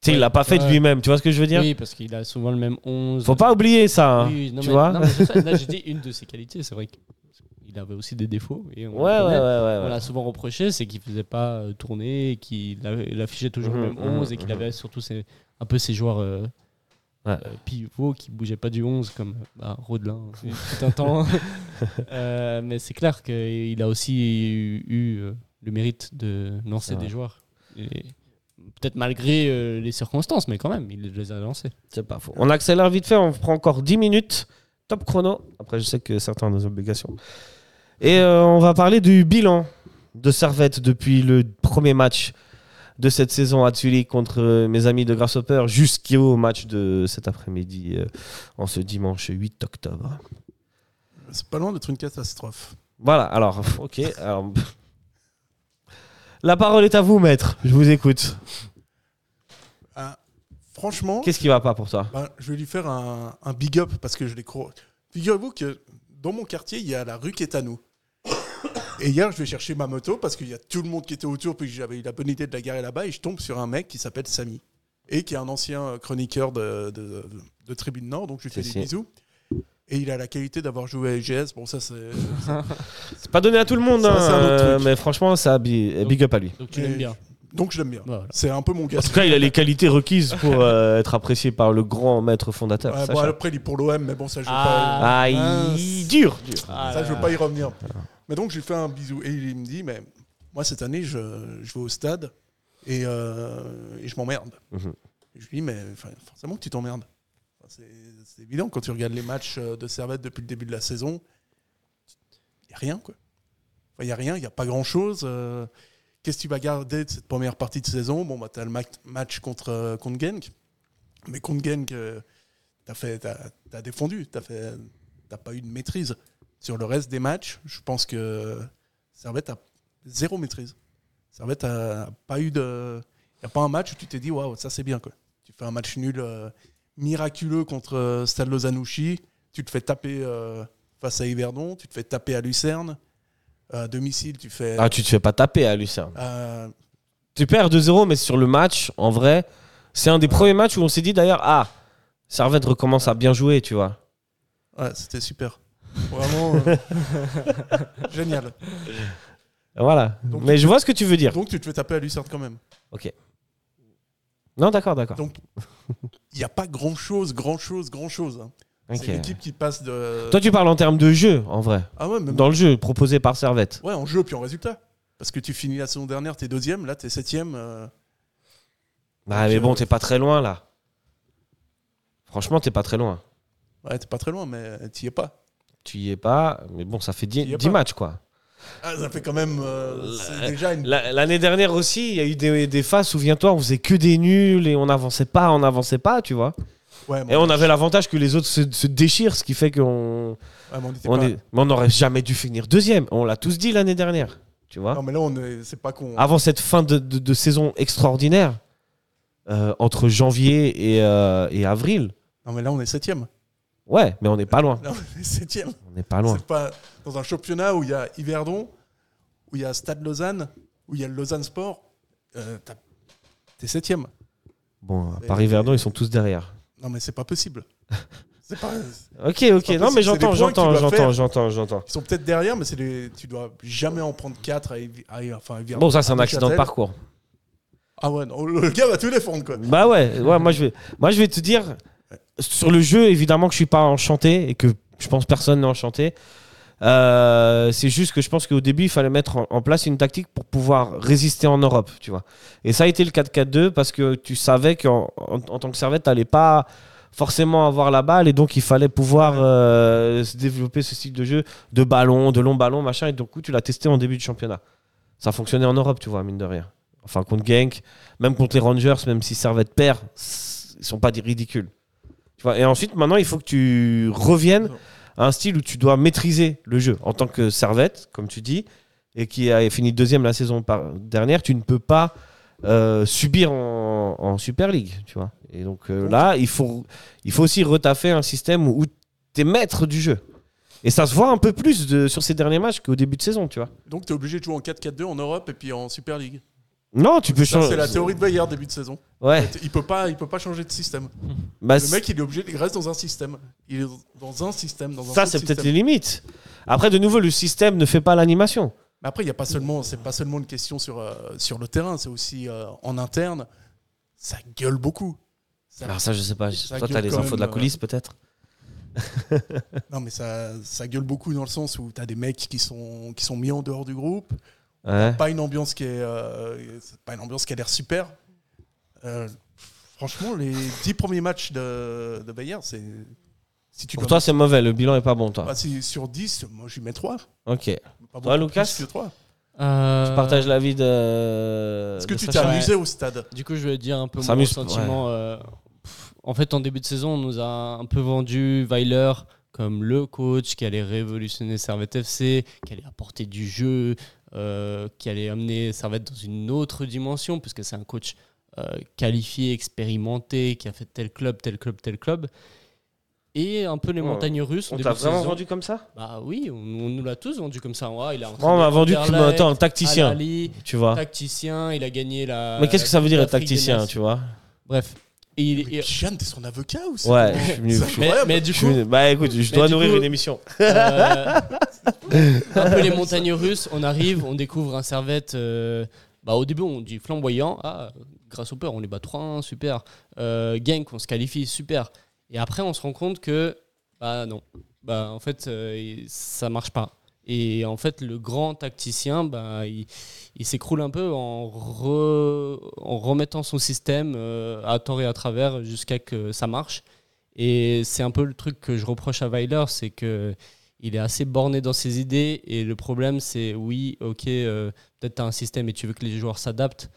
[SPEAKER 1] sais, il
[SPEAKER 2] Ouais,
[SPEAKER 1] l'a pas fait de
[SPEAKER 2] ouais.
[SPEAKER 1] lui-même, tu vois ce que je veux dire
[SPEAKER 2] Oui, parce qu'il a souvent le même 11.
[SPEAKER 1] Faut pas oublier ça. hein.
[SPEAKER 2] Oui, oui, non,
[SPEAKER 1] tu
[SPEAKER 2] mais-
[SPEAKER 1] vois
[SPEAKER 2] non, mais c'est ça. Là, j'ai dit une de ses qualités. C'est vrai qu'il avait aussi des défauts. Et on
[SPEAKER 1] Ouais, ouais,
[SPEAKER 2] le
[SPEAKER 1] ouais,
[SPEAKER 2] connaît.
[SPEAKER 1] ouais,
[SPEAKER 2] On
[SPEAKER 1] ouais.
[SPEAKER 2] l'a souvent reproché, c'est qu'il faisait pas euh, tourner, et qu'il avait- il affichait toujours le
[SPEAKER 1] Mhm,
[SPEAKER 2] même 11 et
[SPEAKER 1] mhm,
[SPEAKER 2] qu'il
[SPEAKER 1] mhm.
[SPEAKER 2] avait surtout ses- un peu ses joueurs euh,
[SPEAKER 1] Ouais.
[SPEAKER 2] euh, pivots qui bougeaient pas du 11 comme euh, bah, Rodelin euh, tout un temps. Euh, mais c'est clair qu'il a aussi eu, eu, euh, le mérite de lancer
[SPEAKER 1] Ouais.
[SPEAKER 2] des joueurs. Et Peut-être malgré euh, les circonstances, mais quand même, il les a lancés.
[SPEAKER 1] C'est pas faux. On accélère vite fait, on prend encore 10 minutes. Top chrono. Après, je sais que certains ont des obligations. Et euh, on va parler du bilan de Servette depuis le premier match de cette saison à Zurich contre euh, mes amis de Grasshopper jusqu'au match de cet après-midi, euh, en ce dimanche 8 octobre.
[SPEAKER 3] C'est pas loin d'être une catastrophe.
[SPEAKER 1] Voilà, alors, ok. alors, La parole est à vous, maître. Je vous écoute.
[SPEAKER 3] Ah, franchement,
[SPEAKER 1] Qu'est-ce qui va pas pour toi
[SPEAKER 3] ben, je vais lui faire un, un big up parce que je les crois. Figurez-vous que dans mon quartier, il y a la rue qui est à nous. Et hier, je vais chercher ma moto parce qu'il y a tout le monde qui était autour, puis j'avais eu la bonne idée de la garer là-bas, et je tombe sur un mec qui s'appelle Samy, et qui est un ancien chroniqueur de, de- de Tribune Nord, donc je lui fais
[SPEAKER 1] Si,
[SPEAKER 3] des
[SPEAKER 1] si.
[SPEAKER 3] bisous. Et il a la qualité d'avoir joué à EGS, bon ça c'est...
[SPEAKER 1] C'est pas donné à tout le monde,
[SPEAKER 3] Ça,
[SPEAKER 1] hein,
[SPEAKER 3] c'est un autre
[SPEAKER 1] euh,
[SPEAKER 3] truc.
[SPEAKER 1] mais franchement, ça bi- big up à lui.
[SPEAKER 2] Donc tu
[SPEAKER 3] Et
[SPEAKER 2] l'aimes bien.
[SPEAKER 3] Donc je l'aime bien.
[SPEAKER 2] Voilà.
[SPEAKER 3] C'est un peu mon gars.
[SPEAKER 1] En tout cas, il a les qualités requises pour euh, être apprécié par le grand maître fondateur.
[SPEAKER 3] Ouais, bon,
[SPEAKER 1] Sacha.
[SPEAKER 3] après, il est pour l'OM, mais bon, ça je veux
[SPEAKER 2] Ah.
[SPEAKER 1] Aïe,
[SPEAKER 3] mince.
[SPEAKER 1] dur, dur.
[SPEAKER 3] pas, ça, je veux pas y revenir. Mais donc, je lui fais un bisou. Et il me dit, mais moi, cette année, je, je vais au stade et, euh, et je m'emmerde.
[SPEAKER 1] Mhm.
[SPEAKER 3] Je lui dis, mais enfin, forcément que tu t'emmerdes. Enfin, c'est- C'est évident, quand tu regardes les matchs euh, de Servette depuis le début de la saison, il n'y a rien, quoi. Il n'y a rien, il n'y a pas grand-chose. euh, Qu'est-ce que tu vas garder de cette première partie de saison Bon, bah, tu as le ma- match contre, euh, contre Genk. Mais contre Genk, euh, t'as fait- t'as as défendu, t'as fait- t'as pas eu de maîtrise. Sur le reste des matchs, je pense que Servette a zéro maîtrise. Servette a pas eu de. Il a pas un match où tu t'es dit, waouh, ça c'est bien. Quoi. Tu fais un match nul euh, miraculeux contre euh, Stade Lozanouchi, tu te fais taper euh, face à Yverdon, tu te fais taper à Lucerne. À domicile, tu fais.
[SPEAKER 1] Ah, tu te fais pas taper à Lucerne.
[SPEAKER 3] Euh,
[SPEAKER 1] Tu perds 2-0, mais sur le match, en vrai, c'est un des premiers matchs où on s'est dit d'ailleurs, ah, Servette recommence à bien jouer, tu vois.
[SPEAKER 3] ouais, c'était super. Vraiment euh, génial.
[SPEAKER 1] Voilà.
[SPEAKER 3] Donc-
[SPEAKER 1] mais je vois ce que tu veux dire.
[SPEAKER 3] Donc tu te fais taper à Lucerne quand même.
[SPEAKER 1] non, d'accord, d'accord.
[SPEAKER 3] Donc, il n'y a pas grand chose, grand chose, grand chose. hein.
[SPEAKER 1] Ok.
[SPEAKER 3] C'est l'équipe euh, qui passe de.
[SPEAKER 1] Toi, tu parles en termes de jeu, en vrai.
[SPEAKER 3] Ah ouais, mais
[SPEAKER 1] Dans le jeu proposé par Servette.
[SPEAKER 3] ouais, en jeu puis en résultat. Parce que tu finis la saison dernière, t'es deuxième, là t'es septième. euh,
[SPEAKER 1] Ah,
[SPEAKER 3] Donc,
[SPEAKER 1] mais
[SPEAKER 3] euh,
[SPEAKER 1] bon, t'es pas très loin, là. Franchement, t'es pas très loin.
[SPEAKER 3] Ouais, t'es pas très loin, mais t'y es pas.
[SPEAKER 1] Tu y es pas, mais bon, ça fait
[SPEAKER 3] Tu y es
[SPEAKER 1] 10
[SPEAKER 3] pas.
[SPEAKER 1] matchs, quoi.
[SPEAKER 3] Ah, ça fait quand même. euh,
[SPEAKER 1] Euh,
[SPEAKER 3] c'est déjà une.
[SPEAKER 1] La- L'année dernière aussi, il y a eu des, des phases, souviens-toi, on faisait que des nuls et on n'avançait pas, on n'avançait pas, tu vois.
[SPEAKER 3] Ouais, mais
[SPEAKER 1] Et on avait l'avantage que les autres se, se déchirent, ce qui fait qu'on
[SPEAKER 3] ouais, mais on était
[SPEAKER 1] on
[SPEAKER 3] pas-
[SPEAKER 1] est- mais on n'aurait jamais dû finir deuxième. On l'a tous dit l'année dernière, tu vois.
[SPEAKER 3] Non, mais là, on est- c'est pas con. hein.
[SPEAKER 1] Avant cette fin de, de- de saison extraordinaire, euh, entre janvier et, euh, et avril,
[SPEAKER 3] Non, mais là, on est septième.
[SPEAKER 1] ouais, mais on n'est pas loin.
[SPEAKER 3] Là, on est septième.
[SPEAKER 1] On n'est pas loin.
[SPEAKER 3] C'est pas dans un championnat où il y a Yverdon, où il y a Stade Lausanne, où il y a le Lausanne Sport. euh, t'as- T'es septième.
[SPEAKER 1] Bon, à Paris-Verdon, ils sont tous derrière.
[SPEAKER 3] Non, mais c'est pas possible. C'est pas.
[SPEAKER 1] Ok, ok. Non, mais
[SPEAKER 3] possible, c'est des points
[SPEAKER 1] j'entends,
[SPEAKER 3] que tu
[SPEAKER 1] j'entends,
[SPEAKER 3] dois
[SPEAKER 1] j'entends,
[SPEAKER 3] faire.
[SPEAKER 1] j'entends, j'entends.
[SPEAKER 3] Ils sont peut-être derrière, mais c'est des... tu dois jamais en prendre 4 à, Evi- à- enfin, à Evian-
[SPEAKER 1] Bon, ça, c'est
[SPEAKER 3] à
[SPEAKER 1] un accident de
[SPEAKER 3] Neuchâtel.
[SPEAKER 1] parcours.
[SPEAKER 3] Ah ouais, non, le gars va tous les fondre, quoi.
[SPEAKER 1] Bah ouais, ouais moi, je vais, moi je vais te dire, sur le jeu, évidemment que je suis pas enchanté et que je pense personne n'est enchanté. Euh, c'est juste que je pense qu'au début, il fallait mettre en, en place une tactique pour pouvoir résister en Europe, tu vois. Et ça a été le 4-4-2 parce que tu savais qu'en en, en tant que servette, t'allais pas forcément avoir la balle et donc il fallait pouvoir euh, se développer ce style de jeu de ballon, de long ballon, machin. Et donc, coup, tu l'as testé en début de championnat. Ça fonctionnait en Europe, tu vois, mine de rien. Enfin, contre Genk, même contre les Rangers, même si Servette perd, c- ils sont pas des ridicules. Tu vois, et ensuite, maintenant, il faut que tu reviennes à un style où tu dois maîtriser le jeu. En tant que Servette, comme tu dis, et qui a fini deuxième la saison par- dernière, tu ne peux pas euh, subir en, en Super League, tu vois. Et donc euh, là, il faut, il faut aussi retaffer un système où tu es maître du jeu. Et ça se voit un peu plus de, sur ces derniers matchs qu'au début de saison, tu vois.
[SPEAKER 3] Donc tu es obligé de jouer en 4-4-2 en Europe et puis en Super League.
[SPEAKER 1] Non, tu peux
[SPEAKER 3] Ça,
[SPEAKER 1] changer.
[SPEAKER 3] c'est la théorie de Bayard début de saison.
[SPEAKER 1] Ouais.
[SPEAKER 3] Il peut pas, il peut pas changer de système.
[SPEAKER 1] Bah,
[SPEAKER 3] Le mec, il est obligé, il reste dans un système. Il est dans un système, dans un
[SPEAKER 1] ça,
[SPEAKER 3] seul
[SPEAKER 1] c'est peut-être les
[SPEAKER 3] système.
[SPEAKER 1] limites. Après, de nouveau, le système ne fait pas l'animation.
[SPEAKER 3] Mais après, il y a pas seulement, c'est pas seulement une question sur euh, sur le terrain, c'est aussi euh, en interne. Ça gueule beaucoup. Ça-
[SPEAKER 1] Ah, Alors ça, je sais pas.
[SPEAKER 3] Ça euh,
[SPEAKER 1] Toi,
[SPEAKER 3] gueule
[SPEAKER 1] t'as les
[SPEAKER 3] quand
[SPEAKER 1] infos de la
[SPEAKER 3] même,
[SPEAKER 1] coulisse, peut-être
[SPEAKER 3] Non, mais ça, ça gueule beaucoup dans le sens où tu as des mecs qui sont, qui sont mis en dehors du groupe.
[SPEAKER 1] Ouais.
[SPEAKER 3] Pas une ambiance qui est, euh, c'est pas une ambiance qui a l'air super. Euh, franchement, les dix premiers matchs de, de Bayern, c'est. Si tu
[SPEAKER 1] Pour
[SPEAKER 3] dois
[SPEAKER 1] toi,
[SPEAKER 3] mettre-
[SPEAKER 1] c'est mauvais. Le bilan est pas bon, toi.
[SPEAKER 3] bah, si sur 10, moi j'y mets 3.
[SPEAKER 1] Ok.
[SPEAKER 3] Pas
[SPEAKER 1] Toi,
[SPEAKER 3] beaucoup
[SPEAKER 1] Lucas
[SPEAKER 3] plus que trois.
[SPEAKER 2] Euh,
[SPEAKER 1] Je partage l'avis de.
[SPEAKER 3] Est-ce que
[SPEAKER 1] Euh, de
[SPEAKER 3] tu t'es
[SPEAKER 1] Sacha.
[SPEAKER 3] amusé au stade
[SPEAKER 2] Du coup, je vais dire un peu
[SPEAKER 1] On
[SPEAKER 2] mon
[SPEAKER 1] s'amuse,
[SPEAKER 2] sentiment. euh, pff, en fait, en début de saison, on nous a un peu vendu Weiler comme le coach qui allait révolutionner Servette FC, qui allait apporter du jeu, euh, qui allait amener Servette dans une autre dimension, puisque c'est un coach euh, qualifié, expérimenté, qui a fait tel club, tel club, tel club. Et un peu les
[SPEAKER 1] Ouais.
[SPEAKER 2] montagnes russes. en
[SPEAKER 1] On
[SPEAKER 2] début
[SPEAKER 1] t'a
[SPEAKER 2] de
[SPEAKER 1] vraiment
[SPEAKER 2] saison.
[SPEAKER 1] vendu comme ça
[SPEAKER 2] Bah oui, on, on nous l'a tous vendu comme ça. Ouais, il a
[SPEAKER 1] Moi, on m'a vendu comme
[SPEAKER 2] Anderlecht,
[SPEAKER 1] attends, tacticien,
[SPEAKER 2] Al-Ahly,
[SPEAKER 1] tu vois.
[SPEAKER 2] tacticien, il a gagné la.
[SPEAKER 1] Mais qu'est-ce que ça veut dire
[SPEAKER 2] la
[SPEAKER 1] être tacticien,
[SPEAKER 2] Coupe d'Afrique des
[SPEAKER 1] tu vois
[SPEAKER 2] Nations. Bref. Et il-
[SPEAKER 3] Mais
[SPEAKER 2] et-
[SPEAKER 3] Jeanne, t'es son avocat ou c'est
[SPEAKER 1] Ouais,
[SPEAKER 3] comment
[SPEAKER 1] je suis venu.
[SPEAKER 3] C'est
[SPEAKER 2] mais,
[SPEAKER 3] incroyable.
[SPEAKER 2] mais du
[SPEAKER 1] Je suis
[SPEAKER 2] coup,
[SPEAKER 1] venu- Bah écoute, je
[SPEAKER 2] Mais
[SPEAKER 1] dois
[SPEAKER 2] du
[SPEAKER 1] nourrir
[SPEAKER 2] coup-
[SPEAKER 1] une émission.
[SPEAKER 2] euh, un peu les montagnes russes, on arrive, on découvre un servette. euh, bah, au début, on dit flamboyant. Ah, grâce au peur, on les bat 3-1, super. Euh, Genk, on se qualifie, super. Et après, on se rend compte que, bah non, bah, en fait, euh, il- ça marche pas. Et en fait, le grand tacticien, bah, il, il s'écroule un peu en, re- en remettant son système euh, à tort et à travers jusqu'à que ça marche. Et c'est un peu le truc que je reproche à Weiler, c'est que il est assez borné dans ses idées. Et le problème, c'est oui, ok, euh, peut-être tu as un système et tu veux que les joueurs s'adaptent.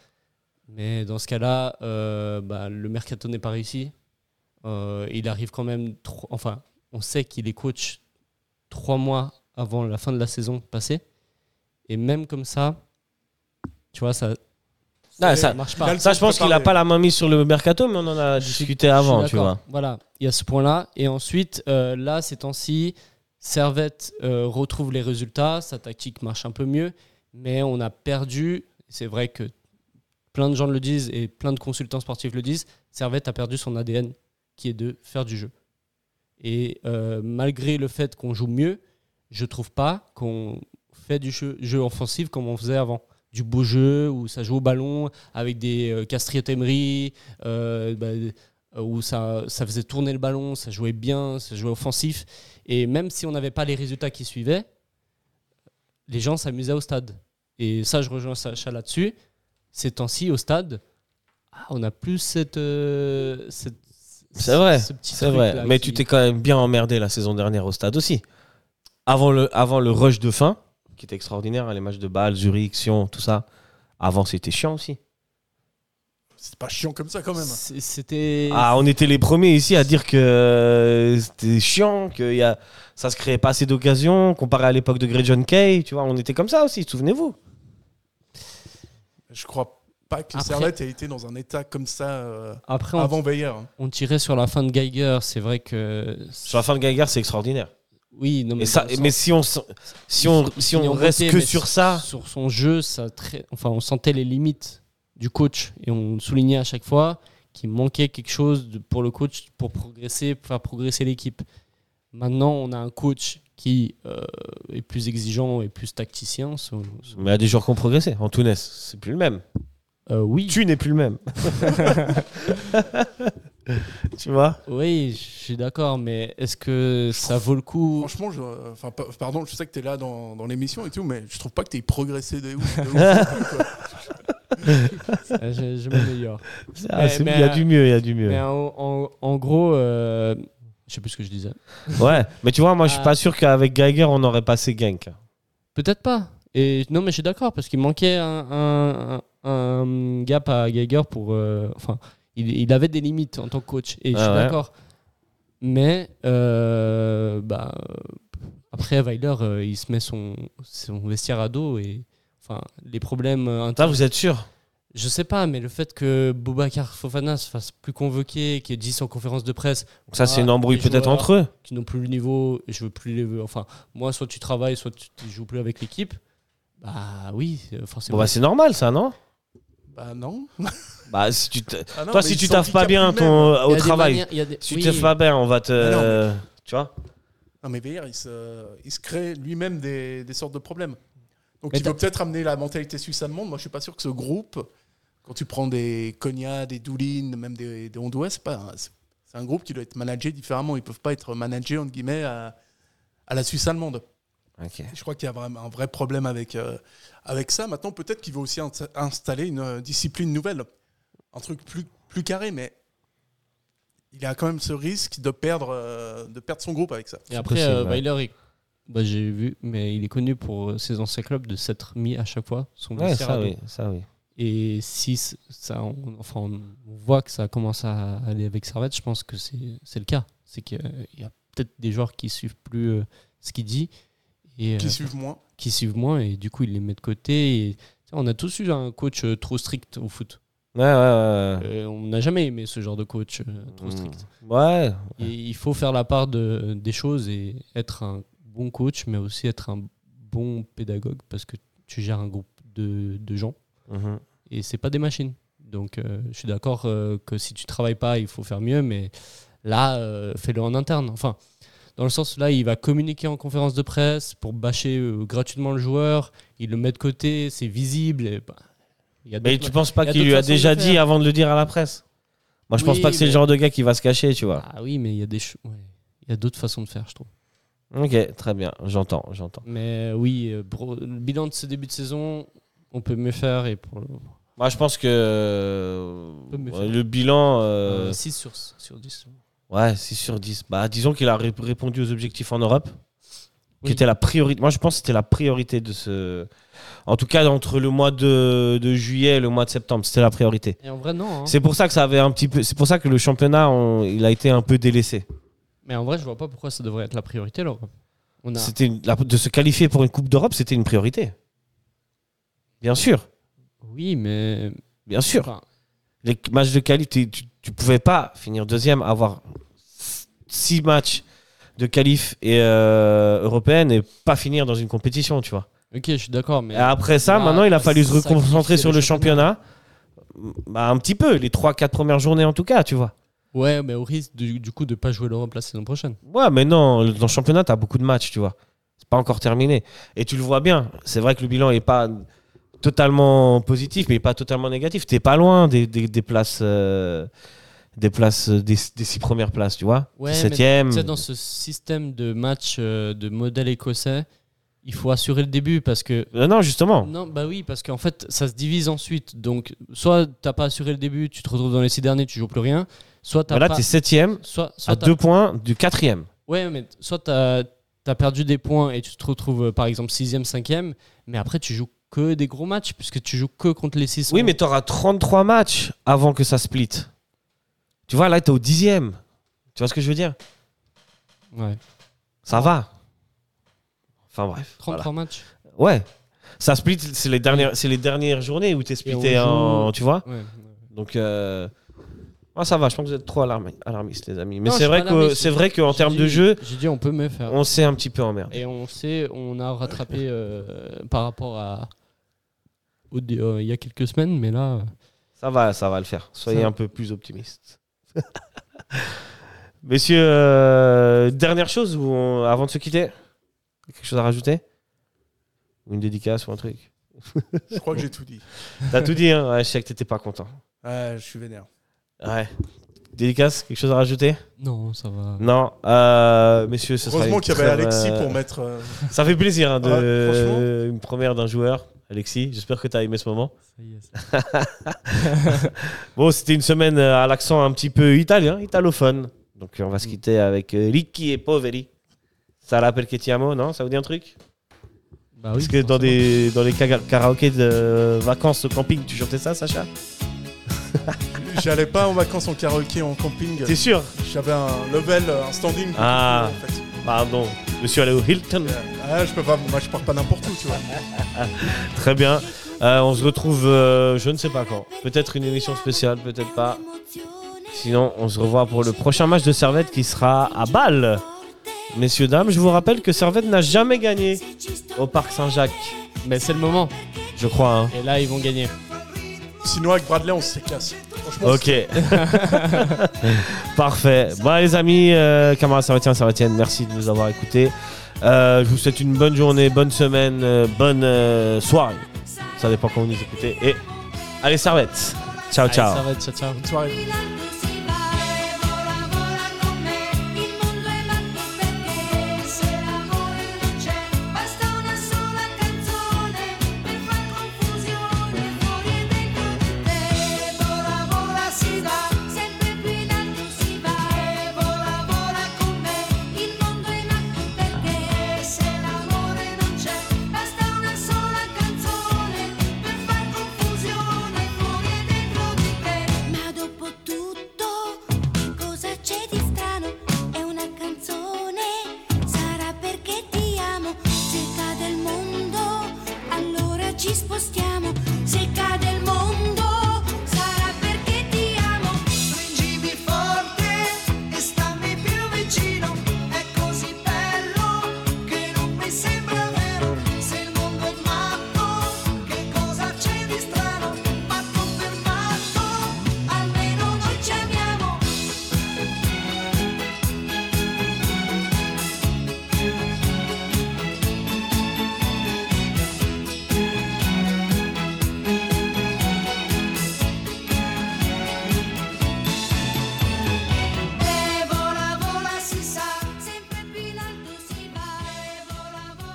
[SPEAKER 2] Mais dans ce cas-là, euh, bah, le mercato n'est pas réussi. Euh, il arrive quand même. tro- Enfin, on sait qu'il est coach trois mois avant la fin de la saison passée. Et même comme ça, tu vois, ça
[SPEAKER 1] Non, ça,
[SPEAKER 2] marche
[SPEAKER 3] Il a
[SPEAKER 2] pas.
[SPEAKER 3] le
[SPEAKER 1] ça,
[SPEAKER 3] temps
[SPEAKER 1] je
[SPEAKER 3] de
[SPEAKER 1] pense qu'il a
[SPEAKER 3] préparer.
[SPEAKER 1] pas la main mise sur le mercato, mais on en a discuté avant,
[SPEAKER 2] Je suis
[SPEAKER 1] tu
[SPEAKER 2] d'accord.
[SPEAKER 1] vois.
[SPEAKER 2] Voilà, il y a ce point-là. Et ensuite, euh, là, ces temps-ci, Servette euh, retrouve les résultats, sa tactique marche un peu mieux, mais on a perdu, c'est vrai que plein de gens le disent et plein de consultants sportifs le disent, Servette a perdu son ADN, qui est de faire du jeu. Et euh, malgré le fait qu'on joue mieux, je trouve pas qu'on fait du jeu, jeu offensif comme on faisait avant. Du beau jeu où ça joue au ballon avec des euh, Castriot-Emery, euh, bah, euh, où ça, ça faisait tourner le ballon, ça jouait bien, ça jouait offensif. Et même si on n'avait pas les résultats qui suivaient, les gens s'amusaient au stade. Et ça, je rejoins Sacha là-dessus. Ces temps-ci, au stade, ah, on a plus cette. euh, cette-
[SPEAKER 1] C'est vrai,
[SPEAKER 2] ce petit
[SPEAKER 1] c'est
[SPEAKER 2] truc-là
[SPEAKER 1] vrai. Mais
[SPEAKER 2] qui-
[SPEAKER 1] tu t'es quand même bien emmerdé la saison dernière au stade aussi. Avant le, avant le rush de fin, qui était extraordinaire, hein, les matchs de Bâle, Zurich, Sion, tout ça. Avant, c'était chiant aussi.
[SPEAKER 3] C'est pas chiant comme ça quand même.
[SPEAKER 2] C'est- C'était.
[SPEAKER 1] Ah, on était les premiers ici à dire que euh, c'était chiant, que y a, ça se créait pas assez d'occasions, comparé à l'époque de Grey John Kay. Tu vois, on était comme ça aussi, souvenez-vous.
[SPEAKER 3] Je crois pas que
[SPEAKER 2] Après-
[SPEAKER 3] Servette ait été dans un état comme ça euh,
[SPEAKER 2] Après, on,
[SPEAKER 3] avant Bayer. hein.
[SPEAKER 2] on tirait sur la fin de Geiger. C'est vrai que.
[SPEAKER 1] Sur la fin de Geiger, c'est extraordinaire.
[SPEAKER 2] Oui, non, mais.
[SPEAKER 1] Et ça,
[SPEAKER 2] dans le
[SPEAKER 1] mais
[SPEAKER 2] sens-
[SPEAKER 1] si on, s- si on, si
[SPEAKER 2] ils
[SPEAKER 1] on
[SPEAKER 2] ont
[SPEAKER 1] reste
[SPEAKER 2] roté,
[SPEAKER 1] que
[SPEAKER 2] mais
[SPEAKER 1] sur ça,
[SPEAKER 2] Sur son jeu, ça très... enfin, on sentait les limites du coach. Et on soulignait à chaque fois qu'il manquait quelque chose de- pour le coach pour progresser, pour faire progresser l'équipe. Maintenant, on a un coach qui euh, est plus exigeant et plus tacticien. selon- selon-
[SPEAKER 1] mais il y a des joueurs qui ont progressé. Antunes, c'est plus le même.
[SPEAKER 2] Euh, oui,
[SPEAKER 1] tu n'es plus le même. tu vois
[SPEAKER 2] oui, je suis d'accord, mais est-ce que ça vaut le coup
[SPEAKER 3] Franchement, je, euh, enfin, pa- pardon, je sais que t'es là dans, dans l'émission et tout, mais je trouve pas que t'aies progressé de ouf. de ouf non plus, quoi.
[SPEAKER 2] Euh, Je, je m'améliore.
[SPEAKER 1] Ah, c'est- Il
[SPEAKER 2] mais,
[SPEAKER 1] y a
[SPEAKER 2] euh,
[SPEAKER 1] du mieux, il y a du mieux.
[SPEAKER 2] Mais en, en- en gros, euh, je sais plus ce que je disais.
[SPEAKER 1] Ouais, mais tu vois, moi, je suis
[SPEAKER 2] euh, Ah.
[SPEAKER 1] pas sûr qu'avec Geiger, on aurait passé Genk.
[SPEAKER 2] Peut-être pas. Et non, mais je suis d'accord parce qu'il manquait un, un- un- un gap à Geiger pour. euh, enfin, il, il avait des limites en tant que coach. Et je
[SPEAKER 1] Ah
[SPEAKER 2] suis
[SPEAKER 1] ouais.
[SPEAKER 2] d'accord. Mais euh, bah, euh, après, Weiler, euh, il se met son, son vestiaire à dos et enfin les problèmes. euh,
[SPEAKER 1] Ça,
[SPEAKER 2] internes-
[SPEAKER 1] vous êtes sûr
[SPEAKER 2] Je sais pas, mais le fait que Boubacar Fofana se fasse plus convoquer, qu'il y ait 10 en conférence de presse,
[SPEAKER 1] Ça, c'est
[SPEAKER 2] Ah,
[SPEAKER 1] une embrouille
[SPEAKER 2] les
[SPEAKER 1] peut-être
[SPEAKER 2] joueurs.
[SPEAKER 1] entre eux.
[SPEAKER 2] qui n'ont plus le niveau, je veux plus les. Enfin, moi, soit tu travailles, soit tu, tu joues plus avec l'équipe. Bah oui, euh,
[SPEAKER 1] Bon,
[SPEAKER 2] forcément.
[SPEAKER 1] bah, c'est normal, ça, non
[SPEAKER 3] Bah non.
[SPEAKER 1] Bah, si tu te-
[SPEAKER 3] Ah non,
[SPEAKER 1] Toi,
[SPEAKER 3] mais
[SPEAKER 1] si
[SPEAKER 3] ils
[SPEAKER 1] tu
[SPEAKER 3] sont
[SPEAKER 1] taffes pas bien
[SPEAKER 3] handicapés
[SPEAKER 1] ton...
[SPEAKER 2] hein. Il y
[SPEAKER 1] au
[SPEAKER 2] a des
[SPEAKER 1] travail,
[SPEAKER 2] manières- il y a des-
[SPEAKER 1] si
[SPEAKER 2] oui.
[SPEAKER 1] tu taffes pas bien, on va te.
[SPEAKER 3] Mais non, mais-
[SPEAKER 1] euh, Tu vois
[SPEAKER 3] Non, mais Weyer, il se, il se crée lui-même des, des sortes de problèmes. Donc
[SPEAKER 2] Mais
[SPEAKER 3] il veut peut-être amener la mentalité suisse allemande. Moi, je suis pas sûr que ce groupe, quand tu prends des Konya, des Doulin, même des, des Hondouais, c'est pas un- c'est c'est un groupe qui doit être managé différemment. Ils peuvent pas être managés, entre guillemets, à, à la Suisse allemande.
[SPEAKER 1] Ok.
[SPEAKER 3] Et Je crois qu'il y a vraiment un vrai problème avec, euh, avec ça. Maintenant, peut-être qu'il veut aussi in- installer une euh, discipline nouvelle, un truc plus, plus carré, mais il a quand même ce risque de perdre, euh, de perdre son groupe avec ça.
[SPEAKER 2] Et après,
[SPEAKER 1] possible,
[SPEAKER 2] euh,
[SPEAKER 1] ouais.
[SPEAKER 2] Weiler, il- bah, j'ai vu, mais il est connu pour euh, ses anciens clubs de s'être mis à chaque fois son
[SPEAKER 1] Ouais,
[SPEAKER 2] vestiaire à
[SPEAKER 1] ça,
[SPEAKER 2] dos.
[SPEAKER 1] oui. Ça, oui.
[SPEAKER 2] Et si c- ça, on, enfin, on voit que ça commence à aller avec Servette, je pense que c'est c'est le cas. C'est qu'il y a- il y a peut-être des joueurs qui suivent plus euh, ce qu'il dit et
[SPEAKER 3] Qui
[SPEAKER 2] euh,
[SPEAKER 3] suivent moins.
[SPEAKER 2] qui suivent moins et du coup il les met de côté. Et, tu sais, on a tous eu un coach euh, trop strict au foot.
[SPEAKER 1] Ouais, ouais, ouais. ouais.
[SPEAKER 2] Euh, on n'a jamais aimé ce genre de coach euh, trop strict.
[SPEAKER 1] Ouais,
[SPEAKER 2] Et il faut faire la part de, des choses et être un bon coach, mais aussi être un bon pédagogue parce que tu gères un groupe de, de gens
[SPEAKER 1] Mhm.
[SPEAKER 2] et c'est pas des machines. Donc euh, je suis d'accord euh, que si tu travailles pas, il faut faire mieux, mais là, euh, fais-le en interne. Enfin, dans le sens là, il va communiquer en conférence de presse pour bâcher euh, gratuitement le joueur, il le met de côté, c'est visible. et bah, il y a
[SPEAKER 1] Mais
[SPEAKER 2] d'autres
[SPEAKER 1] tu penses pas
[SPEAKER 2] il y a
[SPEAKER 1] qu'il lui
[SPEAKER 2] d'autres
[SPEAKER 1] a
[SPEAKER 2] façons de
[SPEAKER 1] déjà
[SPEAKER 2] faire.
[SPEAKER 1] dit avant de le dire à la presse Moi, je pense
[SPEAKER 2] Oui,
[SPEAKER 1] pas que c'est le
[SPEAKER 2] mais-
[SPEAKER 1] genre de gars qui va se cacher, tu vois.
[SPEAKER 2] Ah oui, mais il y a des cho- ouais. il y a d'autres façons de faire, je trouve.
[SPEAKER 1] Ok, très bien, j'entends, j'entends.
[SPEAKER 2] Mais euh, oui, euh, bro- le bilan de ce début de saison, on peut mieux faire et pour le-
[SPEAKER 1] Moi, je pense que euh,
[SPEAKER 2] Peut me faire.
[SPEAKER 1] le bilan, euh,
[SPEAKER 2] Euh, 6 sur, sur 10.
[SPEAKER 1] ouais, 6 sur 10. Bah, disons qu'il a ré- répondu aux objectifs en Europe,
[SPEAKER 2] Oui.
[SPEAKER 1] qui était la priorité. Moi, je pense que c'était la priorité de ce. En tout cas, entre le mois de, de juillet et le mois de septembre, c'était la priorité.
[SPEAKER 2] Et en vrai, non. hein.
[SPEAKER 1] C'est pour ça que ça avait un petit peu. C'est pour ça que le championnat, on- il a été un peu délaissé.
[SPEAKER 2] Mais en vrai, je vois pas pourquoi ça devrait être la priorité, l'Europe. On a...
[SPEAKER 1] C'était une- la- de se qualifier pour une Coupe d'Europe, c'était une priorité. Bien sûr,
[SPEAKER 2] Oui, mais.
[SPEAKER 1] bien sûr.
[SPEAKER 2] Enfin,
[SPEAKER 1] Les matchs de qualité, tu, tu pouvais pas finir deuxième, avoir six matchs de qualif et euh, européenne et pas finir dans une compétition, tu vois.
[SPEAKER 2] ok, je suis d'accord, mais.
[SPEAKER 1] Et après ça,
[SPEAKER 2] Là,
[SPEAKER 1] maintenant, il a
[SPEAKER 2] ça
[SPEAKER 1] fallu se
[SPEAKER 2] sacrifie
[SPEAKER 1] reconcentrer
[SPEAKER 2] le
[SPEAKER 1] sur le championnat. Bah, un petit peu, les trois, quatre premières journées en tout cas, tu vois.
[SPEAKER 2] Ouais, mais au risque du, du coup de pas jouer l'Europe la saison prochaine.
[SPEAKER 1] Ouais, mais non, le- dans le championnat, tu as beaucoup de matchs, tu vois. C'est pas encore terminé. Et tu le vois bien. C'est vrai que le bilan est pas totalement positif, mais pas totalement négatif. T'es pas loin des, des, des places, euh, des places, euh, des, des six premières places, tu vois.
[SPEAKER 2] Ouais, mais
[SPEAKER 1] Septième.
[SPEAKER 2] Tu sais, dans ce système de match euh, de modèle écossais, il faut assurer le début parce que.
[SPEAKER 1] Euh, non, justement.
[SPEAKER 2] Non, bah oui, parce qu'en fait, ça se divise ensuite. Donc, soit t'as pas assuré le début, tu te retrouves dans les six derniers, tu joues plus rien. Soit t'as
[SPEAKER 1] Mais là,
[SPEAKER 2] pas.
[SPEAKER 1] t'es septième
[SPEAKER 2] Soit, soit
[SPEAKER 1] à
[SPEAKER 2] t'as-
[SPEAKER 1] deux points du quatrième.
[SPEAKER 2] Ouais, mais t- soit t'as as perdu des points et tu te retrouves euh, par exemple 6ème, 5ème, mais après tu joues que des gros matchs puisque tu joues que contre les 6.
[SPEAKER 1] Oui, mais t'auras 33 matchs avant que ça split. Tu vois, là, t'es au dixième. Tu vois ce que je veux dire
[SPEAKER 2] Ouais.
[SPEAKER 1] Ça va. Enfin, bref. voilà.
[SPEAKER 2] 33 matchs.
[SPEAKER 1] Ouais. Ça split, c'est les dernières, c'est les dernières journées où t'es splitté
[SPEAKER 2] Et on joue-
[SPEAKER 1] en, tu vois.
[SPEAKER 2] Ouais, ouais.
[SPEAKER 1] Donc, euh, ouais, ça va. Je pense que vous êtes trop alarmi- alarmistes, les amis. Mais
[SPEAKER 2] Non, je
[SPEAKER 1] c'est
[SPEAKER 2] suis
[SPEAKER 1] vrai
[SPEAKER 2] pas
[SPEAKER 1] que
[SPEAKER 2] alarmiste.
[SPEAKER 1] c'est vrai qu'en
[SPEAKER 2] J'ai
[SPEAKER 1] termes de
[SPEAKER 2] dit-
[SPEAKER 1] jeu,
[SPEAKER 2] J'ai dit on peut mieux faire.
[SPEAKER 1] on s'est un petit peu emmerdé.
[SPEAKER 2] Et on sait, on a rattrapé euh, par rapport à au dé- euh, il y a quelques semaines, mais là. euh,
[SPEAKER 1] Ça va, ça va le faire. Soyez
[SPEAKER 2] Ça va.
[SPEAKER 1] un peu plus optimistes. Messieurs, euh, dernière chose ou on- avant de se quitter, quelque chose à rajouter Ou une dédicace ou un truc
[SPEAKER 3] Je crois que j'ai tout dit.
[SPEAKER 1] T'as tout dit, hein Ouais, Je sais que t'étais pas content.
[SPEAKER 3] Ouais, je suis vénère.
[SPEAKER 1] Ouais. Dédicace, quelque chose à rajouter
[SPEAKER 2] Non, ça va.
[SPEAKER 1] Non, euh, messieurs, ce sera
[SPEAKER 3] Heureusement
[SPEAKER 1] une
[SPEAKER 3] qu'il y avait
[SPEAKER 1] trêve,
[SPEAKER 3] Alexis
[SPEAKER 1] euh,
[SPEAKER 3] pour mettre. euh,
[SPEAKER 1] Ça fait plaisir hein, de
[SPEAKER 3] Ouais, franchement.
[SPEAKER 1] une première d'un joueur, Alexis. J'espère que tu as aimé ce moment.
[SPEAKER 2] Ça y est, ça-
[SPEAKER 1] Bon, c'était une semaine euh, à l'accent un petit peu italien, italophone. Donc euh, on va
[SPEAKER 3] Mm.
[SPEAKER 1] se quitter avec euh, Ricchi et Poveri. Ça l'appelle que ti amo, non Ça vous dit un truc
[SPEAKER 2] Bah Ah oui,
[SPEAKER 1] Parce que dans,
[SPEAKER 2] forcément.
[SPEAKER 1] des, dans les kaga- karaokés de euh, vacances au camping, tu chantais ça, Sacha
[SPEAKER 3] J'allais pas en vacances en karaoké en camping.
[SPEAKER 1] T'es sûr
[SPEAKER 3] J'avais un level, un standing.
[SPEAKER 1] Ah.
[SPEAKER 3] En fait.
[SPEAKER 1] Pardon, monsieur allait au Hilton.
[SPEAKER 3] Euh, ah, je peux pas. Moi, je pars pas n'importe où, tu vois.
[SPEAKER 1] Très bien. Euh, on se retrouve, euh, je ne sais pas quand. Peut-être une émission spéciale, peut-être pas. Sinon, on se revoit pour le prochain match de Servette qui sera à Bâle. Messieurs, dames, je vous rappelle que Servette n'a jamais gagné au Parc Saint-Jacques,
[SPEAKER 2] Mais c'est le moment.
[SPEAKER 1] je crois. hein.
[SPEAKER 2] Et là, ils vont gagner.
[SPEAKER 3] Sinon, avec Bradley, on se casse. Franchement,
[SPEAKER 1] Ok. Parfait. Bah les amis, euh, camarades Servetiens, Servetiennes, merci de nous avoir écoutés. Euh, je vous souhaite une bonne journée, bonne semaine, euh, bonne euh, soirée. Ça dépend quand vous nous écoutez. Et allez Servette. Ciao, ciao.
[SPEAKER 2] Allez, ça va être ciao, ciao.
[SPEAKER 3] c'est une soirée.
[SPEAKER 6] Love me.